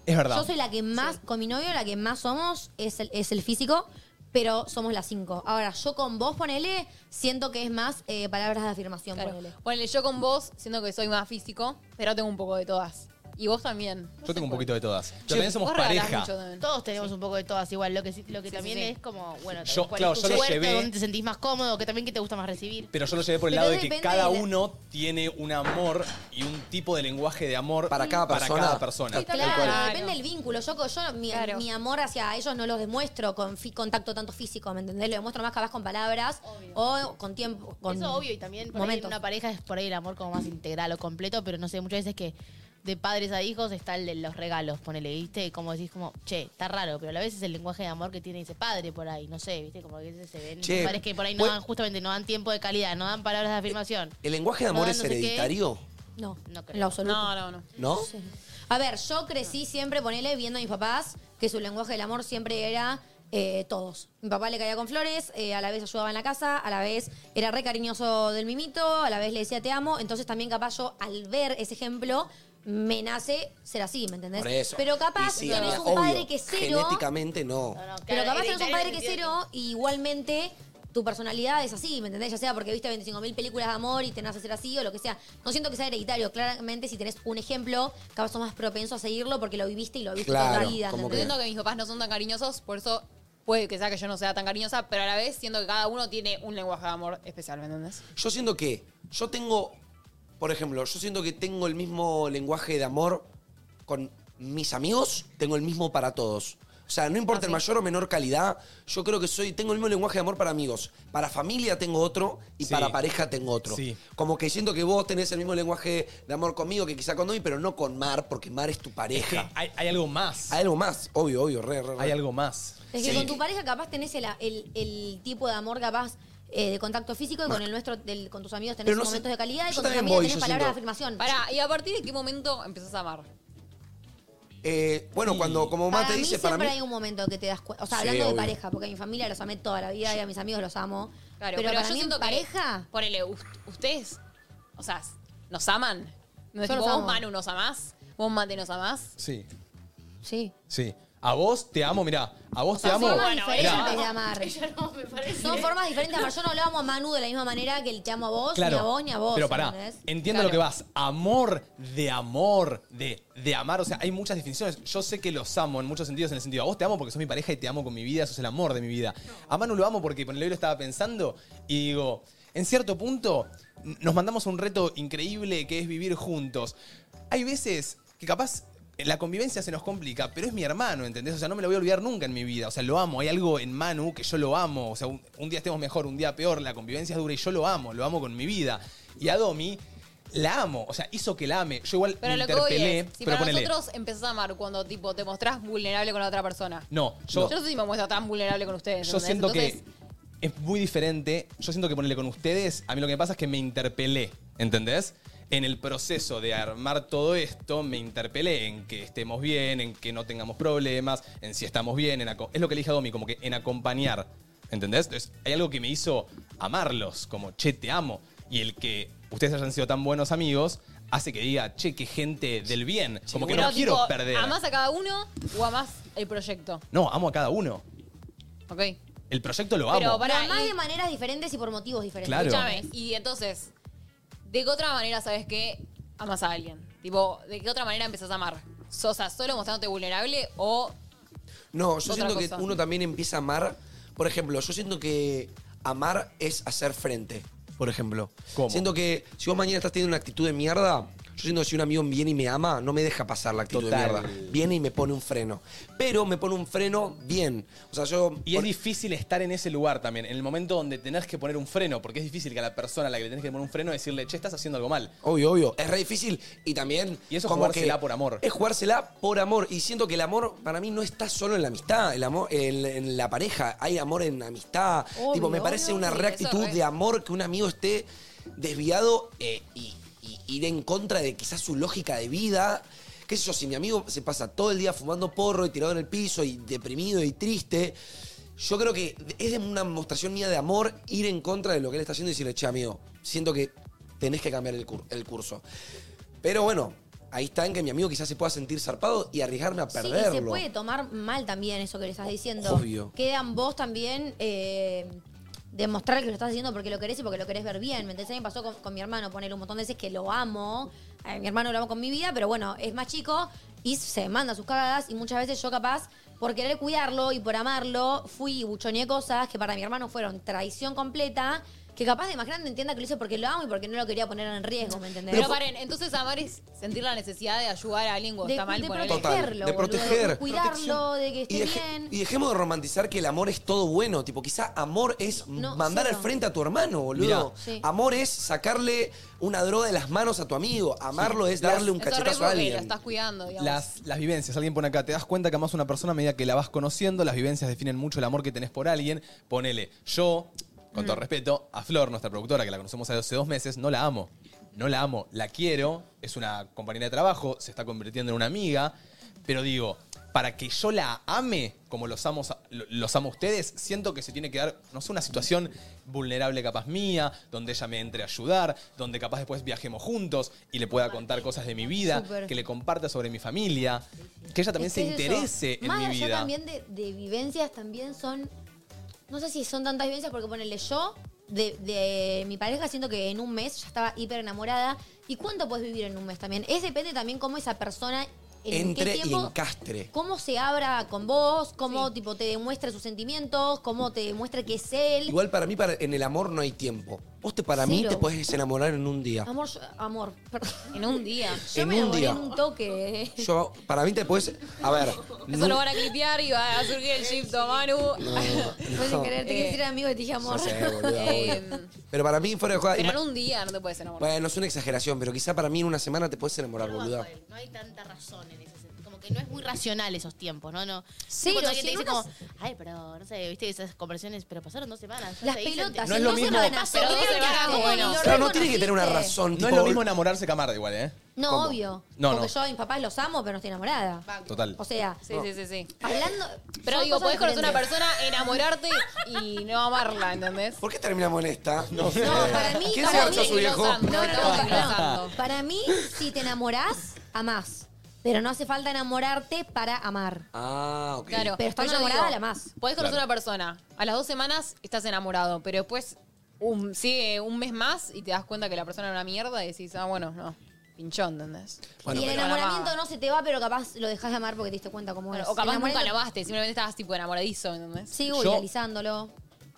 A: Es verdad.
D: Yo soy la que más, con mi novio, la que más somos es el, es el físico, pero somos las cinco. Ahora, yo con vos, ponele, siento que es más eh, palabras de afirmación,
E: Claro.
D: ponele.
E: Ponele yo con vos, siento que soy más físico, pero tengo un poco de todas. Y vos también.
A: Yo tengo un poquito de todas. Pero
E: Che,
A: también somos
E: vos regalás
A: pareja.
E: mucho también.
F: Todos tenemos un poco de todas igual. Lo que, sí- lo que
E: Sí,
F: también
E: sí, sí.
F: es como, bueno,
A: Yo,
F: cuál
A: claro,
F: es tu
A: yo lo
F: fuerte,
A: llevé-
F: dónde te sentís más cómodo, que también que te gusta más recibir.
A: Pero yo lo llevé por el
F: Pero
A: lado de que
F: depende
A: cada
F: de la-
A: uno tiene un amor y un tipo de lenguaje de amor
C: Para cada persona.
A: cada persona.
C: Sí, tal
D: Claro, depende del vínculo. Yo, yo mi, mi amor hacia ellos no los demuestro con fi- contacto tanto físico, ¿me entendés? Lo demuestro más capaz con palabras o con tiempo. Con
F: Eso obvio, y también por ahí en
D: momentos.
F: una pareja es por ahí el amor como más integral o completo, pero no sé, muchas veces que de padres a hijos está el de los regalos, ponele, ¿viste? Como decís, como, che, está raro, pero a la vez es el lenguaje de amor que tiene ese padre por ahí, no sé, ¿viste? Como que a veces se ven
C: Che,
F: padres que por ahí no
C: pues-
F: dan, justamente no dan tiempo de calidad, no dan palabras de afirmación.
C: ¿El lenguaje de
F: No
C: amor
F: dan
C: es
F: no sé qué.
C: hereditario?
D: No,
F: no
D: en lo absoluto.
E: No, no, no.
C: ¿No?
D: A ver, yo crecí siempre, ponele, viendo a mis papás que su lenguaje del amor siempre era eh, todos. Mi papá le caía con flores, eh, a la vez ayudaba en la casa, a la vez era re cariñoso del mimito, a la vez le decía te amo. Entonces también capaz yo, al ver ese ejemplo, me nace ser así, ¿me entendés?
C: Por eso.
D: Pero capaz
C: Y sí,
D: tenés un
C: obvio,
D: padre que cero...
C: Genéticamente no.
D: Pero capaz tenés un
F: hereditario
D: padre
F: en
D: que
F: el
D: cero y igualmente tu personalidad es así, ¿me entendés? Ya sea porque viste 25.000 películas de amor y te nace ser así o lo que sea. No siento que sea hereditario. Claramente, si tenés un ejemplo, capaz sos más propenso a seguirlo porque lo viviste y lo viste toda la vida.
E: Yo
D: ¿entendés?
E: Siento que mis papás no son tan cariñosos, por eso puede que sea que yo no sea tan cariñosa, pero a la vez siento que cada uno tiene un lenguaje de amor especial, ¿me entendés?
C: Yo siento que yo tengo, por ejemplo, yo siento que tengo el mismo lenguaje de amor con mis amigos, tengo el mismo para todos. O sea, no importa el mayor o menor calidad, yo creo que soy tengo el mismo lenguaje de amor para amigos, para familia tengo otro y
A: Sí.
C: para pareja tengo otro.
A: Sí.
C: Como que siento que vos tenés el mismo lenguaje de amor conmigo que quizá con Noy, pero no con Mar, porque Mar es tu pareja.
A: hay, algo más.
C: Hay algo más, obvio, obvio, re, re, re.
A: Hay algo más.
D: Es que con tu pareja capaz tenés el, el- el tipo de amor capaz eh, de contacto físico y con el nuestro, del- con tus amigos tenés
E: Pero no sé-
D: momentos de calidad
E: yo
D: y con tus
E: también
D: amigos
E: voy,
D: tenés
E: yo
D: palabras de
E: siento.
D: afirmación.
E: Pará, ¿y a partir de qué momento empezás a amar?
C: Eh, bueno, cuando como Mar
D: Para
C: te
D: mí
C: dice,
D: siempre
C: para mí
D: hay un momento que te das cuenta. O sea,
C: Sí,
D: hablando de
C: obvio.
D: pareja, porque a mi familia los amé toda la vida y a mis amigos los amo.
E: Claro, pero,
D: pero, para
E: yo
D: mí en
E: siento
D: pareja...
E: que. Ponele, us- ustedes. O sea, ¿nos aman? ¿No es
D: Yo
E: tipo,
D: los
E: vos,
D: amo.
E: Manu, nos amás? ¿Vos, Mate, nos amás?
A: Sí,
D: Sí.
A: sí. A vos te amo, mirá. A vos te
D: Son
A: amo.
D: formas diferentes
A: mirá.
D: de amar. Son formas diferentes de amar. Yo no lo amo a Manu de la misma manera que el te amo a vos,
A: Claro.
D: ni a vos, ni a vos.
A: Pero pará,
D: ¿entendés?
A: entiendo lo que vas. Amor de amor, de, de amar. O sea, hay muchas definiciones. Yo sé que los amo en muchos sentidos, en el sentido, a vos te amo porque sos mi pareja y te amo con mi vida, sos el amor de mi vida. A Manu lo amo porque por el lo estaba pensando y digo, en cierto punto, n- nos mandamos un reto increíble que es vivir juntos. hay veces que capaz la convivencia se nos complica, pero es mi hermano, ¿entendés? O sea, no me lo voy a olvidar nunca en mi vida. O sea, lo amo. Hay algo en Manu que yo lo amo. O sea, un, un día estemos mejor, un día peor. La convivencia es dura y yo lo amo. Lo amo con mi vida. Y a Domi la amo. O sea, hizo que la ame. Yo igual
E: Pero
A: me
E: lo que voy
A: interpelé.
E: es, si
A: pero
E: para
A: ponele.
E: nosotros empezás a amar cuando tipo te mostrás vulnerable con la otra persona.
A: No, yo,
E: Yo no sé si me muestro tan vulnerable con ustedes.
A: yo
E: ¿entendés?
A: siento
E: Entonces,
A: que es muy diferente. Yo siento que ponerle con ustedes, a mí lo que me pasa es que me interpelé, ¿entendés? En el proceso de armar todo esto, me interpelé en que estemos bien, en que no tengamos problemas, en si estamos bien, en aco- es lo que le dije a Domi, como que en acompañar, ¿entendés? Entonces, hay algo que me hizo amarlos, como, che, te amo. Y el que ustedes hayan sido tan buenos amigos hace que diga, che, qué gente del bien, como que no
E: Pero,
A: quiero
E: tipo,
A: perder.
E: ¿Amás a cada uno o amás el proyecto?
A: No, amo a cada uno.
E: ¿Ok?
A: El proyecto lo amo.
E: pará,
D: Pero más
E: y-
D: de maneras diferentes y por motivos diferentes.
A: Claro.
E: Escúchame, y entonces, ¿de qué otra manera sabes que amas a alguien? Tipo, ¿de qué otra manera empezás a amar? O sea, ¿solo mostrándote vulnerable o
C: No, yo
E: Otra
C: siento
E: cosa.
C: que uno también empieza a amar. Por ejemplo, yo siento que amar es hacer frente, por ejemplo. Siento que si vos mañana estás teniendo una actitud de mierda, yo siento que si un amigo viene y me ama, no me deja pasar la actitud
A: Total.
C: de mierda. Viene y me pone un freno. Pero me pone un freno bien. O sea, yo.
A: Y es difícil estar en ese lugar también, en el momento donde tenés que poner un freno, porque es difícil que a la persona a la que le tenés que poner un freno decirle, che, estás haciendo algo mal.
C: Obvio, obvio. Es re difícil y también.
A: Y eso es
C: como
A: jugársela
C: que
A: por amor.
C: Es jugársela por amor. Y siento que el amor para mí no está solo en la amistad, el amor en, en la pareja. Hay amor en amistad.
A: Obvio,
C: tipo, me parece
A: obvio.
C: una
A: Sí, eso
C: reactitud
A: re.
C: de amor que un amigo esté desviado eh, y, y ir en contra de quizás su lógica de vida. Qué sé yo, si mi amigo se pasa todo el día fumando porro y tirado en el piso y deprimido y triste. Yo creo que es de una demostración mía de amor ir en contra de lo que él está haciendo y decirle, che, amigo, siento que tenés que cambiar el, cur- el curso. Pero bueno, ahí está en que mi amigo quizás se pueda sentir zarpado y arriesgarme a
D: Sí,
C: perderlo.
D: y se puede tomar mal también eso que le estás diciendo.
C: Obvio.
D: Quedan vos también eh, demostrar que lo estás haciendo porque lo querés y porque lo querés ver bien. ¿Me entendés? A mí me pasó con, con mi hermano, poner un montón de veces que lo amo. A mi hermano lo amo con mi vida, pero bueno, es más chico y se manda sus cagadas y muchas veces yo capaz, por querer cuidarlo y por amarlo, fui y buchoneé cosas que para mi hermano fueron traición completa. Que capaz de más grande entienda que lo hice porque lo amo y porque no lo quería poner en riesgo, ¿me entendés?
E: Pero, paren, entonces amar es sentir la necesidad de ayudar a alguien cuando
D: De-
E: está mal.
D: de
E: ponele.
D: protegerlo,
C: de
D: boludo,
C: proteger.
D: de cuidarlo, de que esté
C: Y, deje-
D: bien.
C: y dejemos de romantizar que el amor es todo bueno. Tipo, quizá amor es
D: No,
C: mandar
D: cero.
C: al frente a tu hermano, boludo.
D: Mirá. Sí.
C: Amor es sacarle una droga de las manos a tu amigo. Amarlo es darle un
E: Eso es re
C: cachetazo a
E: porque lo
C: alguien.
E: estás cuidando, digamos.
A: Las, las vivencias, alguien pone acá, te das cuenta que amas a una persona a medida que la vas conociendo, las vivencias definen mucho el amor que tenés por alguien. Ponele, yo, con todo
J: Mm.
A: respeto, a Flor, nuestra productora, que la conocemos hace dos meses, no la amo. No la amo, la quiero, es una compañera de trabajo, se está convirtiendo en una amiga, pero digo, para que yo la ame como los amo, lo- los amo a ustedes, siento que se tiene que dar, no sé, una situación vulnerable capaz mía, donde ella me entre a ayudar, donde capaz después viajemos juntos y le pueda contar cosas de mi vida,
D: Súper.
A: que le comparta sobre mi familia, que ella también
D: Es que
A: se
D: es eso.
A: interese en
D: Más
A: mi
D: allá
A: vida.
D: también de, de vivencias, también son. No sé si son tantas vivencias, porque ponele yo, de, de mi pareja, siento que en un mes ya estaba hiper enamorada. ¿Y cuánto puedes vivir en un mes también? Es depende también cómo esa persona. En
C: Entre
D: qué
C: y
D: tiempo,
C: encastre.
D: cómo se abra con vos, cómo tipo te demuestra sus sentimientos, cómo te demuestra que es él.
C: Igual para mí para- en el amor no hay tiempo. Vos te, para mí
D: Cero.
C: te podés enamorar en un día.
D: Amor, yo- amor, perdón.
E: En un día.
D: Yo
C: En
D: me
C: un
D: enamoré
C: día.
D: en un toque. eh.
C: Yo, para mí te podés... A ver.
E: Eso lo van a clipear y va a surgir el shift a Manu.
D: Fue sin querer, te quise decir amigo y te dije amor.
C: Yo sé, boluda,
E: Eh,
C: Pero para mí fuera de juego...
E: pero en un día no te puedes enamorar.
C: Bueno, es una exageración, pero quizá para mí en una semana te puedes enamorar, boluda.
F: No hay tanta razón en ese sentido. Como que no es muy racional esos tiempos, ¿no? no
D: Sí,
F: cuando
D: pero
F: alguien te
D: si
F: dice
D: en
F: como,
D: unas-
F: ay, pero no sé, viste esas conversaciones, pero pasaron dos semanas. ya
D: Las
F: se dicen-
D: pelotas,
A: No es lo mismo.
E: Pero dos semanas,
D: como bueno.
A: Pero
C: Claro, no tiene que tener una razón.
A: No es lo mismo enamorarse que amar igual, ¿eh?
D: No,
A: ¿Cómo?
D: obvio.
A: No,
D: Porque
A: no.
D: yo a mis papás los amo, pero no estoy enamorada.
A: Total.
D: O sea,
E: Sí, sí, sí, sí.
D: hablando.
E: Pero
D: son
E: digo, podés
D: cosas
E: conocer a una
D: diferentes.
E: persona, enamorarte y no amarla, ¿entendés?
C: ¿Por qué terminamos en esta? No sé.
D: Para mí,
C: ¿Quién se
D: para
C: garchó a
D: mí-
C: su viejo?
D: No, no, no,
E: Estamos
D: para,
E: desglosando.
D: no. Para mí, si te enamorás, amás. Pero no hace falta enamorarte para amar.
C: Ah, ok.
E: Claro.
D: Pero estás
E: yo
D: enamorada,
E: digo,
D: la amás.
E: Podés conocer
D: Claro.
E: a una persona. A las dos semanas estás enamorado, pero después un, sigue un mes más y te das cuenta que la persona era una mierda y decís, ah, bueno, no. Pinchón, ¿entendés?
D: y el enamoramiento no se te va, pero capaz lo dejás de amar porque te diste cuenta cómo es.
E: O capaz
D: El
E: nunca
D: enamoramiento-
E: la amaste, simplemente estabas tipo enamoradizo, ¿entendés?
D: Sigo
A: Yo-
D: idealizándolo.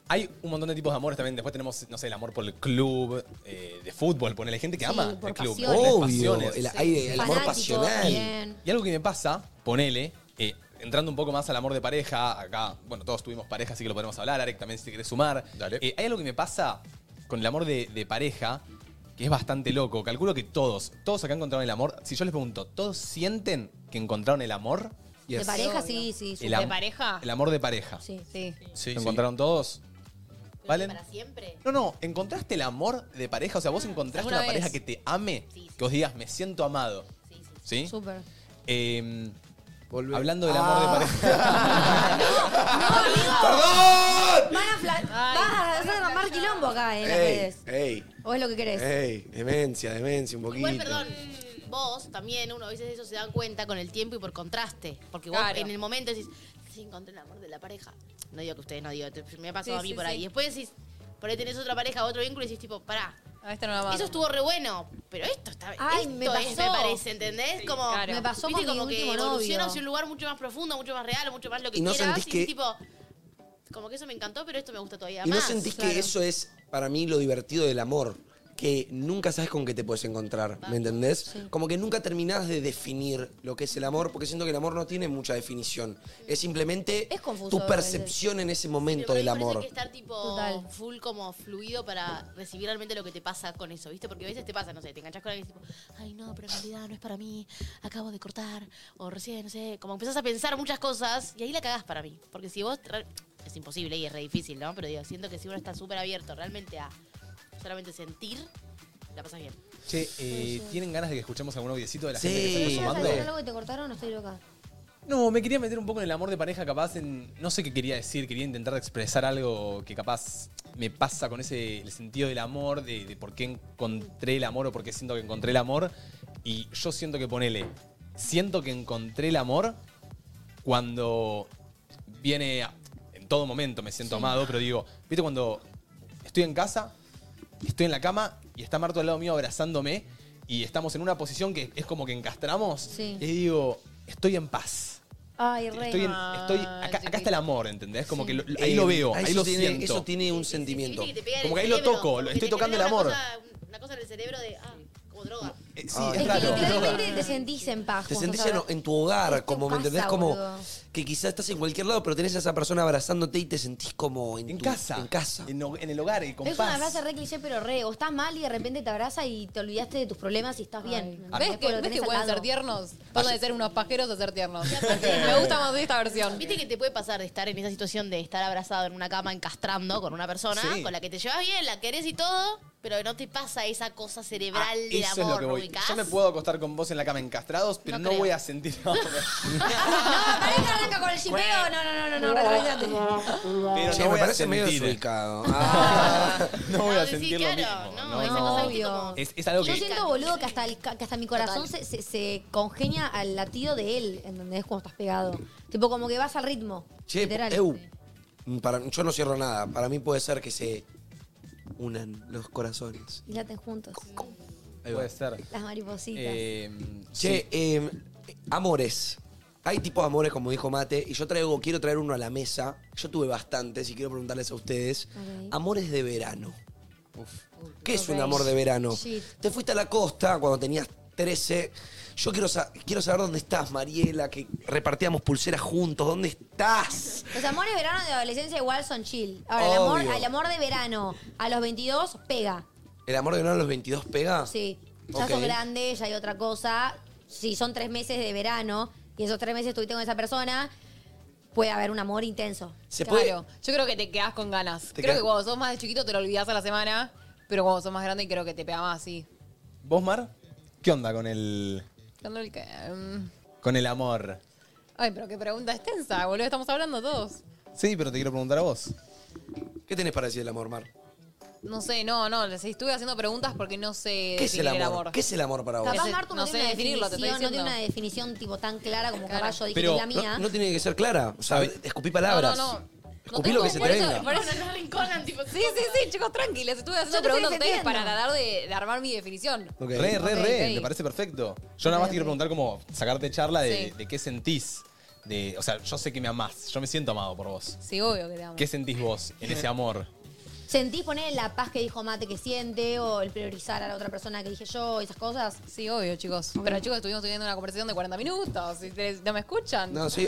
A: Hay un montón de tipos de amores también. Después tenemos, no sé, el amor por el club eh, de fútbol. Ponele gente que
C: Sí,
A: ama
C: por
A: el club.
C: pasiones.
A: por las
C: Obvio, el- hay de- el amor Fanático, pasional.
A: Y,
C: bien.
A: y algo que me pasa, ponele, eh, entrando un poco más al amor de pareja, acá, bueno, todos tuvimos pareja, así que lo podemos hablar. Arek también, si te querés sumar. Eh, hay algo que me pasa con el amor de, de pareja, que es bastante loco. Calculo que todos, todos acá encontraron el amor. Si yo les pregunto, ¿todos sienten que encontraron el amor?
D: De pareja, sí, sí.
A: El am- El amor de pareja.
D: Sí.
A: ¿Lo encontraron todos? ¿Valen?
F: siempre?
A: No, no, ¿encontraste el amor de pareja? O sea, vos encontraste
F: ¿alguna
A: una
F: vez?
A: pareja que te ame, que os digas, me siento amado. Sí, sí.
D: Súper.
A: Eh, hablando del amor
C: Ah.
A: de
C: ¡Perdón!
D: Van a, fla- vas a armar quilombo acá en las
C: ¡Ey! Eh.
D: redes.
C: ¡Ey!
D: ¿O es lo que querés?
C: ¡Ey! Demencia, demencia, un poquito.
F: Igual, perdón, vos también, uno a veces eso se dan cuenta con el tiempo y por contraste. Porque
E: Claro.
F: vos en el momento decís, sí, encontré el amor de la pareja. No digo que ustedes no digo, te- me ha pasado
E: Sí,
F: a mí
E: sí,
F: por
E: sí.
F: ahí. Después decís, por ahí tenés otra pareja, otro vínculo y decís tipo, pará.
E: este amaba.
F: eso estuvo re bueno, pero esto está
D: Ay,
F: esto
D: me
F: es, me
D: pasó.
F: parece, ¿entendés?
D: Sí,
F: como
D: claro. Me pasó
F: viste,
D: con mi
F: como que
D: último
F: evoluciona
D: novio.
F: hacia un lugar mucho más profundo, mucho más real, mucho más lo que
C: Y no
F: quieras.
C: sentís
F: y
C: que-
F: decís tipo, como que eso me encantó, pero esto me gusta todavía
C: ¿Y no
F: más.
C: sentís que
F: Claro.
C: eso es para mí lo divertido del amor? Que nunca sabes con qué te puedes encontrar, ¿me entendés? Como que nunca terminás de definir lo que es el amor, porque siento que el amor no tiene mucha definición. Es simplemente
F: Es confuso,
C: tu
F: a veces.
C: percepción en ese
F: Pero
C: momento
F: por ahí
C: del
F: parece
C: amor.
F: que estar tipo
D: Total.
F: full como fluido para recibir realmente lo que te pasa con eso, ¿viste? Porque a veces te pasa, no sé, te enganchas con alguien y es tipo, ay no, pero en realidad no es para mí, acabo de cortar, o recién, no sé, como empezás a pensar muchas cosas y ahí la cagás para mí. Porque si vos, re- es imposible y es re difícil, ¿no? Pero digo, siento que si uno está súper abierto realmente a solamente sentir, la pasas bien.
A: Che, eh, ¿tienen ganas de que escuchemos algún audiecito de la
C: Sí.
A: gente que se
D: ¿Vos
A: está
D: ibas a decir
A: sumando?
D: algo que te cortaron o estoy loca?
A: No, me quería meter un poco en el amor de pareja, capaz en. No sé qué quería decir, quería intentar expresar algo que capaz me pasa con ese el sentido del amor, de, de por qué encontré el amor o por qué siento que encontré el amor. Y yo siento que ponele. Siento que encontré el amor cuando viene. a- en todo momento me siento amado, pero digo, ¿viste cuando estoy en casa, estoy en la cama y está Marto al lado mío abrazándome y estamos en una posición que es como que encastramos?
D: Sí.
A: Y digo, estoy en paz.
D: Ay, re.
A: Estoy, en- estoy acá, acá está el amor, ¿entendés? Como que lo- lo- ahí
C: Eh,
A: lo veo,
C: ah,
A: ahí
C: eso
A: lo
C: tiene-
A: siento.
C: eso tiene un sentimiento.
F: Viste que te pega en
A: Como que
F: el
A: ahí lo
F: cerebro,
A: toco,
F: como
A: lo
F: que
A: estoy
F: te genera
A: tocando el
F: una
A: amor.
F: cosa- una cosa en el cerebro de, ah, como droga.
A: Eh, sí,
C: Ay,
A: es
C: es
A: raro.
C: que
D: Realmente te sentís en paz.
C: Te
D: Juan,
C: sentís
D: ¿sabes?
C: en, en tu hogar, como, ¿me
D: casa,
C: entendés? Como
D: boludo.
C: que quizás estás en cualquier lado, pero tenés a esa persona abrazándote y te sentís como en, tu-
A: casa.
C: En casa.
A: En, el hogar eh, y
D: Es una frase re cliché, pero re. O estás mal y de repente te abraza y te olvidaste de tus problemas y estás bien.
E: ¿Ves que- ves que pueden ser tiernos? Pasan de ser unos pajeros a ser tiernos. Me gusta más de esta versión.
F: Viste que te puede pasar de estar en esa situación de estar abrazado en una cama encastrando con una persona
A: Sí.
F: con la que te llevas bien, la querés y todo, pero no te pasa esa cosa cerebral
A: Ah,
F: del
A: eso es
F: amor,
A: lo que voy.
F: ¿ubicás?
A: Yo me puedo acostar con vos en la cama encastrados, pero no, voy a sentir.
D: arranca con el chipeo. No, no, no, no, no. retrocedate.
A: pero
C: Che,
A: no
C: me
A: voy a
C: parece medio
A: sentir.
C: desubicado. Ah.
A: no voy a
F: sí,
A: sentir lo
F: claro,
A: mismo.
F: no, esa cosa, viste,
D: Obvio.
A: Es, es algo que.
D: Yo siento, boludo, que hasta, el ca- que hasta mi corazón se, se- se congenia al latido de él, ¿entendés? Cuando estás pegado. Tipo, como que vas al ritmo.
C: Che,
D: literal.
C: eu, para- yo no cierro nada. Para mí puede ser que se unan los corazones.
D: Y laten juntos.
A: Puede ser.
D: Las maripositas.
A: Eh,
C: Che, eh, amores. Hay tipos de amores, como dijo Mate, y yo traigo, quiero traer uno a la mesa. Yo tuve bastantes y quiero preguntarles a ustedes.
D: Ok.
C: Amores de verano. ¿Qué es un
D: Ok.
C: amor de verano?
D: Shit.
C: Te fuiste a la costa cuando tenías 13. Yo quiero, sa- quiero saber dónde estás, Mariela, que repartíamos pulseras juntos. ¿Dónde estás?
D: Los amores de verano de adolescencia igual son chill. Ahora, el amor,
C: Obvio.
D: al amor de verano a los 22 pega.
C: ¿El amor de verano a los 22 pega?
D: Sí. Ya
C: Ok.
D: sos grande, ya hay otra cosa. Si son tres meses de verano y esos tres meses estuviste con esa persona, puede haber un amor intenso.
C: Se
E: Claro, yo creo que te quedás con ganas.
A: Te
E: creo
A: quedás-
E: que cuando sos más de chiquito te lo olvidás a la semana, pero cuando sos más grande creo que te pega más, sí.
A: ¿Vos, Mar? ¿Qué onda con el.
E: Dándole el que- mm.
A: con el amor?
E: Ay, pero qué pregunta extensa, boludo, estamos hablando todos.
A: Sí, pero te quiero preguntar a vos.
C: ¿Qué tenés para decir del amor, Mar?
E: Eh, No sé, no, no, les estuve haciendo preguntas porque no sé
C: ¿Qué es el
E: definir
C: amor? ¿Qué es el amor para vos?
D: Capaz
E: Ese-
D: Martu
E: no
D: no, tiene
E: sé
D: una
E: definirlo, te estoy
D: definición, no tiene
E: diciendo.
D: una definición tipo tan clara como capaz yo dije
C: Pero
D: que es la mía.
C: No, no tiene que ser clara. O sea, escupí palabras.
E: No, no, no.
C: Escupí lo que se te
E: por eso-
C: venga.
E: por eso- Sí, sí, sí, chicos, tranqui, les estuve haciendo
D: te estoy
E: preguntas a ustedes
D: defendiendo.
E: para tratar de, de armar mi definición.
A: Re, re,
E: Ok,
A: re,
E: ok.
A: me parece perfecto. Yo nada más te quiero preguntar como sacarte charla de,
E: Sí.
A: de qué sentís. de. O sea, yo sé que me amás. Yo me siento amado por vos.
E: Sí, obvio que te amo.
A: ¿Qué sentís vos en ese amor?
D: ¿Sentís poner la paz que dijo Mate que siente o el priorizar a la otra persona que dije yo, esas cosas?
E: Sí, obvio, chicos. Pero chicos, estuvimos teniendo una conversación de 40 minutos. Si ustedes no me escuchan.
C: No, sí.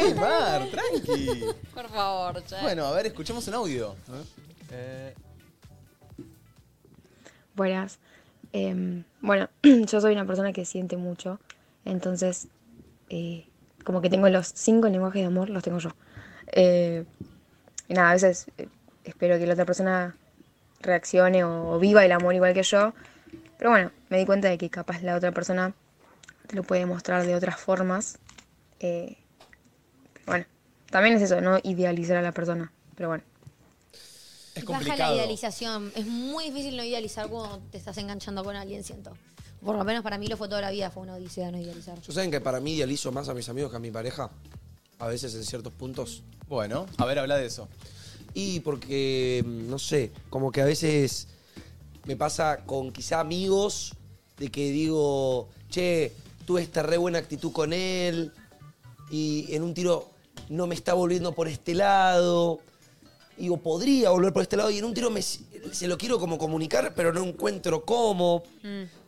A: Ay, Mar, tranqui.
E: Por favor, che.
A: Bueno, a ver, escuchemos un audio. Eh,
P: Buenas. Em, bueno, yo soy una persona que siente mucho, entonces eh, como que tengo los cinco lenguajes de amor, los tengo yo. Eh, y nada, a veces eh, espero que la otra persona reaccione o, o viva el amor igual que yo, pero bueno, me di cuenta de que capaz la otra persona te lo puede mostrar de otras formas. Eh, bueno, también es eso, no idealizar a la persona, pero bueno.
A: es
D: Baja la
A: complicado.
D: idealización. Es muy difícil no idealizar cuando te estás enganchando con alguien, siento. Por lo menos para mí lo fue toda la vida, fue una odisea no idealizar.
C: ¿Yo saben que para mí idealizo más a mis amigos que a mi pareja? A veces en ciertos puntos.
A: Bueno, a ver, habla de eso.
C: Y porque, mm, no sé, como que a veces me pasa con quizá amigos de que digo, che, tuve esta re buena actitud con él y en un tiro no me está volviendo por este lado. Y digo, podría volver por este lado y en un tiro me, se lo quiero como comunicar, pero no encuentro cómo.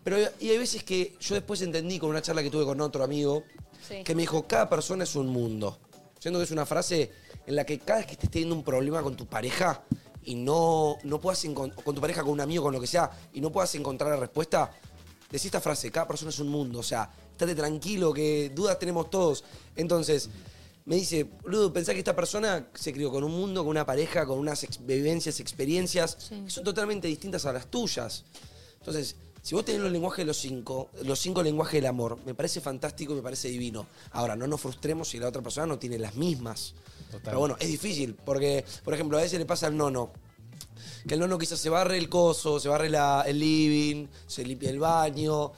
C: Pero y hay veces que yo después entendí con una charla que tuve con otro amigo
E: Sí.
C: que me dijo, cada persona es un mundo. Siento que es una frase en la que cada vez que estés teniendo un problema con tu pareja y no, no puedas encontrar, con tu pareja, con un amigo, con lo que sea, y no puedas encontrar la respuesta, decís esta frase, cada persona es un mundo, o sea, estate tranquilo, que dudas tenemos todos. Entonces, me dice, boludo, pensá que esta persona se crió con un mundo, con una pareja, con unas ex- vivencias, experiencias, que son totalmente distintas a las tuyas. Entonces, si vos tenés los lenguajes de los cinco, los cinco lenguajes del amor, me parece fantástico y me parece divino. Ahora, no nos frustremos si la otra persona no tiene las mismas. Pero bueno, es difícil, porque, por ejemplo, a veces le pasa al nono. Que el nono quizás se barre el coso, se barre la- el living, se limpia el baño.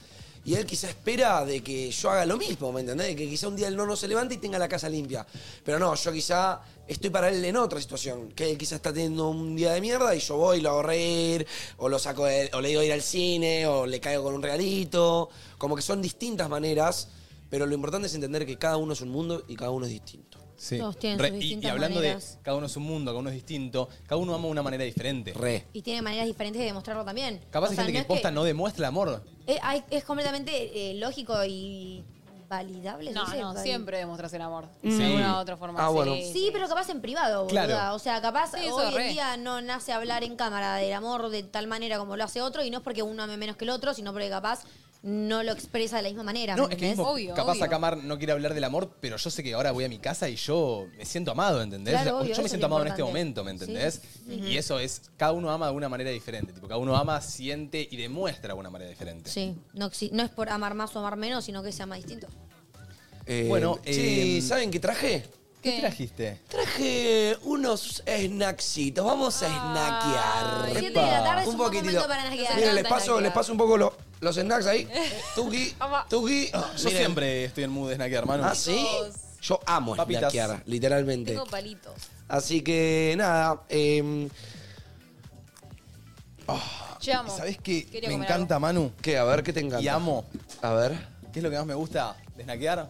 C: Y él quizás espera de que yo haga lo mismo, ¿me entendés? Que quizá un día el nono se levante y tenga la casa limpia. Pero no, yo quizá estoy para él en otra situación. Que él quizás está teniendo un día de mierda y yo voy y lo hago reír, o lo saco, de- o le digo ir al cine, o le caigo con un regalito. Como que son distintas maneras, pero lo importante es entender que cada uno es un mundo y cada uno es distinto.
A: Sí.
D: Todos tienen sus
A: y- y,
D: distintas
A: hablando
D: maneras.
A: de cada uno es un mundo, cada uno es distinto, cada uno ama de una manera diferente.
C: Re.
D: Y tiene maneras diferentes de demostrarlo también.
A: Capaz
D: O
A: hay
D: sea,
A: gente
D: no
A: que posta no demuestra el amor.
D: Eh, hay- Es, completamente eh, lógico y validable.
E: No,
D: sé,
E: no,
D: vali-
E: siempre demuestras el amor.
A: Sí.
E: De alguna u otra forma.
C: Ah, bueno.
E: Sí.
D: Sí, pero capaz en privado, boluda.
C: Claro.
D: O sea, capaz
E: Sí, eso
D: hoy
E: re.
D: en día no nace hablar en cámara del amor de tal manera como lo hace otro y no es porque uno ame menos que el otro, sino porque capaz no lo expresa de la misma manera.
A: No,
D: ¿me
A: es que
D: entendés?
A: mismo, capaz acá Mar no quiere hablar del amor, pero yo sé que ahora voy a mi casa y yo me siento amado, ¿entendés?
D: Claro,
A: O sea,
D: obvio, eso
A: yo me
D: es
A: siento
D: lo
A: amado en este
D: importante.
A: momento, ¿me
D: Sí.
A: entendés?
D: Ujú.
A: Y eso es, cada uno ama de una manera diferente, tipo, cada uno ama, siente y demuestra de una manera diferente.
D: Sí, no, exi- no es por amar más o amar menos, sino que se ama distinto.
A: bueno,
C: sí,
A: eh,
C: ¿saben qué traje?
A: ¿Qué, trajiste?
C: Traje unos snacksitos. Vamos a snackear.
D: siete de la tarde es un buen momento para snackear.
C: Miren, les
D: Nos encanta
C: paso, les
D: snackear.
C: paso un poco lo- los snacks ahí. Tuki, tuki.
A: Yo siempre estoy en mood de snack, hermano.
C: ¿Ah, sí? Yo amo
A: Papitas.
C: snackear, literalmente.
E: Tengo palitos.
C: Así que, nada. eh,
E: Yo amo.
A: ¿Sabés qué?
E: Quería
A: me
E: comer
A: encanta, Manu.
C: ¿Qué? A ver, ¿qué te encanta?
A: Y amo.
C: A ver,
A: ¿Qué es lo que más me gusta de snackear?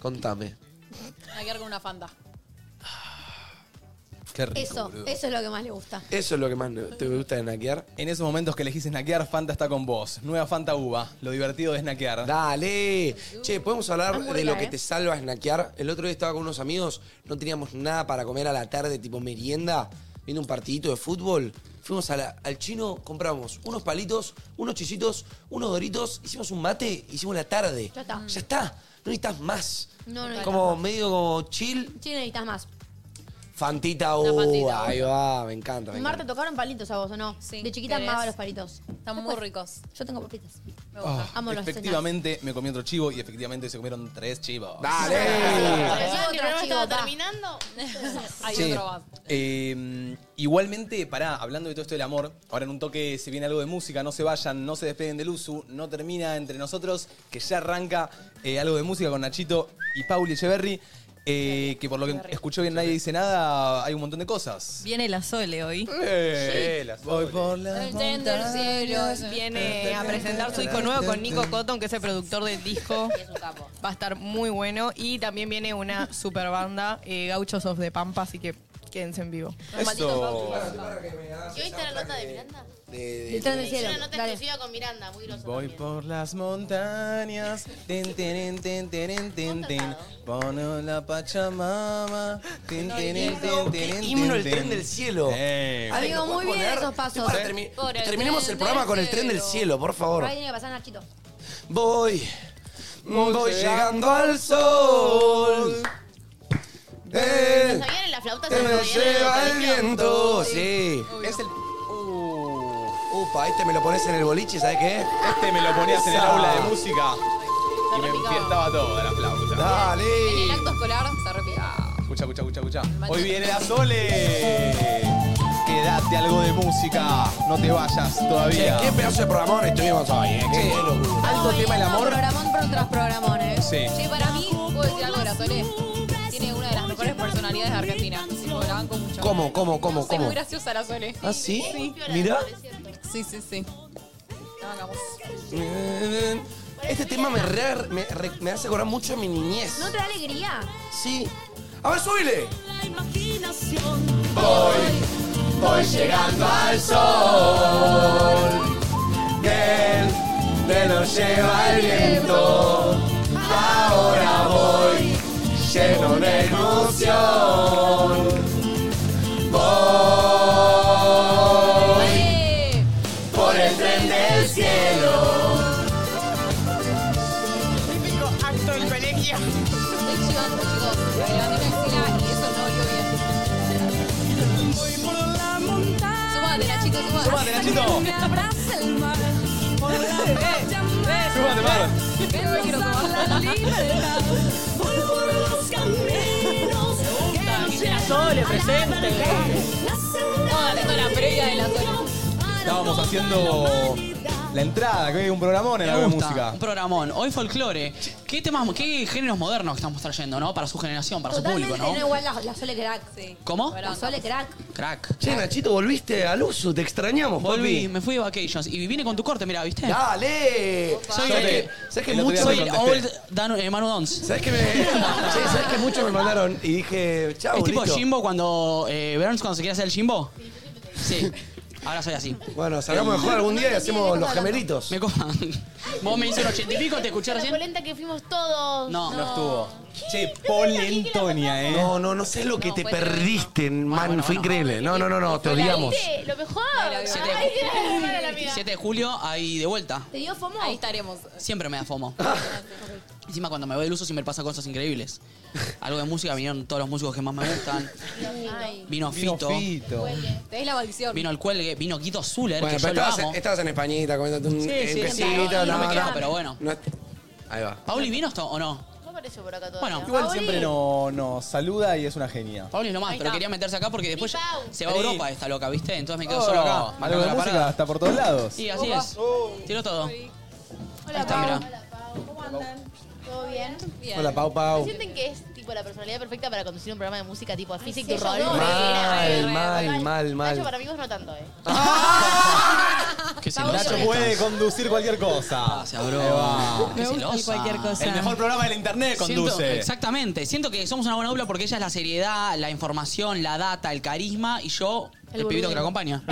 C: contame.
E: algo. Hay que con una fanta.
A: Qué
D: Eso, eso es lo que más le gusta.
C: Eso es lo que más te gusta de snackear.
A: En esos momentos que elegís snackear, Fanta está con vos. Nueva Fanta Uva, lo divertido de snackear.
C: Dale. Che, ¿podemos hablar
A: Hamburguesa,
C: de lo que
A: ¿eh?
C: te salva snackear? El otro día estaba con unos amigos, no teníamos nada para comer a la tarde, tipo merienda, viendo un partidito de fútbol. Fuimos a la- al chino, compramos unos palitos, unos chisitos, unos doritos, hicimos un mate, hicimos la tarde.
D: Ya está.
C: Ya está, no necesitas más.
D: No, no,
C: como medio como chill,
D: Sí, necesitas más.
C: fantita
D: Una
C: uva,
D: fantita,
C: ahí va, me encanta, me
D: Marta,
C: encanta.
D: ¿tocaron palitos a vos o no? De chiquita
E: ¿Querés?
D: amaba los palitos.
E: Están muy ricos.
D: Yo tengo papitas.
A: Ah,
D: Amo los
A: efectivamente me comí otro chivo y efectivamente se comieron tres chivos.
D: Dale.
F: Pensaba que el programa
D: chivo,
F: estaba
D: pa.
F: terminando.
E: Hay
A: Che,
E: otro más.
A: eh, igualmente, pará, hablando de todo esto del amor, ahora en un toque se viene algo de música, no se vayan, no se despeguen del uso, no termina entre nosotros, que ya arranca eh, algo de música con Nachito y Pauli Echeverry. eh, que por lo que escuché bien nadie dice nada, hay un montón de cosas.
R: Viene la Sole hoy.
A: Eh, la Voy por la
H: Entender cielos. Viene a presentar su disco nuevo con Nico Cotton, que es el productor del disco. Va a estar muy bueno. Y también viene una super banda, eh, Gauchos of the Pampa, así que quédense en vivo.
A: Eso.
F: ¿Y hoy está la nota de Miranda?
A: de- Está en el cielo.
F: Hice una nota
A: Dale.
F: exclusiva con Miranda, muy grosa.
A: Voy por las montañas, ten, ten, ten, ten, ten, ten, Pono la pachamama, ten,
C: No,
A: ten, ten,
C: himno,
A: ten,
C: qué
A: ten,
C: himno el
A: ten.
C: tren del cielo.
A: Eh.
C: Algo
D: Amigo, muy
C: puedes
D: bien
C: poner.
D: esos pasos.
C: Para termi- Terminemos el programa con el tren del cielo, por favor.
D: Ahí tiene que pasar Nachito.
C: Voy, voy llegando
J: llegando
C: al sol.
F: ¿No
C: Eh,
F: sabían en la flauta?
C: que
F: se
C: me
F: podían en
C: lleva el
F: colegio?
C: viento. Sí.
A: Es el.
C: Upa, este me lo pones en el boliche, ¿sabes qué?
A: Uh, Este me lo ponías en el
C: Esa.
A: aula de música y me enfiestaba toda la flauta.
C: Ah.
E: En el acto escolar se arrepiaba.
A: Escucha, escucha, escucha, escucha. Hoy viene la Sole. Quédate algo de música, no te vayas todavía.
C: Che, qué pedazo de programón estuvimos hoy, eh. Qué locura.
A: Alto tema el amor.
E: Programón por tras programón, ¿eh?
A: Sí.
E: Che, para mí, puedo decir algo de la Sole. Tiene una de las mejores personalidades de Argentina. Tipo, la banco mucho.
C: ¿Cómo, cómo, cómo,
E: Es
C: cómo?
E: muy graciosa la Sole.
C: ¿Ah, sí?
E: Sí.
C: Mirá.
E: Sí, sí, sí. La bancamos.
C: Este tema me, re- me, re- me hace acordar mucho a mi niñez.
D: ¿No te da alegría?
C: Sí. A ver, súbile.
J: Voy, voy llegando al sol. Que él me lo lleva el viento. Ahora voy lleno de emoción. Voy
E: ¡Eh!
J: por el tren del cielo.
H: Típico acto del colegio.
E: Estoy chivando, chicos. Me levanté la axila y eso no olió bien. Voy por la montaña. Súbate, Nachito, súbate.
A: Súbate, Nachito.
E: Me abraza el mar. Por la montaña.
A: Súbate, Mar.
E: Ven, me quiero tomar. La libertad. Voy por los caminos.
J: Sole, presente.
E: Estaba haciendo la previa de la zona.
A: Estábamos haciendo la entrada, que hay un programón en
S: Me
A: algo de
S: gusta,
A: música.
S: Un programón. Hoy folclore. ¿Qué temas, qué géneros modernos estamos trayendo, no? Para su generación, para
D: Totalmente
S: su público, ¿no?
D: igual la, la Sole Crack. Sí.
S: ¿Cómo?
D: La Sole Crack.
S: Crack.
C: Che, Nachito, volviste al uso, te extrañamos,
S: Volví,
C: papi.
S: me fui de vacations y vine con tu corte, mirá, ¿viste?
C: Dale.
S: Soy
C: Yo
S: el,
C: te- ¿sabés que
S: el otro
C: mucho-
S: día me soy el old Dan- eh, Manu Dons.
C: ¿Sabes que me.? Che, ¿sabes que muchos me mandaron y dije, chau,
S: Es tipo
C: listo.
S: Jimbo cuando. Eh, Burns cuando se quiere hacer el Jimbo. Sí. Ahora soy así.
C: Bueno, salgamos a jugar algún día y hacemos los gemelitos.
S: Eh, Me copan. Vos me hice un ochenta y pico, te escuché
F: La
S: recién.
F: polenta que fuimos todos.
S: No.
A: No estuvo. Che, Polentonia, eh.
C: No, no, no sé lo que te
F: fue terrible.
C: perdiste, man, fue increíble. No, no, no, no, te
F: ¿La
C: odiamos.
F: viste? Lo mejor.
S: Siete
F: Ay, qué mala la
S: de,
F: mía.
S: 7 de julio, ahí de vuelta.
D: ¿Te dio FOMO?
E: Ahí estaremos.
S: Siempre me da fomo. Encima cuando me voy del uso siempre pasa cosas increíbles. Algo de música, vinieron todos los músicos que más me gustan.
E: Ay.
S: Vino Fito.
E: Tenés la maldición.
S: Vino el cuelgue, vino Guido Zuller,
C: Bueno,
S: que yo
C: pero
S: lo
C: estabas,
S: amo.
C: en- estabas en Españita comiéndote un
S: Sí,
C: eh,
S: sí,
C: quesito,
S: no, no me
C: no,
S: quejo,
C: no.
S: pero bueno.
C: No es- Ahí va.
S: ¿Pauli vino esto o no?
F: No apareció por acá todavía.
S: Bueno,
A: Igual siempre no- nos saluda y es una genia.
S: Pauli nomás,
F: Ahí
S: pero
F: está.
S: quería meterse acá porque después se va a
A: Vení.
S: Europa esta loca, ¿viste? Entonces me quedo
A: Oh,
S: solo acá.
A: Algo de
S: la
A: música
S: parada.
A: está por todos lados.
S: Sí, así es. Tiro todo. Ahí está, mirá.
F: ¿Cómo andan? ¿Todo bien?
C: Bien. Hola, Pau, Pau.
F: ¿Se sienten que es tipo la personalidad perfecta para conducir un programa de música tipo Physic
C: sí,
F: to Roll?
C: yo no. Mal, mal, mal, mal.
F: Nacho, para amigos no tanto, ¿eh?
S: Qué
A: Nacho puede conducir cualquier cosa. Ahí va.
S: Qué celosa.
A: El mejor programa del internet conduce.
S: Siento- exactamente. Siento que somos una buena dupla porque ella es la seriedad, la información, la data, el carisma y yo, el,
F: El
S: pibito
F: boludo.
S: que la acompaña.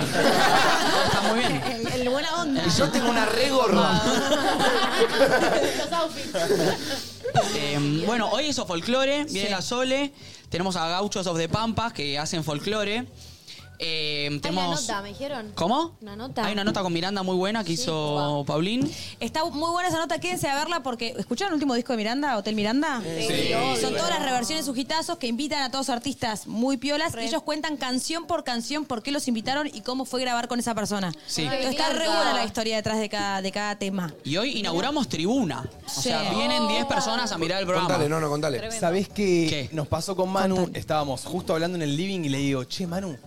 F: El, el buena onda.
C: Y yo tengo una re gorda.
F: Los outfits.
S: Eh, bueno, hoy eso folclore, viene la Sole, tenemos a Gauchos of the Pampas que hacen folclore. Eh,
D: Hay una
S: tenemos
D: nota, me dijeron.
S: ¿Cómo?
D: Una nota.
S: Hay una nota con Miranda muy buena que hizo Paulín.
R: Está muy buena esa nota, quédense a verla porque. ¿Escucharon el último disco de Miranda, Hotel Miranda?
S: Sí. Sí, obvio.
R: Son todas las reversiones sujitazos que invitan a todos artistas muy piolas. Ellos cuentan canción por canción por qué los invitaron y cómo fue grabar con esa persona.
S: Sí.
R: Entonces, está re buena la historia detrás de cada, de cada tema.
S: Y hoy inauguramos tribuna. O sea,
R: Sí.
S: vienen 10 personas a mirar el programa.
C: Contale, no, no, contale.
A: ¿Sabés qué, nos pasó con Manu? Estábamos justo hablando en el living y le digo, che, Manu,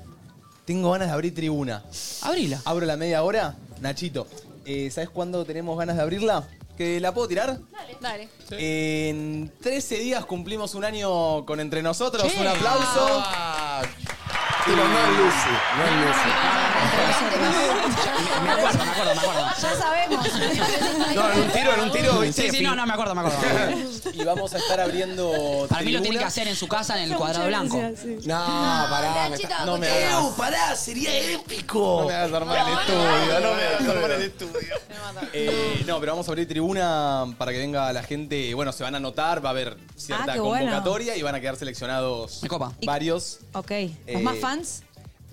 A: tengo ganas de abrir tribuna.
S: Abrila.
A: Abro la media hora, Nachito. eh, ¿Sabés cuándo tenemos ganas de abrirla? ¿Que la puedo tirar?
E: Dale. Dale.
A: En 13 días cumplimos un año con Entre Nosotros.
E: Sí.
A: Un aplauso.
J: Tipo, no es Lucy, no es Lucy.
S: Me acuerdo, me acuerdo, me acuerdo.
R: Ya sabemos.
A: No, en un tiro, en un tiro,
S: Sí,
A: ¿viste?
S: sí, no, no, me acuerdo, me acuerdo.
A: Y vamos a estar abriendo.
S: Para mí lo tiene
A: tribunas.
S: que hacer en su casa, en el cuadrado blanco.
A: No, pará. me está- No me hagas.
C: ¡Ew, pará! ¡Sería épico!
A: No me hagas armar el estudio, no me hagas armar el estudio. Eh, no, pero vamos a abrir tribuna para que venga la gente. Bueno, se van a anotar, va a haber cierta
R: Ah, qué bueno.
A: convocatoria y van a quedar seleccionados varios.
R: Ok. ¿Los más fans?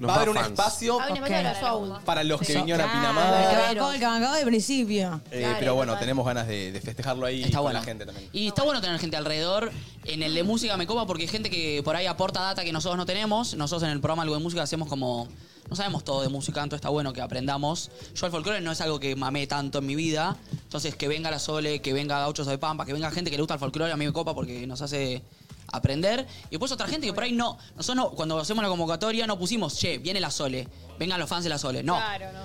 A: Va a haber un espacio
R: Ah, un espacio
A: Ok.
R: para los Soul.
A: para los que
R: Sí.
A: vinieron a
R: Claro,
A: Pinamar.
R: el que bancó- El que bancó de principio.
A: Eh, pero bueno, tenemos ganas de, de festejarlo ahí con
S: bueno.
A: la gente también.
S: Y está bueno tener gente alrededor. En el de música me copa porque hay gente que por ahí aporta data que nosotros no tenemos. Nosotros en el programa Algo de Música hacemos como... No sabemos todo de música, entonces está bueno que aprendamos. Yo el folclore no es algo que mamé tanto en mi vida. Entonces que venga la Sole, que venga Gauchos de Pampa, que venga gente que le gusta el folclore, a mí me copa porque nos hace aprender. Y después otra gente que por ahí no... Nosotros no- cuando hacemos la convocatoria no pusimos, che, viene la Sole, vengan los fans de la Sole. No.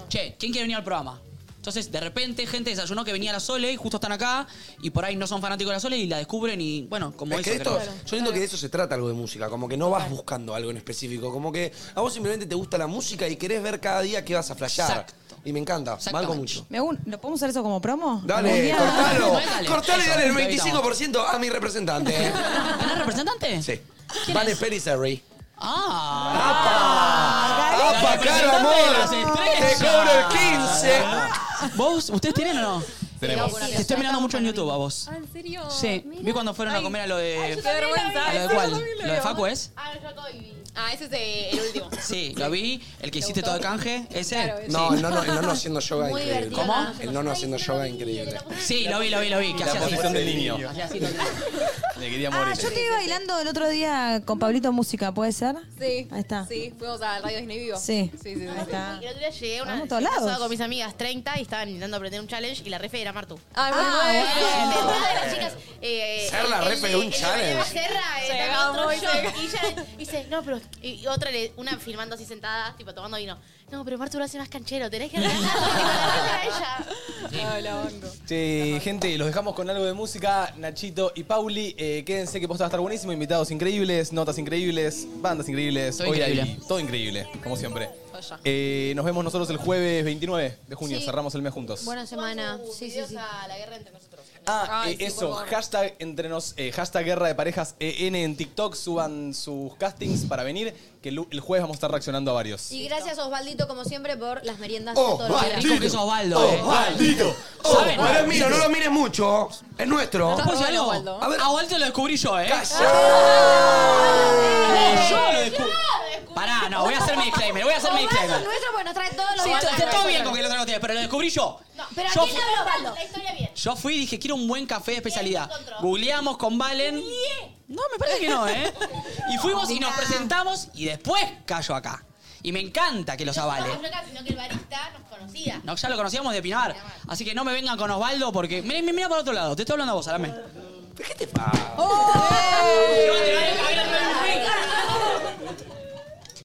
S: Che, ¿quién quiere venir al programa? Entonces, de repente, gente desayunó que venía a la Sole y justo están acá y por ahí no son fanáticos de la Sole y la descubren y, bueno, como
C: Es que
S: eso,
C: esto-
S: creo.
C: yo siento que de eso se trata algo de música, como que no vas buscando algo en específico, como que a vos simplemente te gusta la música y querés ver cada día qué vas a flashear. Y me encanta, valgo mucho.
R: Me un- ¿Lo podemos usar eso como promo? ¿Algún
C: Dale,
R: día?
C: cortalo.
R: Dale.
C: cortalo y
R: Eso,
C: dale el
R: lo evitamos.
C: 25% a mi representante.
S: ¿Tenés representante?
C: Sí. Vale Perisari.
S: ¡Ah!
C: ¡Apa, caro amor! ¡Te cobro el 15!
S: ¿Vos? ¿Ustedes tienen o no?
E: Tenemos.
S: Te estoy mirando mucho en YouTube a vos.
E: Ah, ¿En serio?
S: Sí, vi cuando fueron a comer a lo
E: Ay,
S: de...
E: yo también
S: ¿A lo de
E: vi, yo
S: cuál?
E: también
S: ¿Lo de
E: vi.
R: ¿eh?
S: Facu es?
E: Ah, yo acabo de vivir. Ah, ese es eh, el último.
S: Sí, lo vi. El que hiciste todo el canje, ese.
E: Claro, ese.
C: No,
S: Sí.
C: el nono, el nono haciendo yoga
S: Muy
C: increíble.
S: divertido, ¿Cómo?
C: El nono haciendo yoga increíble.
S: Sí, lo vi, lo vi, lo vi. Que
A: La
S: hacía así.
A: posición del niño.
S: Hacía así con-
A: Le quería morir.
R: Ah, yo te vi bailando el otro día con Pablito Música, ¿puede ser?
E: Sí.
R: Ahí está.
E: Sí, fuimos al Radio Disney Vivo.
R: Sí.
E: Sí, sí, sí.
R: Ahí está.
F: El otro día llegué a una
R: Vamos a todos lados.
F: estaba con mis amigas 30 y estaban intentando aprender un challenge y la refe era Martu.
R: Ah.
E: Ay, muy
F: bueno. Una de las chicas, eh,
C: Ser la refe de un challenge.
F: Serra, eh, también
E: Llegaba
F: otro
E: muy
F: shock.
E: cerca.
F: Y ella dice, no, pero. Y y otra, le- una filmando así sentada, tipo tomando vino. No, pero Martu lo hace más canchero, tenés que a ella.
E: Ah,
A: Che, gente, los dejamos con algo de música. Nachito y Pauli, eh, quédense que posta va a estar buenísimo. Invitados increíbles, notas increíbles, bandas increíbles.
S: Todo
A: Hoy
S: increíble.
A: hay todo increíble, como siempre. Eh, nos vemos nosotros el jueves 29 de junio.
D: Sí.
A: Cerramos el mes juntos.
D: Buena semana. Sí, sí, sí.
A: Ah,
D: Ay,
A: eh,
D: sí,
A: eso,
D: por favor.
A: hashtag, entre nos, eh, hashtag guerra de parejas EN en TikTok, suban sus castings para venir, que el, el jueves vamos a estar reaccionando a varios.
D: Y gracias Osvaldito, como siempre, por las meriendas
S: Oh,
D: de todos los días.
A: Osvaldito.
S: Rico que es Osvaldo, eh.
C: Oh, ¡Maldito! ¡Oh,
S: ¿Saben?
C: no lo miro, no lo mires mucho! ¡Es nuestro!
S: ¿Te puedo decir algo? A ver. A Walter lo descubrí yo, ¿eh? Ah. No, yo lo descubrí. Pará, no, voy a hacer mi disclaimer, voy a hacer mi
D: Osvaldo
S: disclaimer.
D: es nuestro porque nos trae todos los
S: Sí,
D: días.
S: está, está todo bien con que lo traigan ustedes, pero lo descubrí yo.
D: Pero ¿a
S: Yo
D: quién
S: fui-
D: habla Osvaldo?
S: Yo fui y dije, quiero un buen café de especialidad. Googleamos con Valen. No, me parece que no, ¿eh? Y fuimos y nos presentamos y después cayó acá. Y me encanta que los avale.
F: sino que el barista nos conocía.
S: No, ya lo conocíamos de Pinar. Así que no me vengan con Osvaldo porque. Mira, mira, para otro lado. Te estoy hablando a vos, Salame. ¿Qué te pasa?